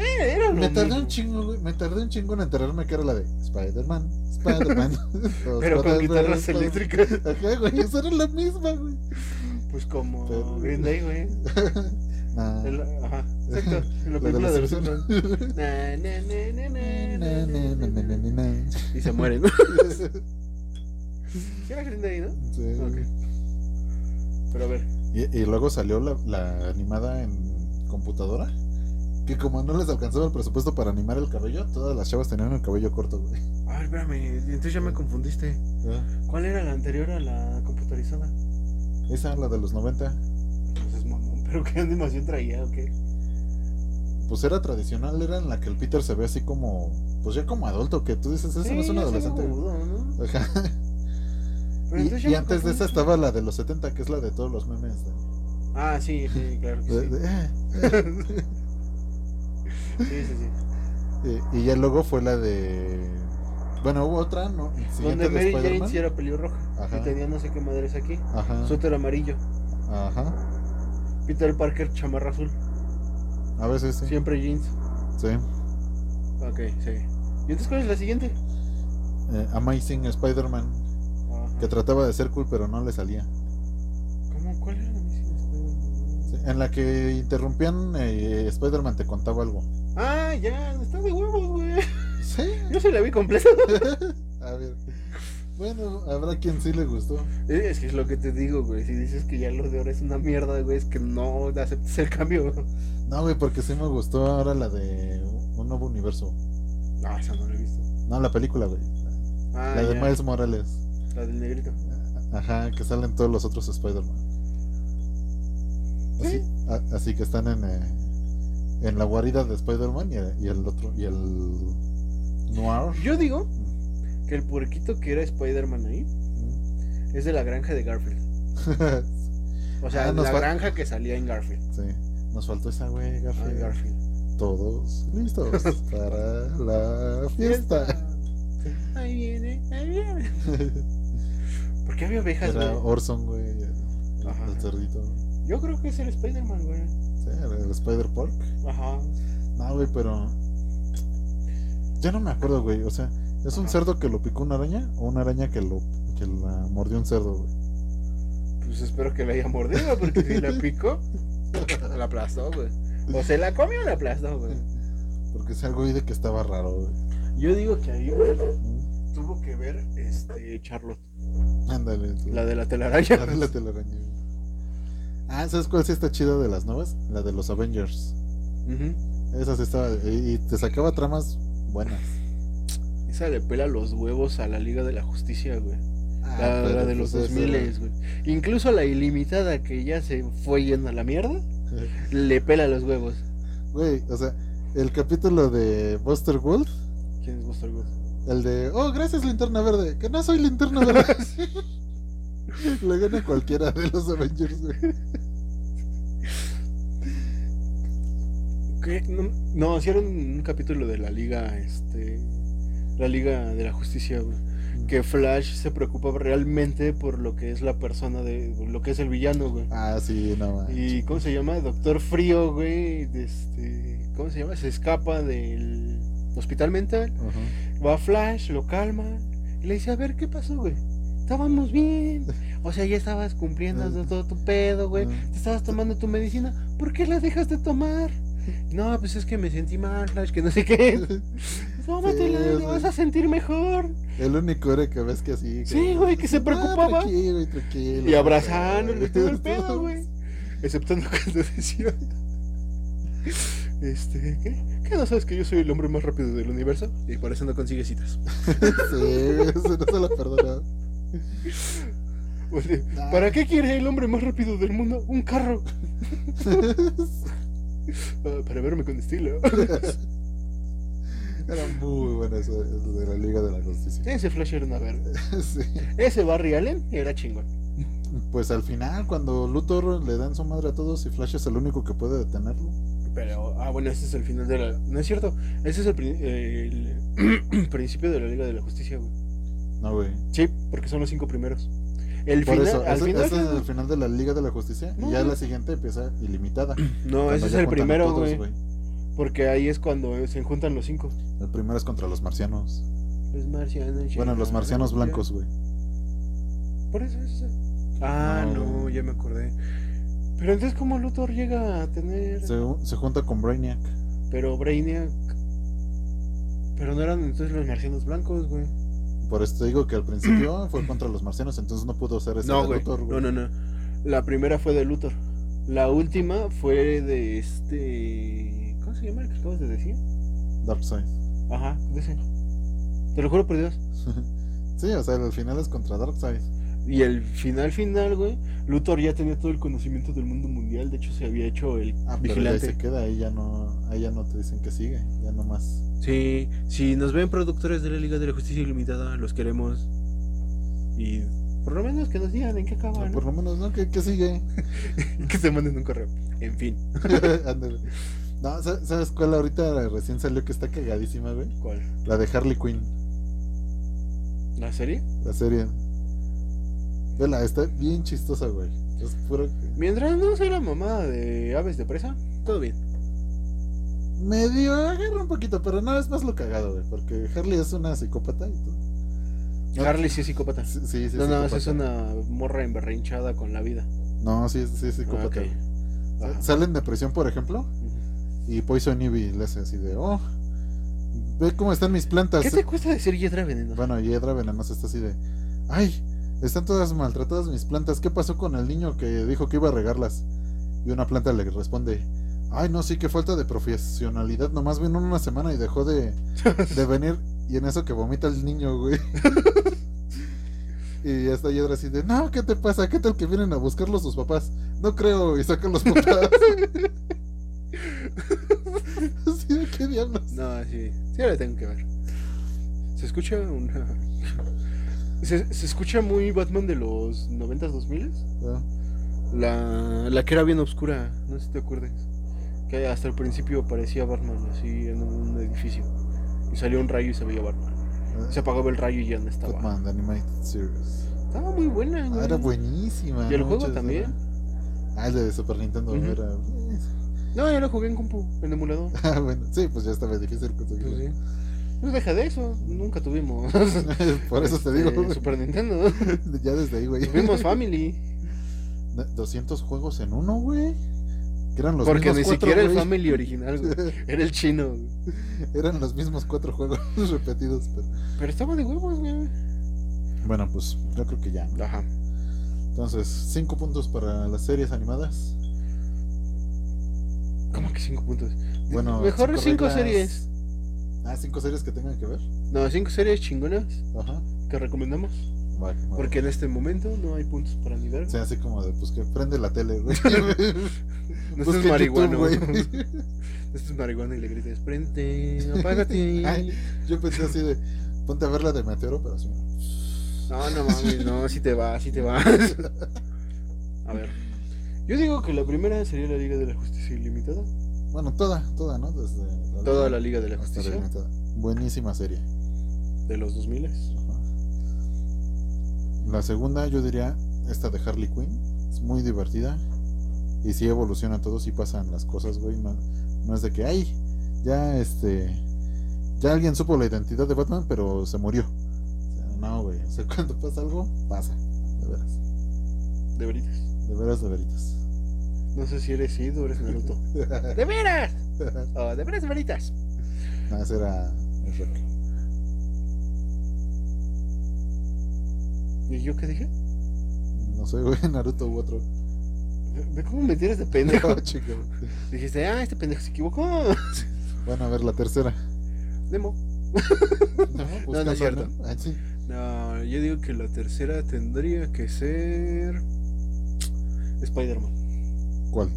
B: Eh, era lo
A: Me tardé
B: mismo.
A: un chingo, güey. Me tardé un chingo en enterarme que era la de Spider-Man, Spider-Man. los
B: Pero con
A: Spider-Man,
B: guitarras
A: Spider-Man.
B: eléctricas.
A: Ajá, güey. Esa era la misma, güey.
B: Pues como
A: Pero-
B: Green Day, güey.
A: Nah.
B: El- Ajá, exacto. En
A: La
B: la
A: de
B: película
A: los
B: de los
A: Simpsons.
B: Simpsons. Na, na, na, na, na, na, na, na, na, na.
A: Sí.
B: Y se mueren. ¿Sí era Green Day, no? Ok. Pero a ver.
A: Y, y luego salió la, la animada en computadora. Que como no les alcanzaba el presupuesto para animar el cabello, todas las chavas tenían el cabello corto, güey.
B: A ver, espérame. Entonces ya me confundiste. ¿Cuál era la anterior a la computarizada?
A: Esa, la de los 90,
B: Pues es mamón. ¿Pero qué animación traía o qué?
A: pues era tradicional, era en la que el Peter se ve así como, pues ya como adulto, que tú dices, eso no es
B: Sí,
A: un
B: ya se ve
A: adolescente. güey".
B: huevudo, ¿no?
A: Ajá.
B: Pero
A: Y,
B: entonces ya
A: y
B: me
A: antes de esa
B: confundiste.
A: estaba la de los 70, que es la de todos los memes. de-
B: Ah, sí, sí, claro que
A: de-
B: sí.
A: de- "Eh,
B: Sí, sí, sí.
A: Eh, y ya luego fue la de. Bueno, hubo otra, ¿no? Siguiente
B: Donde
A: de
B: Mary Jane
A: Spider-Man.
B: sí era pelirroja.
A: Ajá.
B: Y tenía no sé qué madres aquí.
A: Ajá.
B: Suéter amarillo.
A: Ajá.
B: Peter Parker, chamarra azul.
A: A veces sí.
B: Siempre jeans.
A: Sí.
B: Ok, sí. ¿Y entonces cuál es la siguiente?
A: Eh, Amazing Spider-Man.
B: Ajá.
A: Que trataba de ser cool, pero no le salía.
B: ¿Cómo? ¿Cuál era la misión? este
A: Sí, En la que interrumpían, eh, Spider-Man te contaba algo.
B: Ah, ya, está de huevos, güey.
A: Sí.
B: Yo se la vi completa.
A: A ver. Bueno, habrá quien sí le gustó.
B: Es que es lo que te digo, güey. Si dices que ya lo de ahora es una mierda, güey, es que no aceptes el cambio.
A: No, güey, porque sí me gustó ahora la de Un Nuevo Universo.
B: Ah, esa no la he visto.
A: No, la película, güey.
B: Ah,
A: la de
B: ya,
A: Miles Morales.
B: La del negrito.
A: Ajá, que salen todos los otros Spider-Man. Así, a- así que están en, eh, en la guarida de Spider-Man y, el- y el otro, y el Noir.
B: Yo digo que el puerquito que era Spider-Man ahí
A: Mm.
B: es de la granja de Garfield. O sea,
A: Ah, nos
B: la
A: fa-
B: granja que salía en Garfield.
A: sí, nos faltó esa güey,
B: Ah,
A: Garfield.
B: Garfield.
A: Todos listos para la fiesta.
B: Ahí viene, ahí viene. ¿Por qué había ovejas,
A: Era
B: güey?
A: Orson, güey, el, el
B: Ajá.
A: cerdito.
B: Yo creo que es el Spider-Man, güey.
A: Sí, era el Spider-Pork.
B: Ajá.
A: No, güey, pero. Ya no me acuerdo, güey. O sea, ¿es un
B: Ajá.
A: cerdo que lo picó una araña o una araña que lo que la mordió un cerdo, güey?
B: Pues espero que la haya mordido, porque si la picó, la aplastó, güey. O se la comió o la aplastó, güey.
A: Porque es algo ahí de que estaba raro, güey.
B: Yo digo que ahí, güey,
A: Mm,
B: tuvo que ver este Charlotte,
A: Ándale. tú.
B: la de la telaraña.
A: La de la telaraña. Ah, ¿sabes cuál sí está chida de las nuevas? La de los Avengers.
B: Ujú.
A: Esa sí estaba. Y y te sacaba tramas buenas.
B: Esa le pela los huevos a la Liga de la Justicia, güey.
A: Ah,
B: La,
A: pero
B: la de los
A: pues
B: 2000,
A: esa-
B: güey. Incluso la ilimitada que ya se fue yendo a la mierda, le pela los huevos.
A: Güey, o sea, el capítulo de Buster Wolf,
B: ¿Quién es Buster Gold?
A: el de, oh, gracias linterna verde, que no soy linterna verde. Le gana cualquiera de los Avengers, güey.
B: ¿Qué? No, no, hicieron un capítulo de la Liga, este. La Liga de la Justicia, güey. Que Flash se preocupa realmente por lo que es la persona de. lo que es el villano, güey.
A: Ah, sí, no más.
B: Y ¿cómo se llama? Doctor Frío, güey. de Este, ¿Cómo se llama? Se escapa del hospital mental. Va Flash, lo calma. Y le dice, a ver, ¿qué pasó, güey? Estábamos bien. O sea, ya estabas cumpliendo
A: Ah.
B: todo tu pedo, güey. Te estabas tomando tu medicina. ¿Por qué la dejas de tomar? No, pues es que me sentí mal, Flash, que no sé qué. Tómatela,
A: Sí,
B: la
A: sí.
B: vas a sentir mejor.
A: El único era que ves que así. que-
B: Sí, güey, que se preocupaba.
A: Ah, tranquilo, tranquilo.
B: Y abrazándole todo el pedo, güey. Exceptando cuando decía. Este, ¿qué? ¿Qué no sabes que yo soy el hombre más rápido del universo? Y por eso no consigue citas.
A: Sí, güey, eso no se lo perdonaba.
B: O sea, ¿Para qué quiere el hombre más rápido del mundo un carro? Ah, para verme con estilo.
A: Era muy bueno eso, eso de la Liga de la Justicia.
B: Ese Flash era una verga.
A: Sí.
B: Ese Barry Allen era chingón.
A: Pues al final, cuando Luthor le dan su madre a todos y Flash es el único que puede detenerlo.
B: Pero, ah, bueno, ese es el final de la. No es cierto. Ese es el, pri- el principio de la Liga de la Justicia, güey.
A: No, güey.
B: Sí, porque son los cinco primeros. El
A: Por
B: final.
A: eso,
B: al
A: ese,
B: final
A: ese es el final de la Liga de la Justicia.
B: No,
A: y ya
B: no.
A: la siguiente empieza ilimitada.
B: No,
A: cuando
B: ese es
A: ya
B: el
A: juntan a
B: primero,
A: todos,
B: güey. Porque ahí es cuando se juntan los cinco.
A: El primero es contra los marcianos.
B: Los marcianos.
A: Bueno, los marcianos blancos, güey.
B: Por eso es ese. Ah,
A: No,
B: no,
A: güey.
B: ya me acordé. Pero entonces, ¿cómo Luthor llega a tener.
A: Se, se junta con Brainiac.
B: Pero Brainiac. Pero no eran entonces los marcianos blancos, güey.
A: Por eso te digo que al principio fue contra los marcianos, entonces no pudo ser ese
B: No,
A: de
B: Pues, güey.
A: Luthor,
B: No, no, no. La primera fue de Luthor. La última fue de este. ¿Cómo se llama el que acabas de decir?
A: Darkseid.
B: Ajá, de ese. Te lo juro por Dios.
A: sí, o sea, al final es contra Darkseid.
B: Y el final final, güey, Luthor ya tenía todo el conocimiento del mundo mundial, de hecho se había hecho el
A: Ah, pero ya ahí
B: vigilante.
A: se queda, ahí ya no, ahí ya no te dicen que sigue, ya nomás.
B: Sí, si nos ven productores de la Liga de la Justicia Ilimitada, los queremos. Y por lo menos que nos digan en qué acaba,
A: Por
B: ¿no?
A: lo menos, ¿no? ¿Qué, qué sigue?
B: que se manden un correo. En fin.
A: Ándale. No, ¿sa- ¿sabes cuál ahorita recién salió que está cagadísima, güey?
B: ¿Cuál?
A: La de Harley Quinn,
B: ¿La serie?
A: la serie. Vela, está bien chistosa, güey. Es puro.
B: Mientras no sea la mamada de aves de presa, todo bien.
A: Medio agarra un poquito, pero no es más lo cagado, güey. Porque Harley es una psicópata y todo. No.
B: Harley sí es psicópata.
A: Sí, sí, sí,
B: no, no,
A: psicópata.
B: es una morra emberrinchada con la vida.
A: No, sí, sí, es psicópata.
B: Ah, Ok.
A: güey.
B: Ajá.
A: Sa- Salen de prisión, por ejemplo, y Poison Ivy le hace así de, oh, ve cómo están mis plantas.
B: ¿Qué te cuesta decir Yedra Veneno?
A: Bueno, Hiedra Venenosa está así de, ay, están todas maltratadas mis plantas. ¿Qué pasó con el niño que dijo que iba a regarlas? Y una planta le responde, ay, no, sí, qué falta de profesionalidad. Nomás vino una semana y dejó de, de venir. Y en eso que vomita el niño, güey. Y ya está Hiedra así de, no, ¿qué te pasa? ¿Qué tal que vienen a buscarlos sus papás? No creo, y sacan los papás. Así de, ¿qué diablos?
B: No, sí, sí la tengo que ver. Se escucha una... Se, se escucha muy Batman de los 90s, 2000
A: Ah,
B: la, la que era bien oscura, no sé si te acuerdas. Que hasta el principio parecía Batman así en un edificio. Y salió un rayo y se veía Batman.
A: ah,
B: Se apagaba el rayo y ya no estaba.
A: Batman, The Animated Series.
B: Estaba muy buena,
A: Ah,
B: güey.
A: era buenísima.
B: ¿Y el
A: ¿no?
B: juego
A: Muchas
B: también?
A: eran. Ah, el de Super Nintendo
B: Ujú.
A: era.
B: No, yo lo jugué en compu, en emulador.
A: Ah, bueno, sí, pues ya estaba difícil
B: Pues
A: conseguirlo.
B: sí. No deja de eso, nunca tuvimos.
A: Por eso te digo,
B: Este, Super Nintendo.
A: ya desde ahí, güey.
B: Tuvimos Family.
A: 200 juegos en uno, güey. Que eran los
B: Porque
A: mismos
B: ni
A: cuatro,
B: siquiera el
A: güey.
B: Family original, güey. Era el chino, güey.
A: Eran los mismos cuatro juegos repetidos. pero-
B: Pero estaba de huevos, güey.
A: Bueno, pues yo creo que ya.
B: Ajá.
A: Entonces, cinco puntos para las series animadas.
B: ¿Cómo que cinco puntos?
A: Bueno,
B: Mejor cinco
A: reglas-
B: series.
A: Ah, cinco series que tengan que ver.
B: No, cinco series chingonas
A: Ajá.
B: que recomendamos.
A: Va, va.
B: Porque en este momento no hay puntos para ni ver.
A: O sea, así como de, pues que prende la tele, güey. Busca
B: No estés
A: en
B: Este marihuano.
A: YouTube,
B: No estés marihuano y le grites, prende, apágate.
A: Ay. Yo pensé así de, ponte a ver la de Meteoro, pero así.
B: No, no mames, no, si te vas, si te vas. A ver. Yo digo que la primera sería la Liga de la Justicia Ilimitada.
A: Bueno, toda, toda, ¿no? Desde la
B: Toda la Liga de la
A: hasta
B: Justicia
A: Ilimitada. Buenísima serie.
B: de los 2000.
A: Ajá. La segunda, yo diría, esta de Harley Quinn. Es muy divertida. Y sí evoluciona todo, sí pasan las cosas, güey. No, no es de que, ay, ya este. Ya alguien supo la identidad de Batman, pero se murió. O sea, no, güey. O sea, cuando pasa algo, pasa. De veras.
B: De veritas.
A: De veras, de veritas.
B: No sé si eres Sid o eres Naruto. ¡De veras! Oh, ¡De veras, veritas!
A: No, ese era el rock.
B: ¿Y yo qué dije?
A: No sé, güey, Naruto u otro. Oh,
B: Ve- Ve cómo me tienes de pendejo.
A: Chico.
B: Dijiste, ah, este pendejo se equivocó.
A: Bueno, a ver la tercera.
B: Demo.
A: No, Buscando,
B: no es cierto.
A: ¿no? Ah, sí.
B: No, yo digo que la tercera tendría que ser. Spider-Man,
A: ¿Cuál?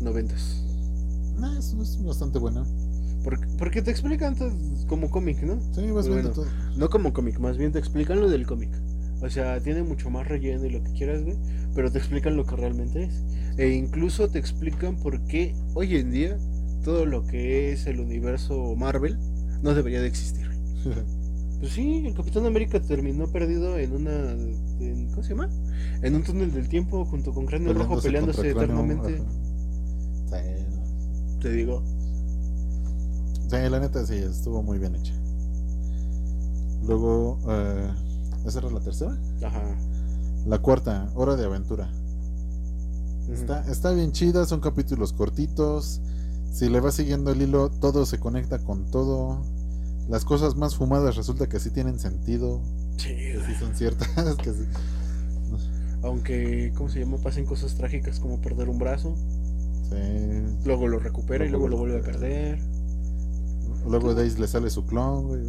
B: noventas.
A: No, es, es bastante buena.
B: Porque, porque te explican todo como cómic, ¿no?
A: Sí, vas
B: Muy
A: viendo
B: bueno.
A: todo.
B: No como cómic, más bien te explican lo del cómic. O sea, tiene mucho más relleno y lo que quieras, güey. Pero te explican lo que realmente es. E incluso te explican por qué hoy en día todo lo que es el universo Marvel no debería de existir. Pues sí, el Capitán América terminó perdido en una. en- ¿Cómo se llama? En un túnel del tiempo junto con Cráneo Rojo
A: contra
B: peleándose
A: Cráneo,
B: eternamente.
A: ajá. Sí, no.
B: Te digo.
A: Sí, la neta sí, estuvo muy bien hecha. Luego, eh, ¿esa era la tercera?
B: Ajá.
A: La cuarta, Hora de Aventura. Está, está bien chida, son capítulos cortitos. Si le vas siguiendo el hilo, todo se conecta con todo. Las cosas más fumadas resulta que sí tienen sentido,
B: Sí,
A: que
B: güey.
A: sí son ciertas, que sí.
B: Aunque, ¿cómo se llama? Pasen cosas trágicas como perder un brazo.
A: sí.
B: Luego lo recupera y luego
A: Luego
B: lo
A: lo
B: vuelve a perder.
A: Luego Days le sale su clon, güey.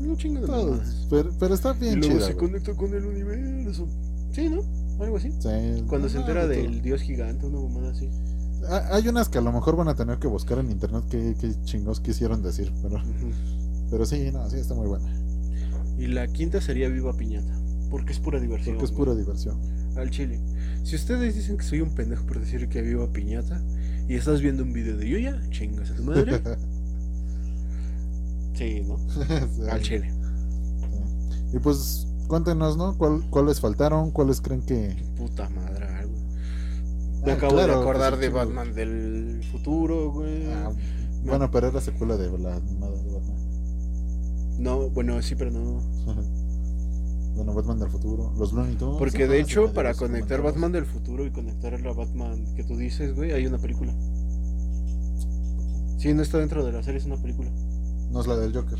A: No,
B: Un chingo de
A: todo,
B: mamadas.
A: pero, pero está
B: Y
A: bien
B: luego
A: chida.
B: se
A: güey.
B: conecta con el universo. Sí, ¿no? Algo así.
A: Sí,
B: Cuando se
A: no,
B: entera
A: de todo.
B: del dios gigante, una mamada así.
A: Ha- ah, Hay unas que a lo mejor van a tener que buscar en internet qué, qué chingos quisieron decir, pero, pero sí, no, sí está muy buena.
B: Y la quinta sería Viva Piñata. Porque es pura diversión.
A: Porque es
B: güey.
A: pura diversión.
B: Al chile. Si ustedes dicen que soy un pendejo por decir que Viva Piñata y estás viendo un video de Yuya, chingas a tu madre. sí, ¿no?
A: Sí.
B: Al chile.
A: Y pues cuéntenos, ¿no? ¿Cuál- ¿Cuáles faltaron? ¿Cuáles creen que...?
B: Puta madre, güey. Me
A: Ah,
B: acabo
A: claro,
B: de acordar
A: pues,
B: de
A: chingo.
B: Batman del futuro, güey.
A: Ah, bueno, pero era secuela de la animada de Batman.
B: No, bueno, sí, pero no.
A: bueno, Batman del futuro. Los Looney Tunes.
B: Porque
A: ajá,
B: de
A: sí, de
B: hecho, para
A: los
B: conectar
A: comentados.
B: Batman del futuro y conectar a la Batman que tú dices, güey, hay una película. Sí, no está dentro de la serie, es una película.
A: No es la del Joker.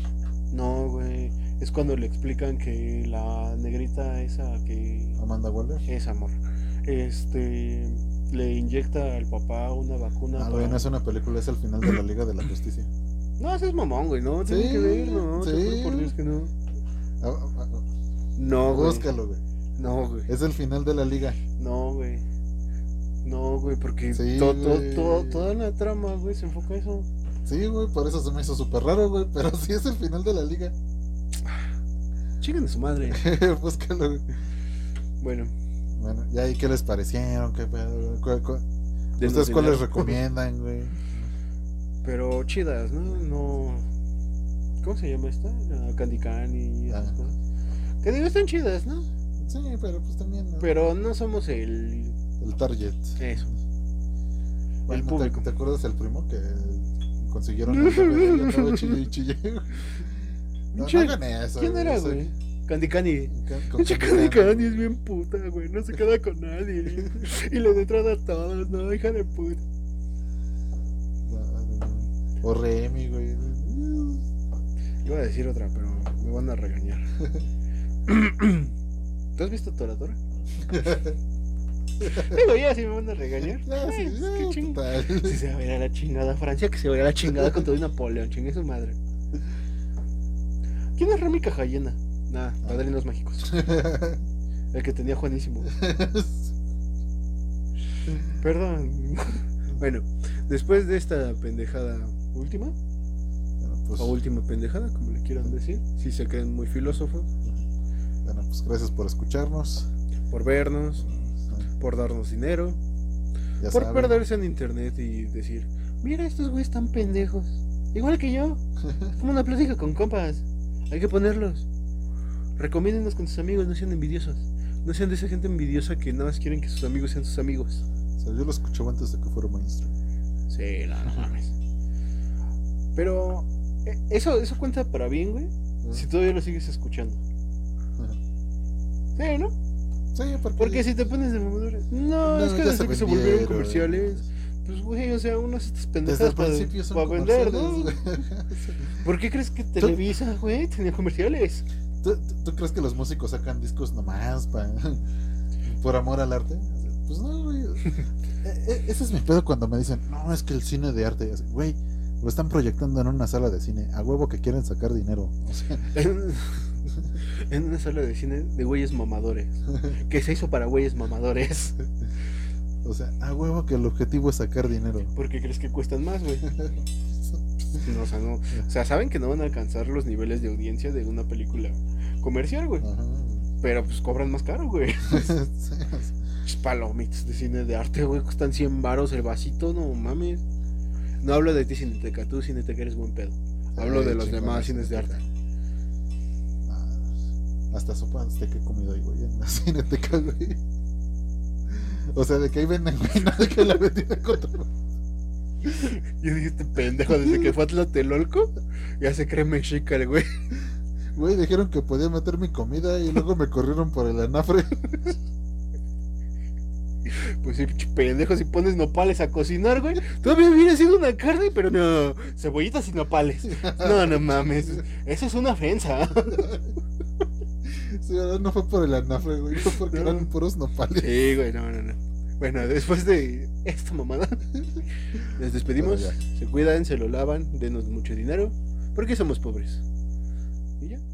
B: No, güey. Es cuando le explican que la negrita esa que.
A: Amanda Waller.
B: Es amor. Este. Le inyecta al papá una vacuna.
A: Ah,
B: para-
A: güey, no es una película, es el final de la Liga de la Justicia.
B: No, ese es mamón, güey. No, tiene
A: Sí,
B: que ver, no. te
A: sí.
B: juro por Dios que no.
A: Ah, ah, ah,
B: No, güey.
A: búscalo, güey.
B: No, güey.
A: Es el final de la Liga.
B: No, güey. No, güey, porque
A: Sí,
B: to- to-
A: güey.
B: to- toda la trama, güey, se enfoca a eso.
A: Sí, güey, por eso se me hizo súper raro, güey. Pero sí es el final de la Liga.
B: Chiquen a su madre.
A: búscalo, güey.
B: Bueno,
A: Bueno, ya ahí qué les parecieron, qué pedo, ¿Cuál- cuál-
B: denos
A: ¿Ustedes cuáles
B: dinero.
A: recomiendan, güey?
B: Pero chidas, ¿no? No. ¿Cómo se llama esta? La Candy Can y esas
A: Ah.
B: cosas. Que digo, están chidas, ¿no?
A: Sí, pero pues también ¿no?
B: Pero no somos el.
A: el target.
B: Eso.
A: Bueno,
B: el
A: ¿te-
B: público.
A: ¿Te, acuerdas del primo que consiguieron el DVD? Yo andaba chille y chille. No, no
B: Pinche-
A: hagan eso.
B: ¿Quién era,
A: eso-
B: güey? Candy Candy.
A: Con- con-
B: Pinche Candy Candy es bien puta, güey. No se queda con nadie. y le detrás a todos, ¿no? Hija de puta.
A: O Remy, güey.
B: Iba a decir otra, pero me van a regañar. ¿Tú has visto Toradora? Digo, ya si me van a regañar.
A: Ya, sí,
B: Ay, pues,
A: ya,
B: qué ching-
A: total.
B: Pues, Si se va a ir a la chingada Francia, que se vaya a la chingada con todo y Napoleón, chingue su madre. ¿Quién es Remy Cajallena? Nah, padrinos mágicos. El que tenía Juanísimo. Perdón. Bueno, después de esta pendejada última,
A: Bueno, pues,
B: o última pendejada, como le quieran decir, si se creen muy filósofos,
A: bueno, pues gracias por escucharnos.
B: por vernos,
A: Ya
B: por darnos dinero, por
A: saben.
B: perderse en internet y decir, mira, estos güeyes están pendejos. Igual que yo. Es como una plática con compas. Hay que ponerlos. Recomiéndenos con sus amigos, no sean envidiosos. No sean de esa gente envidiosa que nada más quieren que sus amigos sean sus amigos.
A: O sea, yo lo escuchaba antes de que fuera maestro.
B: Sí, no, no mames. Pero eh, eso, eso cuenta para bien, güey. Si todavía lo sigues escuchando. Sí, ¿no?
A: Sí, porque,
B: Porque si te pones de mamadores. No,
A: No,
B: es que
A: ya se
B: desde que se volvieron
A: vendieron.
B: comerciales. Pues, güey, o sea, unas estas
A: desde
B: pendejadas
A: el principio
B: para,
A: son
B: para vender, ¿no?
A: comerciales, güey.
B: ¿Por qué crees que Televisa, güey, tenía comerciales?
A: ¿Tú, tú- tú crees que los músicos sacan discos nomás pa- por amor al arte? Pues no, güey. E- e- Ese es mi pedo cuando me dicen, no, es que el cine de arte, Así, güey, lo están proyectando en una sala de cine, a huevo que quieren sacar dinero. O sea,
B: En, en una sala de cine de güeyes mamadores. Que se hizo para güeyes mamadores.
A: o sea, a huevo que el objetivo es sacar dinero.
B: ¿Por qué crees que cuestan más, güey? No, o sea, no. O sea, saben que no van a alcanzar los niveles de audiencia de una película comercial, güey.
A: Ajá.
B: Pero pues cobran más caro, güey.
A: Sí, o sea,
B: Ch, Palomitas de cine de arte, güey, cuestan 100 varos el vasito, no mames. No hablo de ti, Cineteca, tú, Cineteca, eres buen pedo. Hablo
A: Ay,
B: de los
A: chingón,
B: demás
A: sí,
B: cines de arte.
A: Ah, Hasta sopa de que he comido ahí, güey, en la cineteca, güey. O sea, de que ahí venden, güey, nada que la vendida con
B: Yo dije, este pendejo, desde que fue a Tlatelolco, ya se cree mexica el güey.
A: Güey, dijeron que podía meter mi comida y luego me corrieron por el anafre.
B: Pues sí, pinche pendejo, si pones nopales a cocinar, güey, todavía hubiera sido una carne, pero no, cebollitas y nopales. No, no mames, eso es una ofensa.
A: Sí, ahora no fue por el anafre, güey, fue porque
B: No.
A: eran puros nopales.
B: Sí, güey, no, no, no. Bueno, después de esta mamada, les despedimos.
A: Bueno,
B: Se cuidan, se lo lavan, denos mucho dinero, porque somos pobres. Y ya.